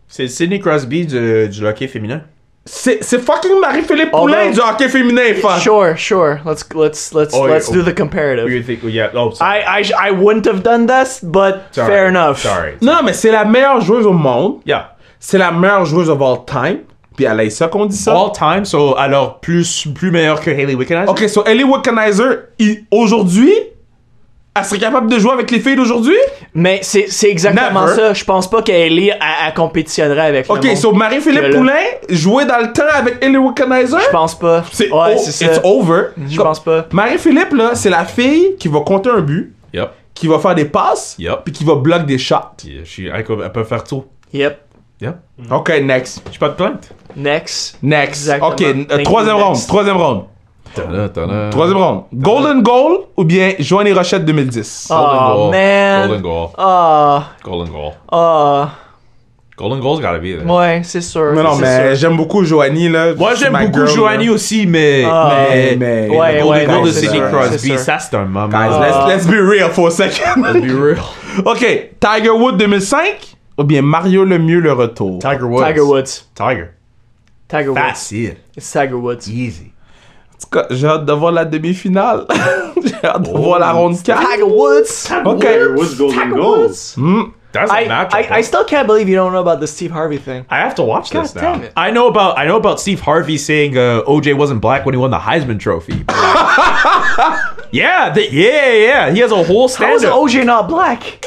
C'est Sidney Crosby du, du hockey féminin.
C'est c'est fucking Marie-Philippe
Oh,
Poulin
non.
du hockey féminin, fuck.
Sure, sure. Let's let's let's
Oh,
let's
yeah,
do
oh.
the comparative.
You think, yeah, oh, sorry.
I, I I wouldn't have done this, but
Sorry.
fair enough.
Sorry.
Non, mais c'est la meilleure joueuse au monde.
Yeah.
C'est la meilleure joueuse of all time. Puis elle a ça qu'on dit ça.
All time, so alors plus, plus meilleur que Hayley Wickenheiser.
Ok, so Ellie Wilkenizer, il- aujourd'hui, elle serait capable de jouer avec les filles d'aujourd'hui?
Mais c'est c'est exactement
Never.
ça. Je pense pas qu'Ellie a, a compétitionnerait avec. le
Ok,
monde.
so
Que
Marie-Philippe
là-
Poulin, jouer dans le temps avec Ellie Wilkenizer?
Je pense pas.
C'est
ouais,
o-
c'est
it's
ça.
over.
Je pense pas.
Marie-Philippe, là, c'est la fille qui va compter un but,
Yep.
qui va faire des passes,
Yup.
puis qui va bloquer des shots.
Je suis- Elle peut faire tout.
Yep.
Yep.
Ok, next.
J'ai pas de plainte.
Next.
Next.
Exactement.
Ok, euh,
Thank
troisième
you,
round.
next.
Troisième round.
Tada, tada.
Troisième round. Golden Goal ou bien Joanie Rochette 2010?
Golden
Aw,
goal.
man.
Golden goal.
Ah
Golden goal.
ah.
Golden goal's gotta be there.
Ouais, c'est sûr.
Non, non,
c'est
mais
sûr.
j'aime beaucoup Joanie, là.
Moi,
C'est
j'aime
ma
beaucoup
girl,
Joanie
là.
aussi, mais.
Ah,
mais- mais-
le
Ouais,
Golden
ouais,
Goal
non,
de
c'est
Sidney
sûr,
Crosby,
c'est sûr.
ça, c'est un moment.
Guys,
Ah.
let's, let's be real for a second.
Let's be real.
ok, Tiger Woods 2005 ou bien Mario Lemieux le retour?
Tiger Woods.
Tiger Woods.
Tiger.
Tiger Woods.
Facile.
It's Tiger Woods.
Easy.
En tout cas, j'ai hâte de voir la demi-finale. j'ai hâte de voir
Oh.
la ronde 4.
Tiger Woods.
Ok.
Tiger Woods Golden
Tiger
Gold.
Woods.
That's
I,
a match.
I, I still can't believe you don't know about the Steve Harvey thing.
I have to watch this
God
now.
damn it.
I know about I know about Steve Harvey saying uh, OJ wasn't black when he won the Heisman Trophy. yeah, the, yeah, yeah. He has a whole
How is
stand up.
OJ not black?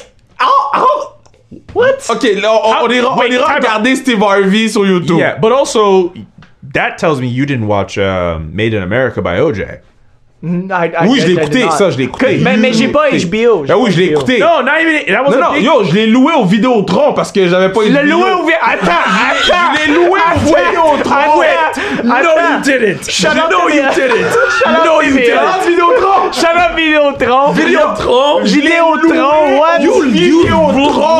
What?
Ok, là, on, on ira, on
Ah, Wait,
ira
time out.
regarder Steve Harvey sur YouTube.
Yeah, but also that tells me you didn't watch uh, Made in America by OJ.
I- I-
Oui,
I-
je l'ai
I did
écouté,
not.
ça, je l'ai écouté.
Mais, mais j'ai pas
écouté.
HBO. j'ai
Ben oui,
pas
je l'ai
HBO.
écouté.
No, not even. That was
Non,
a
non,
big-
yo, je l'ai loué au Vidéotron parce que j'avais pas
Le
HBO.
loué au vi- Attends, Ah, attends.
Ah, Je l'ai loué au Ah, Vidéotron.
Wait, no, you didn't.
Shut up,
no, you
Témé.
didn't.
Shut up,
no, you
Témé.
didn't.
Vidéotron.
Shut up, Vidéotron.
Vidéotron.
Je l'ai
Vidéotron,
loué.
what?
You Vidéotron, bro.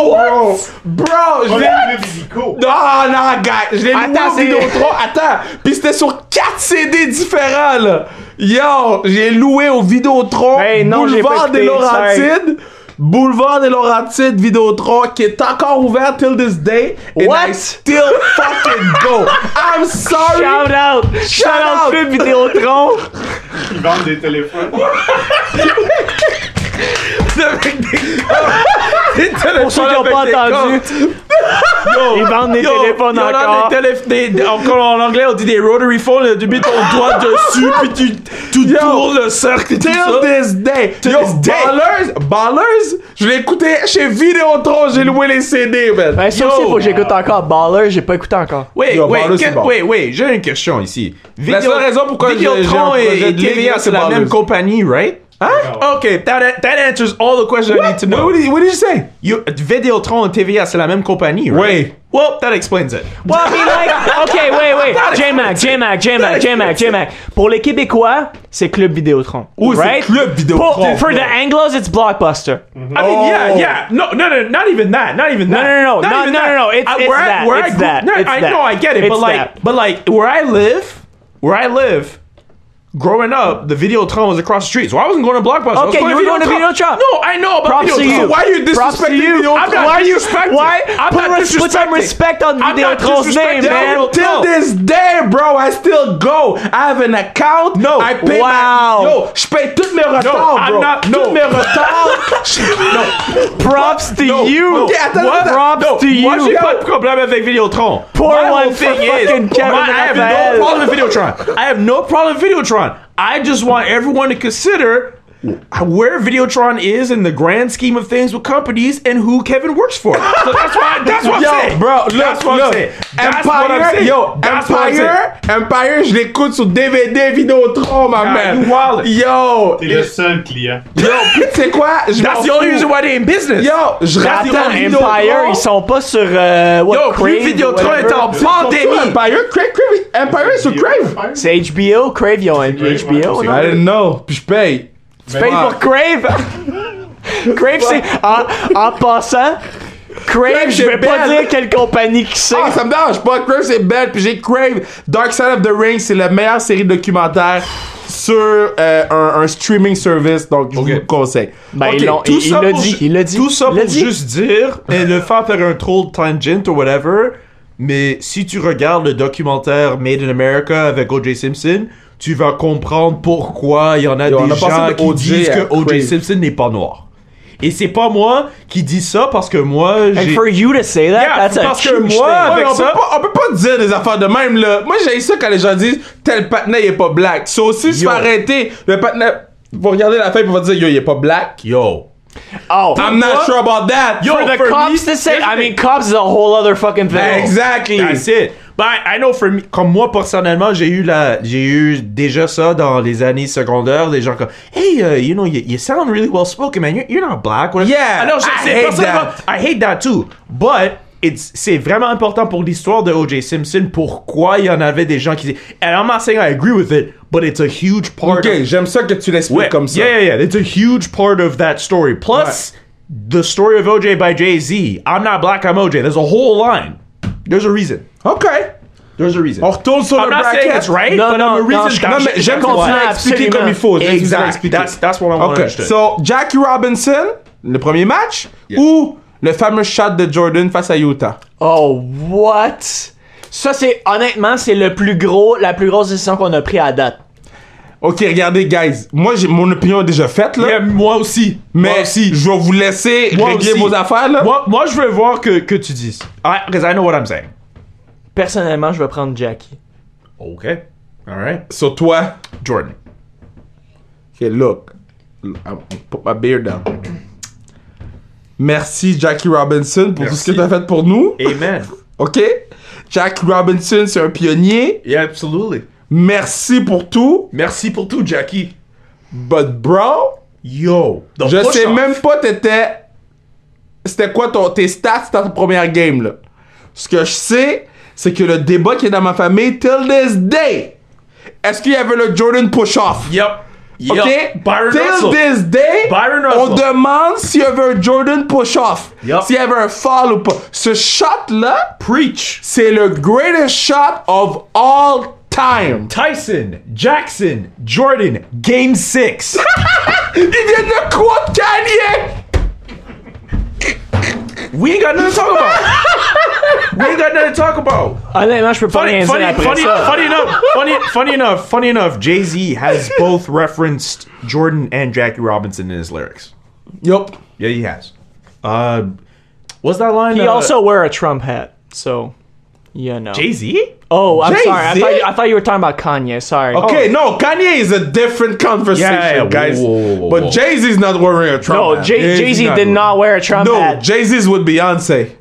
Bro, je
On
l'ai...
a vu Zico.
Ah, Non, non, gars, je l'ai loué
Attends,
au
c'est-
Vidéotron. Attends, puis c'était sur 4 CD différents, là. Yo, j'ai loué au Vidéotron,
Ben non, j'ai pas
Boulevard des
écouté,
Laurentides, Boulevard des Laurentides, Vidéotron, qui est encore ouvert till this day. and
What?
I still fucking go. I'm sorry.
Shout out. Shout out,
out.
Club Vidéotron.
Ils vendent des téléphones.
Pour ceux qui ont pas entendu, ils vendent des téléphones
yo,
encore.
Des téléph- des- des- encore en anglais, on dit des rotary phones, là, tu mets ton doigt dessus, puis tu, tu
Yo.
tournes le cercle et tout ça.
Till this day.
Till
Yo,
this day.
Ballers, Ballers, je l'ai écouté chez Vidéotron, j'ai loué les CD, man.
Ben, ça
Yo.
aussi, faut que j'écoute encore. Baller, j'ai pas écouté encore.
Wait,
Yo,
wait,
Barlow,
que-
c'est bon.
wait, wait, j'ai une question ici. Vidéo,
seule raison pourquoi j'ai- j'ai un
Vidéotron
projet de
et, et
ligue,
TVA,
c'est
c'est la
Barlow.
même compagnie, right? Hein? Ok, that, that answers all the questions I need to know.
What did, what did you say?
You, Vidéotron et TVA, c'est la même compagnie, right?
Oui.
Well, that explains it.
Well, I mean, like, okay, wait, wait. J-Mac, J-Mac, J-Mac, J-Mac, J-Mac. Pour les Québécois, c'est Club Vidéotron.
Oui, c'est
right?
Club Vidéotron.
Pour, for the Anglos, it's Blockbuster.
I mean, yeah,
Oh.
yeah. No, no, no, not even that. Not even that.
no, no,
Not
no,
even
no,
that.
no, it's-
I-
it's
where I-
that,
where I
it's
grew-
that,
No,
it's
I
that.
know, I get it, but
It's
like,
that.
but like, where I live, where I live, growing up, the Videotron was across the street, so I wasn't going to Blockbuster.
Okay,
I was
you were going to Videotron.
No, I know about
Props to
Videotron.
you.
So why are you
Props to
disrespecting
you.
Videotron? I'm not
Why you-
disrespecting.
why-
I'm
put
not
res- put some
disrespecting.
respect on
I'm not
Videotron's name,
disrespecting
man.
Videotron.
Till this day, bro, I still go. I have an account.
No.
I pay My,
Wow.
yo, je paye tous mes retards,
I'm
bro.
not- no.
Tous mes retards. no.
Props to you.
Ok, attends,
What?
attends.
Props
No,
to
moi j'ai
you.
pas de problème avec Videotron.
Pour
my
one
whole thing
for
is,
fucking Kevin
my- I have
Raphael.
no problem with Videotron. I have no problem with Videotron. I just want everyone to consider where Videotron is in the grand scheme of things with companies and who Kevin works for. So that's why. That's what I'm
Yo,
saying,
bro, look,
that's what I'm
look.
saying. That's what I'm
Empire,
saying.
yo,
That's what I'm saying.
Empire, Empire, je l'écoute sur DVD, Vidéotron, ma
Ah,
man.
you wild.
Yo,
T'es le seul client.
yo, puis tu sais quoi? Je
That's
m'en
the only
fous.
reason why they in business.
Yo, je
That's the
rattends
only- Oh.
Vidéotron.
Empire, ils sont pas sur, euh, what,
Yo,
Crave
plus Videotron
whatever.
est en pandémie.
Empire, Crave, Crave, Empire sur Crave.
C'est HBO, Crave, ils ont un
Crave,
HBO.
ouais,
non?
I didn't know. Puis je paye.
Tu payes pour Crave. Crave, c'est, en, en passant, Crave, je vais
c'est
pas
belle.
dire quelle compagnie qui c'est.
Ah, ça me dérange pas. Crave, c'est belle. Puis j'ai Crave. Dark Side of the Ring, c'est la meilleure série documentaire sur euh, un, un streaming service. Donc, je vous le conseille.
Ben,
Ok,
ils l'ont-
tout
il- il
ça
l'a
pour-
dit, il l'a dit.
Tout ça
Il l'a
pour eh,
dit.
juste dire et le faire faire un troll tangent ou whatever. mais si tu regardes le documentaire Made in America avec O.J. Simpson, tu vas comprendre pourquoi il y en a
Yo, on
des
a passé
gens
de
qui
O.J.
disent
à
que O.J.
Crave.
Simpson n'est pas noir. Et c'est pas moi qui dis ça parce que moi,
And
j'ai...
for you to say that,
Yeah,
that's a
parce que
huge
moi,
thing.
avec
on,
ça-
peut pas, on peut pas dire des affaires de même, là. Moi, j'ai ça quand les gens disent tel patinet, il est pas black. Ça aussi, je
Yo.
vais arrêter. Le patinet, vous regardez la feuille, vous va dire, yo, il est pas black.
Yo.
Oh,
I'm not sure about that. Yo,
for the
for
cops
me,
to say, I
everything-
mean, cops is a whole other fucking thing.
Exactly.
That's it. Ben, I know for me, comme moi personnellement, j'ai eu la, j'ai eu déjà ça dans les années secondaires, des gens comme, hey, uh, you know, you, you sound really well spoken, man. You're, you're not black. Whatever.
Yeah,
Alors, je-
I
c'est
hate
personnellement- I hate that too. But it's, c'est vraiment important pour l'histoire de O.J. Simpson. Pourquoi il y en avait des gens qui disaient, and I'm not saying I agree with it, but it's a huge part.
Ok,
of-
j'aime ça que tu l'expliques
Ouais,
comme ça.
Yeah, yeah, yeah. It's a huge part of that story. Plus, the story of OJ by Jay Z. I'm not black, I'm OJ. There's a whole line. There's a reason.
Ok.
There's a reason.
On retourne sur
I'm
le
not saying
bracket.
it's right,
No,
but
no,
I'm a
no,
reason.
je-
Non, mais j'aime
Je
qu'on tu
continue
l'as expliqué
absolument.
comme il faut. J'aime que tu l'as
Exact.
expliqué.
That's- that's what I wanna
Ok.
understand.
So, Jackie Robinson, le premier match, ou le fameux shot de Jordan face à Utah?
Oh, what? Ça, c'est, honnêtement, c'est le plus gros, la plus grosse décision qu'on a pris à date.
Ok, regardez, guys. Moi, j'ai mon opinion est déjà faite, là.
Yeah, moi aussi.
mais
moi aussi.
je vais vous laisser
Moi
régler
aussi.
vos affaires, là.
Moi, moi, je veux voir que, que tu dises. Because I know what I'm saying.
Personnellement, je vais prendre Jackie.
OK. All right.
Sur toi.
Jordan.
Okay, look. I'm, put my beard down. Merci, Jackie Robinson, pour
Merci.
tout ce que tu as fait pour nous.
Amen.
OK? Jackie Robinson, c'est un pionnier.
yeah, absolutely.
Merci pour tout.
Merci pour tout, Jackie.
But, bro,
Yo. the
je
push
sais
off.
même pas t'étais... C'était quoi ton, tes stats dans ta première game, là. Ce que je sais, c'est que le débat qui est dans ma famille, till this day, est-ce qu'il y avait le Jordan push-off?
Yep. Yep.
OK?
Byron
Till
Russell.
this day,
Byron
on
Russell.
demande s'il y avait un Jordan push-off.
Yup.
S'il y avait un fall ou pas. Ce shot-là,
Preach.
c'est le greatest shot of all time.
Tyson, Jackson, Jordan, Game 6.
Il vient de quoi de Kanye?
we ain't got nothing to talk about. we ain't got nothing to talk about.
Honnêtement, je peux pas rien
Funny,
dire
funny, funny,
après ça.
funny enough, funny, funny enough, funny enough, Jay Z has both referenced Jordan and Jackie Robinson in his lyrics.
Yup.
Yeah, he has. Uh, what's that line? uh,
He also wear a Trump hat, so, you know.
Jay Z?
Oh, I'm
Jay-Z?
sorry. I thought, you, I thought you were talking about Kanye. Sorry.
Okay, no, Kanye is a different conversation,
Yeah, yeah, whoa,
guys.
whoa, whoa, whoa, whoa.
But Jay Z's not wearing a Trump
Oh, no,
hat.
Jay-
Jay-Z
Jay-Z
not
did
good.
not wear a Trump
no,
hat.
Jay Z's with Beyonce.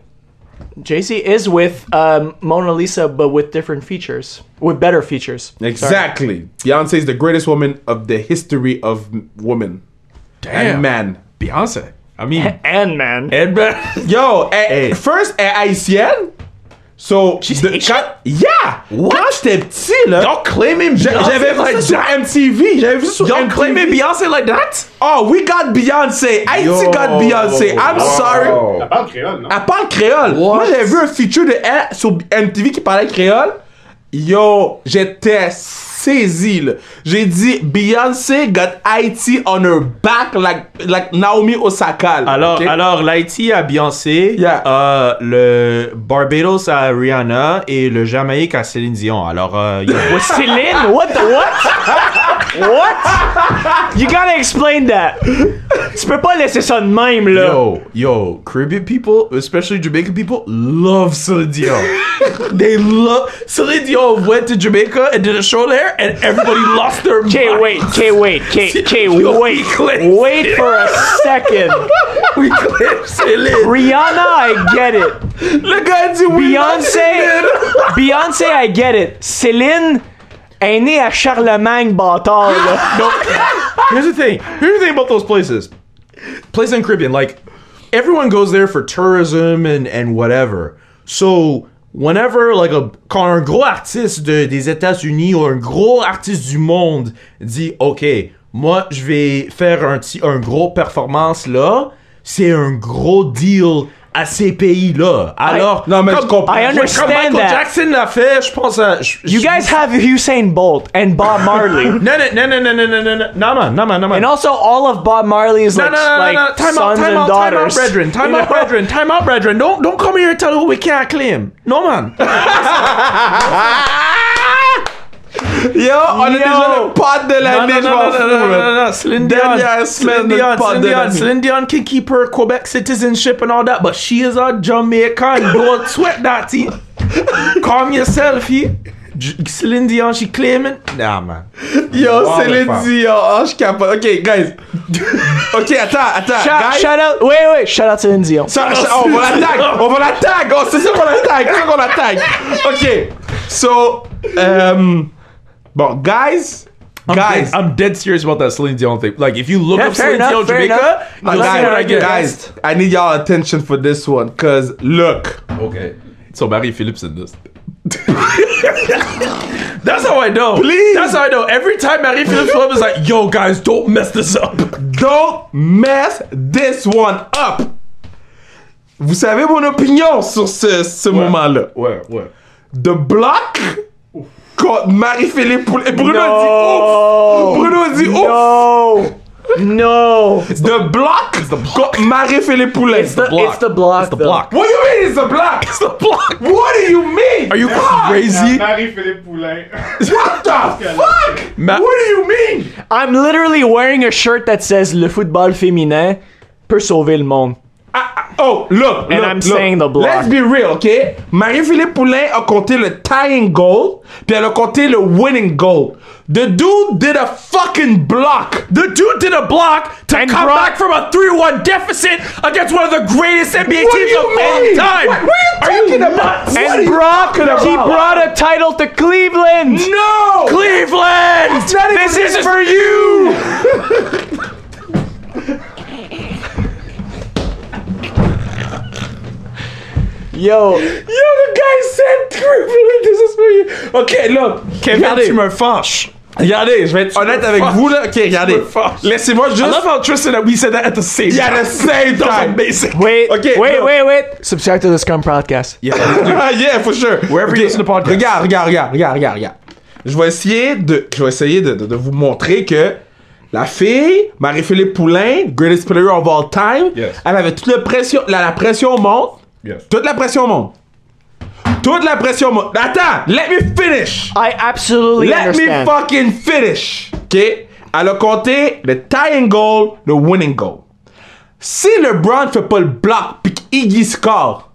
Jay-Z is with um, Mona Lisa, but with different features. With better features.
Exactly. Beyonce is the greatest woman of the history of m- woman and man.
Beyonce. I mean,
And, man.
Ed.
Yo, eh,
ben- Hey.
first, elle est haïtienne. So,
She's
de-
Haitian?
quand- yeah! Quand j'étais petit, là,
Y'all claiming
j'a-
Beyonce
j'avais
like
vu ça sur MTV. J'avais vu ça sur
Y'all
MTV.
claiming Beyonce like that?
Oh, we got Beyoncé. Haiti
Yo.
got Beyoncé. I'm
Wow.
sorry.
Elle parle créole, non?
Elle parle créole. Moi, j'avais vu un feature de elle sur MTV qui parlait créole. Yo, j'étais saisi, là. J'ai dit, Beyoncé got Haiti on her back like, like Naomi Osaka. là,
Alors,
ok?
alors l'Haïti à Beyoncé,
Yeah.
euh, le Barbados à Rihanna et le Jamaïque à Céline Dion. Alors, euh, you know,
With Celine? What the what? what? You gotta explain that. Tu peux pas laisser ça de même, là.
yo, yo, Caribbean people, especially Jamaican people, love Céline Dion. they love Céline
oh,
Dion went to Jamaica and did a show there, and everybody lost their mind.
Okay, wait, okay, wait, okay, okay,
Yo,
wait.
he claims-
Wait for a second.
we claim Céline.
Rihanna, I get it.
le gars dit oui.
Beyoncé, Beyoncé, I get it. Céline est née à Charlemagne, bâtard, là.
No. Here's the thing. Here's the thing about those places. Places in Caribbean, like everyone goes there for tourism and and whatever. So whenever like a quand un gros artiste de- des États-Unis ou un gros artiste du monde dit OK, moi je vais faire un petit un gros performance là, c'est un gros deal à ces pays-là. Alors,
Non, mais
comme-
je comprends.
I understand
comme Michael
that.
Jackson l'a fait, je pense à. je-
You
je-
guys have Usain Bolt and Bob Marley.
Non, non, non, non, non, non, non, non, non, man, non, man, non, man.
And also, all of Bob Marley's
No,
like,
no, no, no,
like
no. Time out,
sons
time
and
out, time out,
daughters. Ah,
brethren. Time
You
out,
know?
brethren. Time out, brethren. Don't don't come here and tell who we can't claim. No, man.
Yo, on est déjà le pod de
Non,
l'année,
non,
je
non,
m'en
non, non, non, non,
fous.
no. Celine Dion.
Dernière
Celine
semaine de
Dion,
pod
Celine
de
Dion.
l'année.
Celine Dion can keep her Quebec citizenship and all that, but she is a Jamaican. Don't sweat that, T. Calm yourself, he. J- Celine Dion, she claiming. Nah, man.
Yo,
Wow,
Céline
fuck.
Dion, oh, je capote. OK, guys. OK, attends, attends.
Shout,
guys.
shout out, wait, wait, shout out to Nzio.
Ça- ça-
Oh,
oh, on va la tag! On va la tag! Oh, c'est ça qu'on la tag! C'est ça qu'on la tag! OK. So, um, bon, guys.
I'm
Guys.
dead, I'm dead serious about that Celine Dion thing. Like, if you look
Yeah,
up
fair
Celine
enough,
Dion
fair
Jamaica,
enough.
you'll see
I'm
what
not
I
gonna
get.
argue.
guys, I need y'all attention for this one, cause look.
Okay. So Barry Phillips in this. That's how I know.
Please.
That's how I know. Every time Barry Phillips Phillips is like, yo guys, don't mess this up.
Don't mess this one up! Vous savez mon opinion sur ce, ce moment-là.
Where? Where?
The Block contre Marie-Philippe Poulet. Et Bruno
No.
dit ouf! Bruno dit ouf!
No, no. It's
The block, contre Marie-Philippe Poulet.
the, it's the block. It's the block.
What do you mean it's the block? It's the block. What do you mean?
Are you
Ah,
crazy?
Marie-Philippe Poulain.
What the fuck?
Ma-
What do you mean?
I'm literally wearing a shirt that says "Le football féminin peut sauver le monde."
I- I- oh, look,
And
look,
I'm
look.
saying the block.
Let's be real, okay? Marie-Philippe Poulin a compté le tying goal, puis elle a compté le winning goal. The dude did a fucking block.
The dude did a block to
And
come
brought-
back from a 3-1 deficit against one of the greatest NBA
What do
teams
you
of
mean?
all time.
What, what are you talking about?
nuts?
What are
And
you
Brock, he
talking about?
brought a title to Cleveland.
No!
Cleveland!
not
This
even-
is for you!
Yo,
Yo,
the guy said Cleveland, this is for you. OK, look. regardez.
tu me fâches.
Regardez, je vais être honnête avec
fuck.
vous, là. OK, regardez.
me fuck.
Laissez-moi juste...
I love how Tristan and we said that at the same
Yeah,
time.
the same time.
Basic.
wait,
Okay,
wait,
look.
wait, wait. Subscribe to the Scum podcast.
Yeah.
yeah, for sure.
Wherever you
Ok,
listen to podcasts.
Regarde, regarde, regarde, regarde, regarde, regarde. Je vais essayer de, je vais essayer de, de- de vous montrer que la fille, Marie-Philippe Poulain, greatest player of all time,
Yes.
elle avait toute la pression, la, la pression monte.
Yes.
Toute la pression monte. Toute la pression monte. Attends, let me finish.
I absolutely
Let
understand.
me fucking finish. OK? Elle a compté le tying goal, le winning goal. Si LeBron fait pas le bloc pis qu'Iggy score,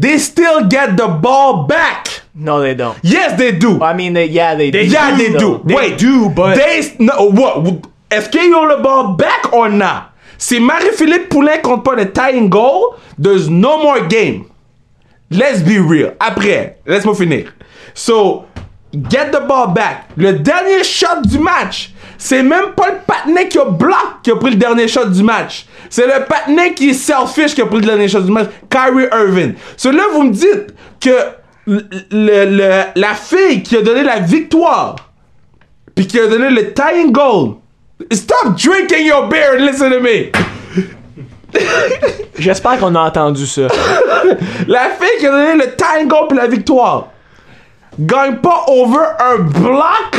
they still get the ball back.
no, they don't.
Yes, they do.
I mean, they, yeah, they. do,
yeah, they
though.
do. Wait, They, s- no, what? Est-ce qu'ils ont le ball back or not? Si Marie-Philippe Poulin compte pas le tying goal, there's no more game. Let's be real. Après, laisse-moi finir. So, get the ball back. Le dernier shot du match, c'est même pas le patinet qui a bloqué qui a pris le dernier shot du match. C'est le patinet qui est selfish qui a pris le dernier shot du match. Kyrie Irving. So là, vous me dites que le- le- le- la fille qui a donné la victoire, puis qui a donné le tying goal, stop drinking your beer and listen to me.
J'espère qu'on a entendu ça.
La fille qui a donné le tango pour la victoire gagne pas over un bloc.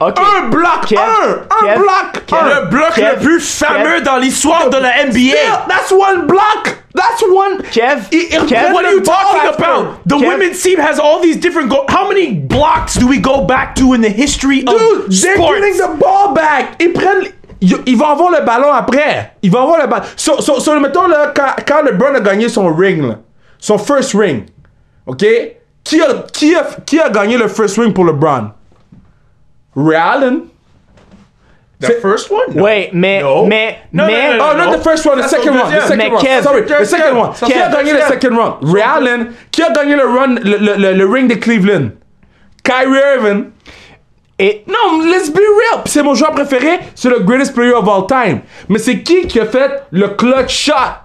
Ok.
Un bloc.
Kev,
un. Un
Kev,
bloc.
Kev.
un.
Le bloc
Kev,
le plus fameux
Kev.
dans l'histoire de la
Yeah,
NBA.
that's one block. That's one.
Kev,
Il- il
Kev,
reprend
What
le
are you
ball
talking
after.
about? The
Kev-
women's team has all these different goals. How many blocks do we go back to in the history
Dude,
of
they're getting
sports?
the ball back. Ils prennent. Ils ils vont avoir le ballon après. Ils vont avoir le ballon. So, so, so, mettons, là, quand, quand LeBron a gagné son ring, là, son first ring, OK? Qui a, qui, a, qui a gagné le first ring pour LeBron? Ray Allen.
The first one? No.
Wait, mais,
No.
mais,
No, no,
mais.
no, no,
Oh, not
No.
the first one, the
That's
second
so
one,
good,
the
yeah.
second
Mais
one.
Kev,
Sorry, the
Kev,
second one.
Kev,
Qui a
Kev,
gagné le
Kev.
second round? Ray Allen. Qui a gagné le run, le, le, le, le ring de Cleveland? Kyrie Irving.
Et-
Non, let's be real. Puis C'est mon joueur préféré. C'est le greatest player of all time. Mais c'est qui qui a fait le clutch shot?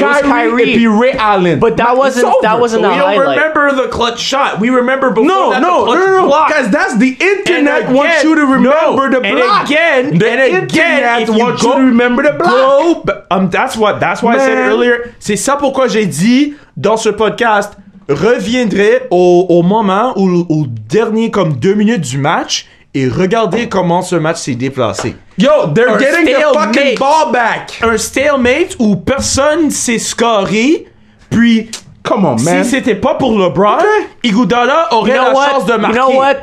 was
Kyrie
Kyrie.
et puis Ray Allen.
But that
It's
wasn't-
over.
that wasn't
We
a
don't
highlight.
remember the clutch shot. We remember before
No,
that
no,
the clutch
no, no, no,
block.
because
that's the internet
wants you to remember the block.
And again,
The
and
internet
again, if you
wants
go-
you to remember the block.
go ba-
Um, that's what, that's why I said
Man.
earlier. C'est ça pourquoi j'ai dit dans ce podcast, reviendrez au, au moment ou au dernier comme deux minutes du match et regardez comment ce match s'est déplacé.
Yo, they're
Un
getting the
stalemate.
fucking ball back.
Un stalemate où personne s'est scoré, puis
Come on, man.
si c'était pas pour LeBron, Iguodala aurait
You know
la
what?
chance de marquer.
You know what?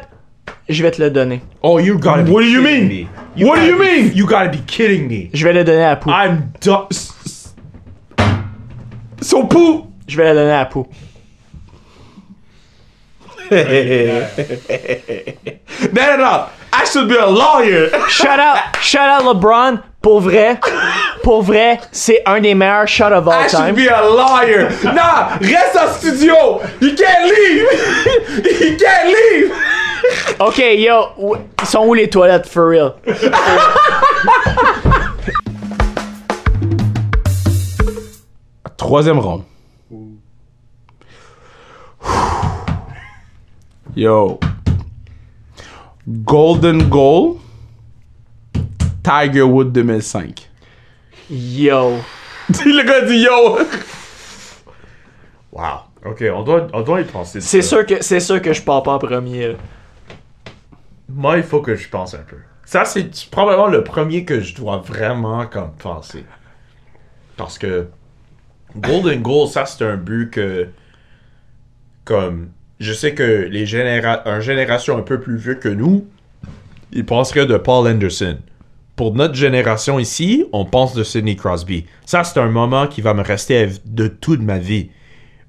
Je vais te le donner.
Oh, you gotta be
What do you
kidding
mean?
me. You
What do
gotta
you
be-
mean?
You gotta be kidding me.
Je vais le donner à Pou.
I'm done.
So Pou.
Je vais le donner à Pou.
No, no, no. I should be a lawyer.
Shout out, shout out LeBron. Pour vrai, pour vrai, c'est un des meilleurs shots of
I
all
should
time.
be a lawyer. Nah, rest en studio. You can't leave. you can't leave.
Ok, yo, où- ils sont où les toilettes, for real?
Troisième round. Yo. Golden Goal. Tiger Wood 2005.
Yo.
Le gars dit yo.
Wow. Ok, on doit, on doit y penser.
C'est sûr que, c'est sûr que je pars pas en premier. là.
Moi, il faut que je pense un peu. Ça, c'est probablement le premier que je dois vraiment comme penser. Parce que Golden Goal, ça, c'est un but que. Comme. Je sais que les généra une génération un peu plus vieux que nous, ils penseraient de Paul Anderson. Pour notre génération ici, on pense de Sidney Crosby. Ça, c'est un moment qui va me rester à v- de toute ma vie.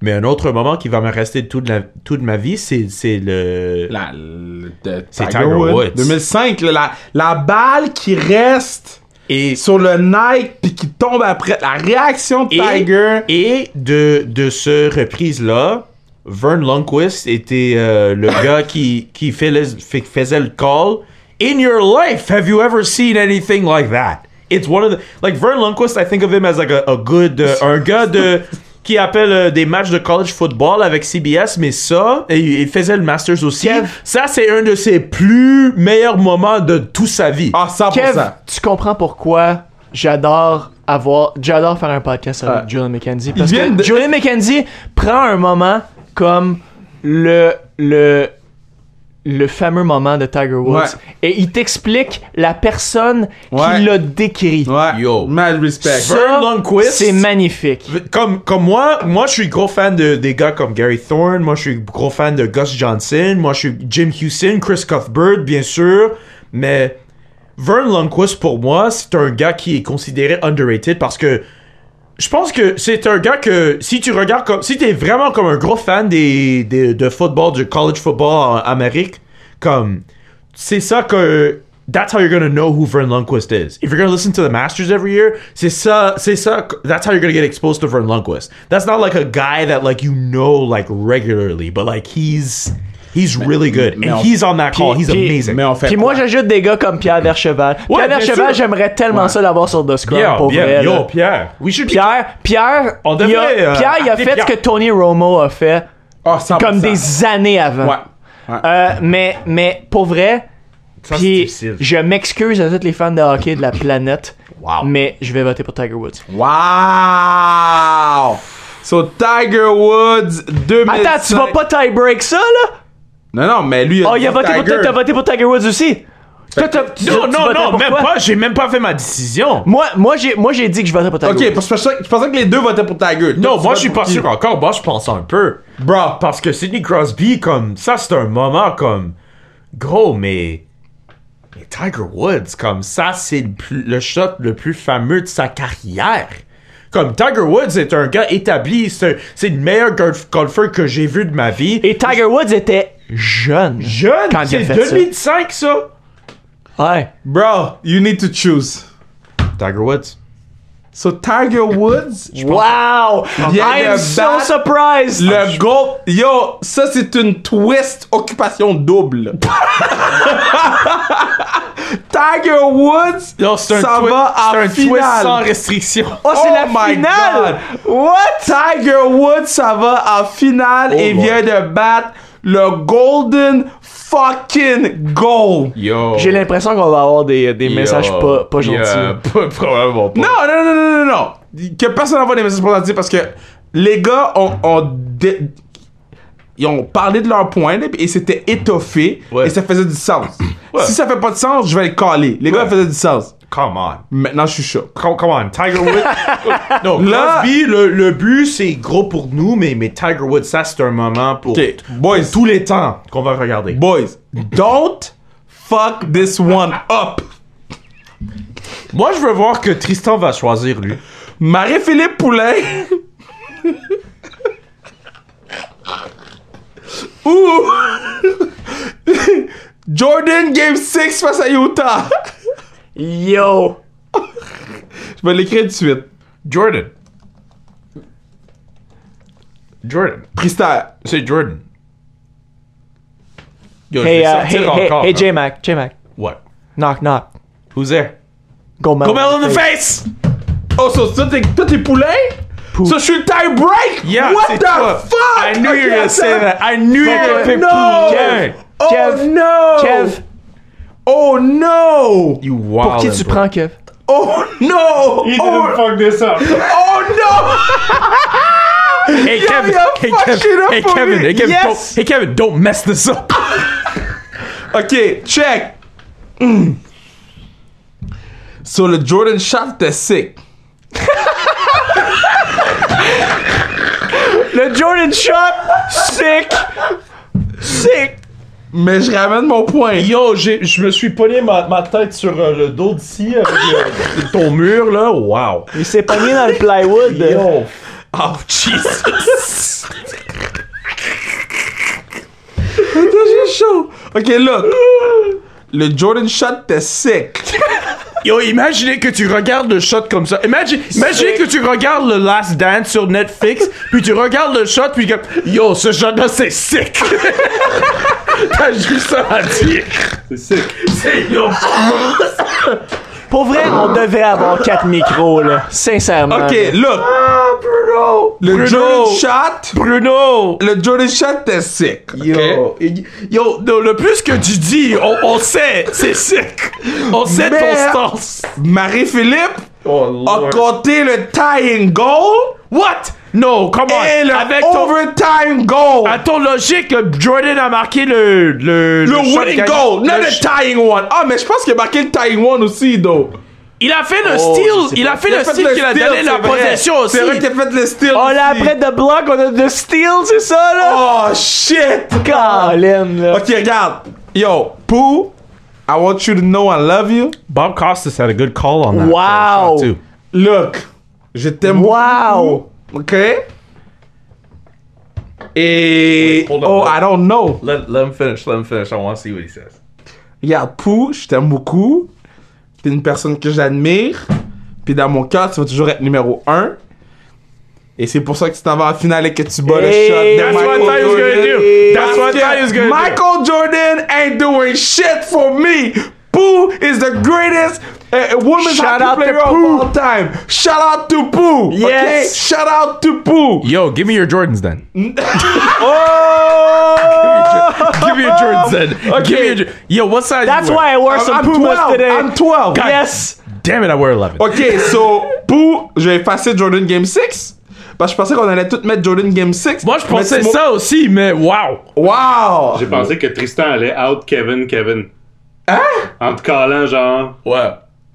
Mais un autre moment qui va me rester de toute, la- toute ma vie, c'est c'est le.
La- le- de
C'est Tiger Woods.
2005, là, la, la balle qui reste
Et
sur le Nike puis qui tombe après. La réaction de
Et-
Tiger.
Et de, de ce reprise-là, Vern Lundquist était euh, le gars qui, qui fait les- fait- faisait le call. In your life, have you ever seen anything like that? It's one of the. Like, Vern Lundquist, I think of him as like a, a good. euh, un gars de. qui appelle euh, des matchs de college football avec CBS, mais ça, et il faisait le Masters aussi.
Kev.
Ça, c'est un de ses plus meilleurs moments de toute sa vie.
Ah, 100%.
Kev, tu comprends pourquoi j'adore avoir, j'adore faire un podcast avec Julian McKenzie parce
Ah. vient
que
de-
Julian McKenzie prend un moment comme le le le fameux moment de Tiger Woods
Ouais.
et il t'explique la personne
Ouais.
qui l'a décrit.
Ouais.
Yo.
Mad respect.
Ça,
Vern Lundquist.
c'est magnifique.
comme, comme moi, moi je suis gros fan de, des gars comme Gary Thorne, moi je suis gros fan de Gus Johnson, moi je suis Jim Houston, Chris Cuthbert, bien sûr, mais Vern Lundquist pour moi, c'est un gars qui est considéré underrated parce que je pense que c'est un gars que si tu regardes comme si t'es vraiment comme un gros fan des, des- de football du college football en Amérique comme c'est ça que that's how you're gonna know who Vern Lundquist is if you're gonna listen to the Masters every year c'est ça c'est ça que- that's how you're gonna get exposed to Vern Lundquist that's not like a guy that like you know like regularly but like he's he's really good
mais
and
on-
he's on that call Oh, he's
puis-
amazing
Mais on fait
Puis
quoi?
moi j'ajoute des gars comme Pierre Vercheval.
Ouais,
Pierre
bien
Vercheval,
sûr.
j'aimerais tellement ça l'avoir sur The Scrum
Pierre,
pour
Pierre,
vrai.
yo
là.
Pierre we should be-
Pierre, Pierre,
On
il a,
devrait, euh,
Pierre, il a
appeler
fait
Pierre.
ce que Tony Romo a fait
Ah, 100%.
comme des années avant.
Ouais. Ouais.
Euh, mais, mais pour vrai,
Ça, c'est
puis
difficile.
je m'excuse à tous les fans de hockey de la planète,
Wow.
mais je vais voter pour Tiger Woods.
Wow! So Tiger Woods 2005.
Attends, tu vas pas tie-break ça, là?
Non, non, mais lui.
Oh, il a
dit
voté pour
Tiger.
toi, t'as voté pour Tiger Woods aussi? Toi, t'as- tu-
non
tu
non
votais
non
pour
même
quoi?
pas j'ai même pas fait ma décision
Moi, moi, j'ai, moi, j'ai dit que je votais pour Tiger
Ok,
Woods.
parce que je pensais- je pensais que les deux votaient pour Tiger. Toi,
Non,
tu
moi
votes
je suis
pour
pas
qui?
sûr encore. Moi je pense un peu.
Bro,
Parce que Sidney Crosby, comme ça, c'est un moment comme. Gros, mais. Mais Tiger Woods, comme ça, c'est le, plus- le shot le plus fameux de sa carrière. Comme Tiger Woods est un gars établi, c'est c'est le meilleur golf- golfeur que j'ai vu de ma vie.
Et Tiger Woods était jeune.
jeune,
Quand il a
c'est
fait
2005 ça.
Ouais.
bro, you need to choose.
Tiger Woods.
So Tiger Woods,
Wow!
y a
I
le
am so
bat-
surprised!
le GOAT, yo, ça c'est une twist occupation double. Tiger Woods,
Non, c'est un,
ça
twi-
va
c'est
en
un twist
finale.
sans restriction.
Oh, c'est
Oh
la
my
finale! What?
Tiger Woods, ça va en finale
Oh
et
boy.
vient de battre le Golden fucking Goal.
Yo.
J'ai l'impression qu'on va avoir des, des messages pas, pas gentils.
probablement Euh, pas.
Non, non, non, non, non, non. Que personne n'envoie des messages pour leur dire parce que les gars ont, ont dé- ils ont parlé de leur point là, et c'était étoffé
Ouais.
et ça faisait du sens.
Ouais.
Si ça fait pas de sens, je vais le caler. Les gars
Ouais.
faisaient du sens.
Come on.
Maintenant, je suis chaud.
Come, come on, Tiger Woods. non,
Là-
Crosby, le, le but, c'est gros pour nous, mais, mais Tiger Woods, ça, c'est un moment pour
Ok, boys,
tous les temps qu'on va regarder.
boys, don't fuck this one up.
Moi, je veux voir que Tristan va choisir, lui.
Marie-Philippe Poulin. Ou Jordan Game 6 face à Utah.
Yo!
Je vais l'écrire tout de suite.
Jordan. Jordan.
Tristan.
C'est Jordan. Yo, je
Hey,
vais
uh, hey,
sortir
hey,
encore,
hey,
là.
J-Mac, J-Mac.
What?
Knock, knock.
Who's there?
Go Mel.
Go Mel in the face!
Oh, so toi t'es, toi, t'es poulain? So je suis le tie break?
Yeah,
What
c'est
the
toi.
fuck?
I knew you were
Ok,
gonna say
attends. Oh,
that. I knew you were gonna pick
No!
Poulin.
Oh
Kev.
no!
Kev,
Oh no!
You wild.
pour qui tu prends, Kev?
Oh no!
He didn't
Oh,
fuck this up.
oh no!
Hey Kevin,
yeah,
hey
fuck shit
Kevin,
up
hey
for
Kevin,
me.
hey Kevin,
Yes.
don't, hey Kevin, don't mess this up.
Ok, check. Mm. So le Jordan shot était sick.
Le Jordan Shot! Sick! Sick!
Mais je ramène mon point.
Yo, j'ai- je me suis pogné ma, ma tête sur euh, le dos d'ici avec euh, ton mur là. Wow.
Il s'est pogné dans le plywood.
Yo.
Oh Jesus. Attends, j'ai chaud. Ok, look. Le Jordan shot était sick.
Yo, imaginez que tu regardes le shot comme ça. Imagine, imaginez que tu regardes le Last Dance sur Netflix, puis tu regardes le shot, puis comme yo, ce shot là c'est sick. T'as juste ça à dire.
C'est sick.
C'est yo.
Pour vrai, on devrait avoir 4 micros, là. Sincèrement.
Ok,
là.
look. Le
Ah, Bruno.
Jordan shot.
Bruno.
Le Jordan shot était sick. ok?
Yo, y- yo, no, le plus que tu dis, on, on sait, c'est sick. On sait
Mais-
ton stance.
Marie-Philippe
Oh,
a compté le tying goal
What? No, come on.
et le
Avec ton,
overtime goal.
à ton logique, le Jordan a marqué le. Le,
Le
shot
winning
gagnant.
goal, not
Le
the
sh-
tying one. Ah, mais je pense qu'il a marqué le tying one aussi, though.
Il a fait le
Oh, je
steal.
sais
Il a fait le steal qu'il a
steal,
donné
c'est
la
vrai.
possession aussi.
C'est vrai qu'il a fait le steal.
On l'a
aussi.
Oh, après de bloc, on a de steel, c'est ça, là?
Oh, shit.
Colin, là.
Ok, regarde. Yo, Pooh, I want you to know I love you.
Bob Costas had a good call on
Wow.
shot, too.
Look, je t'aime
Wow.
beaucoup. Ok? Et.
hold on,
oh,
hold on.
I don't know.
Let, let him finish. Let him finish. I want to see what he says.
Regarde, Pooh, je t'aime beaucoup. T'es une personne que j'admire. Puis dans mon cœur, tu vas toujours être numéro 1. Et c'est pour ça que tu t'en vas en finale et que tu bats
Hey,
le shot de
That's what
Michael Jordan. Parce que
I was gonna do. That's what I was gonna do.
Michael Jordan ain't doing shit for me. Pooh is the greatest uh, women's
Shout out
hockey player
to Pooh.
of all time. Shout out to Pooh.
Yes.
Okay? Shout out to Pooh.
Yo, give me your Jordans then. Oh! Give me your Jordans then. Give me your, Yo, what size
That's
you wear?
why I wore
I'm-
some
I'm
Pumas
12.
today.
I'm 12.
Yes!
Damn it, I wear 11.
Ok, so, pour. Je vais effacer Jordan Game 6. Parce que je pensais qu'on allait tout mettre Jordan Game 6.
Moi, je
Mais
pensais
tu m'as-
ça aussi, mais wow!
Wow!
J'ai pensé que Tristan allait out Kevin Kevin. Hein? En te collant, genre.
Ouais.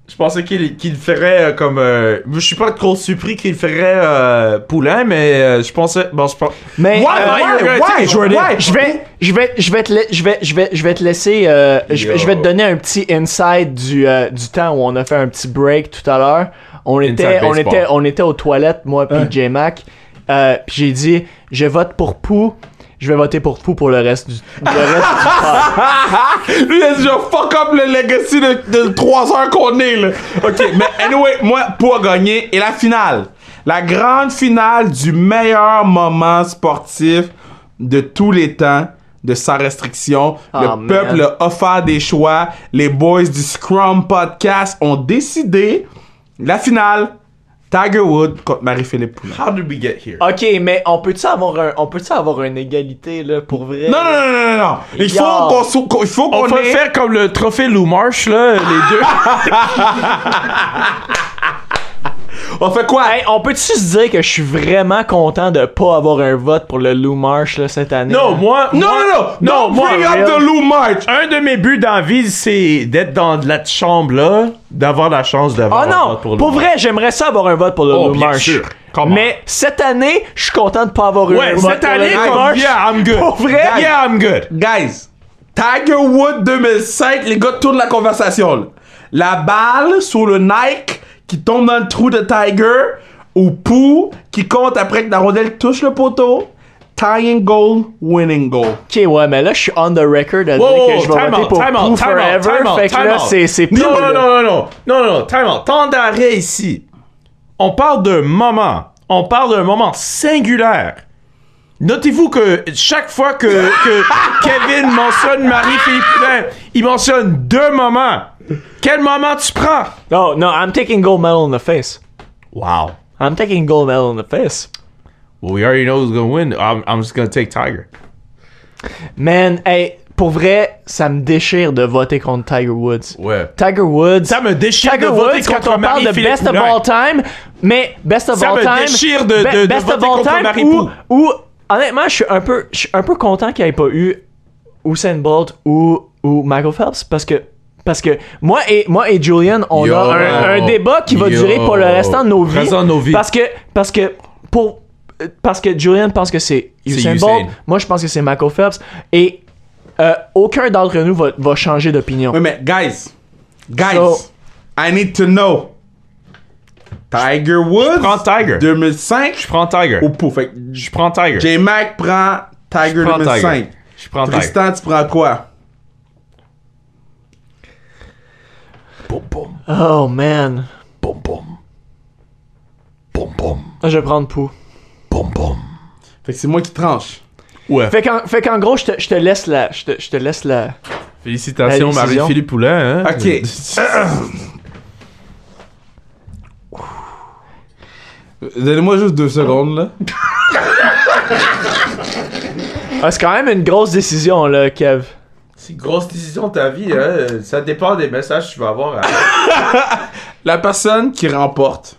Je pensais qu'il qu'il ferait euh, comme. euh, je suis pas trop surpris qu'il ferait euh, Poulain, mais euh, je pensais. Bon, je pense.
Mais.
Why,
euh,
why,
why,
why,
why,
Jordan?
why?
Je vais, je vais, je vais te, la- je vais, je vais, je vais te laisser. euh, je, vais, je vais te donner un petit insight du, euh, du temps où on a fait un petit break tout à l'heure. On était, on
baseball.
était, on était aux toilettes, moi puis J Mac. Euh, puis j'ai dit, je vote pour Pou. je vais voter pour Pou pour le reste du, le reste du pod.
Lui, il a dit, je fuck up le legacy de, de 3 heures qu'on est, là. OK, mais anyway, moi, pour gagner, et la finale. La grande finale du meilleur moment sportif de tous les temps, de sans restriction.
Oh,
le
Ah, man.
peuple a offert des choix. Les boys du Scrum Podcast ont décidé la finale. Tiger Wood contre Marie-Philippe Poulin.
How did we get here?
Ok, mais on peut-tu avoir un, on peut-tu avoir une égalité là pour vrai
Non, non, non, non, non, non. Il
Yo.
faut qu'on sou- qu'on- il faut
On
qu'on
peut
ait-
faire comme le trophée Lou Marsh, là, les deux.
On fait quoi?
Hey, on peut-tu se dire que je suis vraiment content de pas avoir un vote pour le Lou Marsh là, cette année?
Non,
là?
moi.
Non,
moi-
non, non, non,
moi,
bring
real.
up the Lou March.
Un de mes buts dans la vie, c'est d'être dans la chambre-là, d'avoir la chance
Oh
d'avoir un
non!
vote
Pour,
Lou Marsh.
vrai, j'aimerais ça avoir un vote pour le
Oh,
Lou
bien
Marsh.
sûr. Comment?
Mais cette année, je suis content de pas avoir eu un
Ouais,
vote
cette
pour le
année,
Lou
comme-
Marsh.
yeah, I'm good.
Pour vrai?
Yeah, I'm good.
Guys, Tiger Wood 2005, les gars tournent la conversation. là. La balle sur le Nike qui tombe dans le trou de Tiger ou Pou qui compte après que la rondelle touche le poteau. Tying goal, winning goal.
Ok, ouais, mais là, je suis on the record à dire
Wow,
que je
Oh,
vais
time
voter
out,
pour
time
Pooh
out, time out,
Forever.
time out,
fait que
time
là,
out.
c'est, c'est Pooh,
Non, non,
là.
non, non, non, non, non, time out. Temps d'arrêt ici. On parle d'un moment. On parle d'un moment singulaire. Notez-vous que chaque fois que, que Kevin mentionne Marie-Philippe Poulin, il mentionne deux moments. Quel moment tu prends?
Oh, no, I'm taking gold medal in the face.
Wow.
I'm taking gold medal in the face.
Well, we already know who's going to win. I'm, I'm just going to take Tiger.
Man, hey, pour vrai, ça me déchire de voter contre Tiger Woods.
Ouais.
Tiger Woods.
Ça me déchire
Tiger
de voter
Woods, quand
contre
on parle de
Marie-Philippe
best of
Poulin.
all time, mais best of
Ça
all
me
time.
déchire de-
be-
de- de
best
voter
of all
contre
time
Marie-Pou.
ou, ou, honnêtement, je suis un peu, je suis un peu content qu'il n'y ait pas eu Usain Bolt ou, ou Michael Phelps parce que, parce que moi et, moi et Julian, on
Yo.
a un, un débat qui va
Yo.
durer pour le restant de nos vies.
Restant de nos vies.
Parce que, parce que, pour, parce que Julian pense que c'est Usain,
Usain.
Bolt. Moi, je pense que c'est Michael Phelps. Et, euh, aucun d'entre nous va, va changer d'opinion.
Oui, mais guys, guys,
So-
I need to know. Tiger Woods
prends Tiger.
2005
Je prends Tiger.
ou Pou. Fait que
Je prends Tiger.
J-Mac prend
Je
Tiger
prends
2005.
Tiger. Je prends Tiger.
Tristan, tu prends quoi?
Oh man. Ah, Je vais prendre Pou.
Fait que c'est moi qui tranche.
Ouais.
Fait qu'en, fait qu'en gros, je te, je te laisse la. Je te, je te laisse la.
Félicitations,
La décision.
Marie-Philippe Poulin. Hein?
Ok. Donnez-moi juste deux secondes, là.
Ah, c'est quand même une grosse décision, là, Kev.
C'est une grosse décision de ta vie. Hein? Ça dépend des messages que tu vas avoir.
La personne qui remporte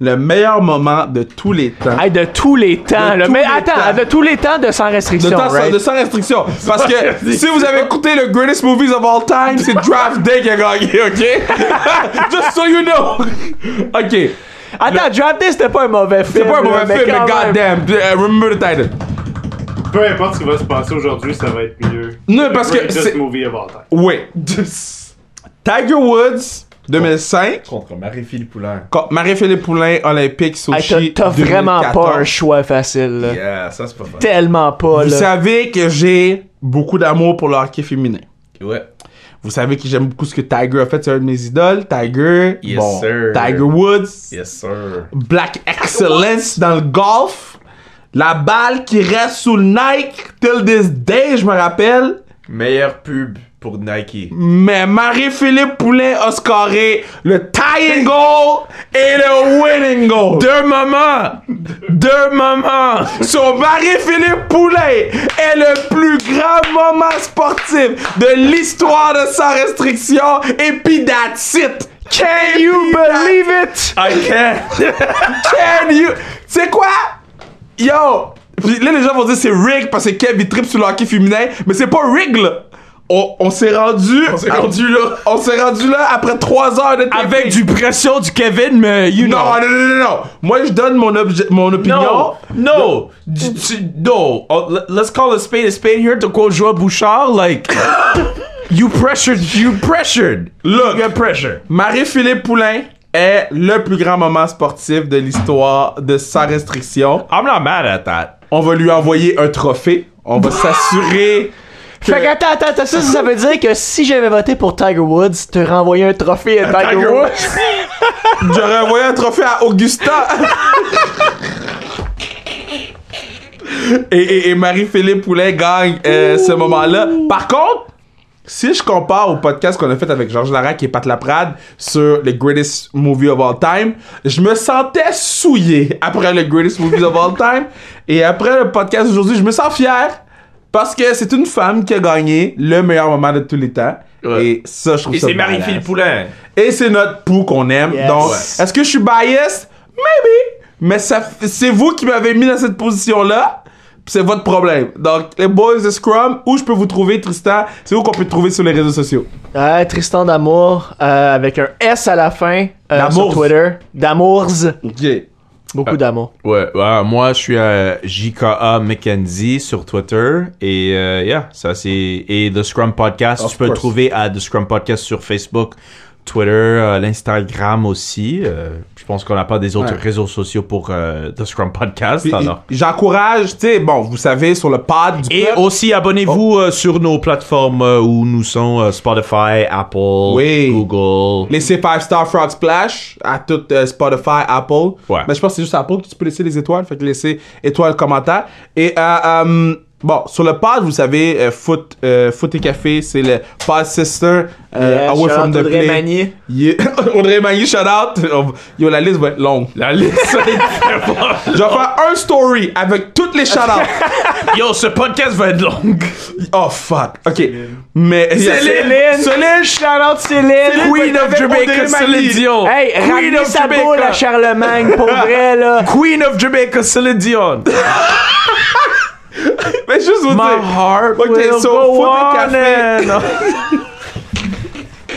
le meilleur moment de tous les temps.
Hey, de tous les temps,
De
là.
tous
Mais
les
attends,
temps.
de tous les temps de sans
De,
restriction.
temps-
right?
de sans restriction. Parce que si vous avez écouté le greatest movies of all time, c'est Draft Day qui a gagné, ok? Just so you know! Ok.
Attends, Draft Day, c'était pas un mauvais film.
C'est pas un
là,
mauvais film, mais
quand même.
goddamn. euh, Remember the title.
Peu importe ce qui va se passer aujourd'hui, ça va être mieux.
Non, parce que
Greatest
c'est-
movie of all time.
Oui. Tiger Woods, 2005.
Contre Marie-Philippe Poulin.
Quand Marie-Philippe Poulain, Olympique,
Hey,
Sochi.
t'as- t'as vraiment pas un
2014.
choix facile, là.
Yeah, ça c'est pas facile.
Tellement pas,
Vous
là.
savez que j'ai beaucoup d'amour pour le hockey féminin.
Ouais.
Vous savez que j'aime beaucoup ce que Tiger a fait, c'est un de mes idoles. Tiger,
Yes,
bon,
sir.
Tiger Woods,
Yes, sir.
Black Excellence dans le golf, la balle qui reste sous le Nike till this day, je me rappelle.
Meilleure pub pour Nike.
Mais Marie-Philippe Poulain a scoré le tying goal et le winning goal.
Deux moments! Deux moments!
Son Marie-Philippe Poulet est le plus grand moment sportif de l'histoire de Sans Restriction et puis that's it! Can you believe it?
I can't!
Can you... Tu sais quoi? Yo! Puis là, les gens vont dire c'est Rick parce que Kev, il tripe sur le hockey féminin, mais c'est pas Rick, là! On, on s'est rendu... On
s'est rendu
là! On s'est rendu là après trois heures de
Avec
TP.
du pression du Kevin, mais you
Non,
know.
non, non, non, non! Moi, je donne mon, obje- mon opinion.
No, no, d- d- no. Oh, l- let's call a spade a spade here. To quote Joe Bouchard, like you pressured, you pressured.
Look!
You got pressure.
Marie-Philippe Poulain est le plus grand moment sportif de l'histoire de sa restriction.
I'm not mad at that.
On va lui envoyer un trophée. On va s'assurer.
Fait que attends, attends, attends, ça, ça veut dire que si j'avais voté pour Tiger Woods, te renvoyé un trophée à Tiger,
Tiger
Woods.
J'aurais envoyé un trophée à Augusta. et et- et Marie-Philippe Poulet gagne euh, ce moment-là. Par contre, si je compare au podcast qu'on a fait avec Georges Larac et Pat Laprade sur le greatest movie of all time, je me sentais souillé après le greatest movie of all time. Et après le podcast aujourd'hui, je me sens fier parce que c'est une femme qui a gagné le meilleur moment de tous les temps.
Ouais.
Et ça, je trouve
Et
ça
c'est
badass.
Marie-Philippe Poulin.
Et c'est notre pou qu'on aime.
Yes.
Donc,
Ouais.
est-ce que je suis biased? Maybe. Mais ça, f- c'est vous qui m'avez mis dans cette position-là. pis C'est votre problème. Donc, les boys de Scrum, où je peux vous trouver, Tristan? C'est où qu'on peut te trouver sur les réseaux sociaux?
Ouais, Tristan d'amour euh, avec un S à la fin euh, sur
D'amours. Euh,
Twitter. D'amours.
OK.
Beaucoup d'amour.
Ouais, ouais, moi je suis à JKA McKenzie sur Twitter et euh, yeah, ça c'est et The Scrum Podcast,
Of
tu peux
course.
le trouver à The Scrum Podcast sur Facebook, Twitter, euh, l'Instagram aussi. euh, je pense qu'on n'a pas des autres
Ouais.
réseaux sociaux pour euh, The Scrum Podcast
Puis,
alors.
J'encourage, tu sais, bon, vous savez, sur le pod du
Et
peuple.
aussi abonnez-vous euh, sur nos plateformes euh, où nous sommes euh, Spotify, Apple,
Oui.
Google.
Laissez 5 Star Frog Splash à tout euh, Spotify, Apple.
Ouais.
Mais je pense que c'est juste Apple que tu peux laisser les étoiles. Fait que laissez étoiles, commentaires. Et euh, euh, bon, sur le pod, vous savez, euh, foot, euh, foot et café, c'est le Pod Sister. euh,
Yeah,
away
shout
from
out
the
Audrey
play.
Magny.
Yeah. Audrey Magny, shout out. Yo, la liste va être longue.
La liste.
Je vais faire un story avec toutes les shout outs.
Yo, ce podcast va être long.
oh fuck. Ok. Mais.
Céline.
Céline,
Shout out Céline.
Queen of Jamaica, Céline Dion.
Hey,
Queen
ramenez
of
sa boule
Jamaica.
à Charlemagne, pour vrai, là.
Queen of Jamaica, Celine Dion.
Mais juste vous
My
dire.
heart
Ok,
will
so
go
foot et
on
café.
and-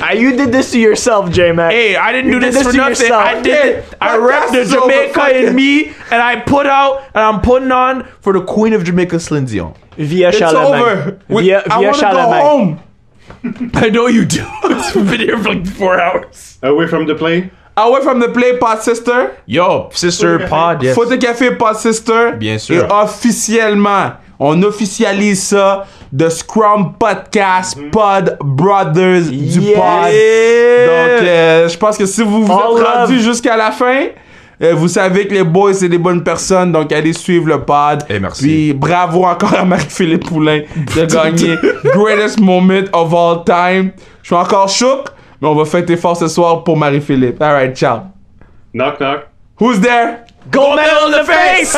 Ah, you did this to yourself, J-Mac.
Hey, I didn't do
did
this,
this
for
to
nothing.
yourself.
I did it. I
Hey,
rep the
that's so
Jamaica
motherfucking-
in me, and I put out, and I'm putting on for the Queen of Jamaica, Celine Dion.
Via
It's
Charlemagne.
over. We-
Via,
I
via
wanna go
Charlemagne.
home.
I know you do. We've been here for like four hours.
Away from the play.
Away from the play, Pod Sister.
Yo, sister pod. Yes.
Photo Café Pod Sister.
Bien sûr.
Et officiellement, on officialise ça. The Scrum Podcast Pod Brothers du
Yes.
pod. Donc, euh, je pense que si vous vous
All
êtes
love.
rendu jusqu'à la fin, euh, vous savez que les boys, c'est des bonnes personnes. Donc, allez suivre le pod.
Et Eh, merci.
Puis, bravo encore à Marc-Philippe Poulain de gagner Greatest Moment of All Time. Je suis encore choc, mais on va fêter fort ce soir pour Marie-Philippe. All right, ciao.
Knock, knock.
Who's there?
Gold medal in the face!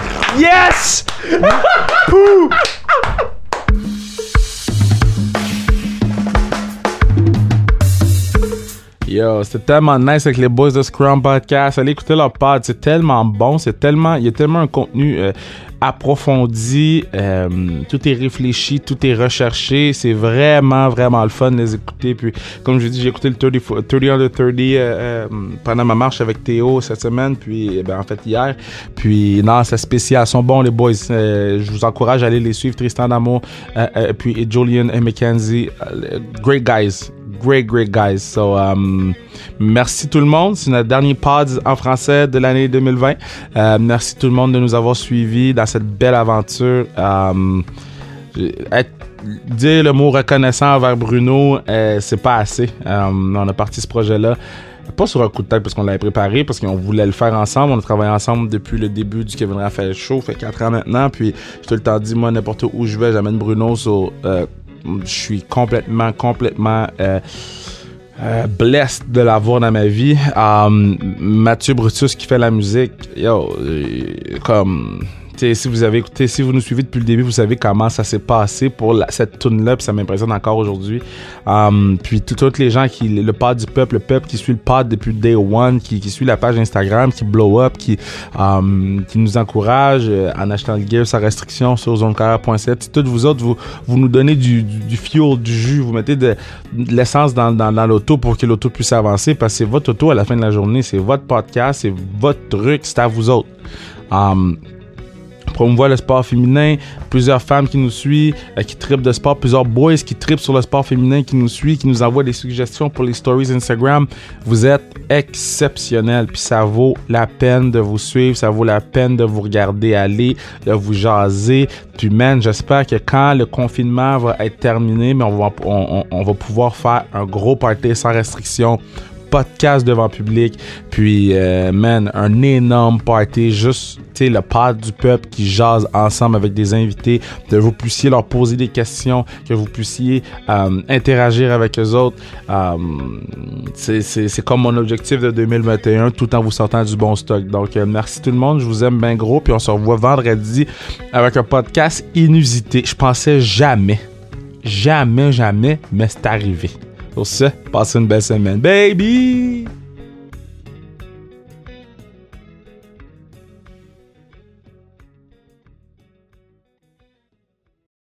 yes! Poo!
Yo, c'était tellement nice avec les boys de Scrum Podcast. Allez écouter leur pod, c'est tellement bon, c'est tellement, il y a tellement un contenu euh, approfondi, euh, tout est réfléchi, tout est recherché. C'est vraiment, vraiment le fun de les écouter. Puis, comme je dis, j'ai écouté le 30, fo- 30 under 30 euh, euh, pendant ma marche avec Théo cette semaine, puis eh ben, en fait hier. Puis, non, c'est spécial. Ils sont bons, les boys. Euh, je vous encourage à aller les suivre. Tristan Damo, euh, euh, puis Julian et McKenzie. Euh, great guys great, great guys. So, um, merci tout le monde. C'est notre dernier pod en français de l'année 2020. Euh, merci tout le monde de nous avoir suivis dans cette belle aventure. Um, je- être- dire le mot reconnaissant envers Bruno, euh, c'est pas assez. Um, on a parti ce projet-là. Pas sur un coup de tête parce qu'on l'avait préparé, parce qu'on voulait le faire ensemble. On a travaillé ensemble depuis le début du Kevin Raphaël Show, fait 4 ans maintenant. Puis, je te le temps dit, moi, n'importe où je vais, j'amène Bruno. So, euh, je suis complètement, complètement euh, euh, blessed de l'avoir dans ma vie. Um, Mathieu Brutus qui fait la musique, yo, euh, comme. tu sais, si vous avez écouté, si vous nous suivez depuis le début, vous savez comment ça s'est passé pour la- cette tune là puis ça m'impressionne encore aujourd'hui. Um, puis tout- toutes les gens qui, le pod du peuple, le peuple qui suit le pod depuis day one, qui, qui suit la page Instagram, qui blow up, qui, um, qui nous encourage euh, en achetant le gear sans restriction sur zonecarrière.ca. Puis toutes vous autres, vous, vous nous donnez du, du, du fuel, du jus, vous mettez de, de l'essence dans, dans, dans l'auto pour que l'auto puisse avancer parce que c'est votre auto à la fin de la journée, c'est votre podcast, c'est votre truc, c'est à vous autres. Um,
promouvoir le sport féminin, plusieurs femmes qui nous suivent, euh, qui tripent de sport, plusieurs boys qui tripent sur le sport féminin, qui nous suivent, qui nous envoient des suggestions pour les stories Instagram. Vous êtes exceptionnels, puis ça vaut la peine de vous suivre, ça vaut la peine de vous regarder aller, de vous jaser. Puis man, j'espère que quand le confinement va être terminé, mais on va, on- on- on va pouvoir faire un gros party sans restriction podcast devant public. Puis, euh, man, un énorme party. Juste, tu sais, le pod du peuple qui jase ensemble avec des invités. Que vous puissiez leur poser des questions. Que vous puissiez euh, interagir avec eux autres. Euh, c'est- c'est c'est comme mon objectif de 2021 tout en vous sortant du bon stock. Donc, euh, merci tout le monde. Je vous aime bien gros. Puis, on se revoit vendredi avec un podcast inusité. Je pensais jamais, jamais, jamais, mais c'est arrivé. Pour ça, passez une belle semaine. Baby!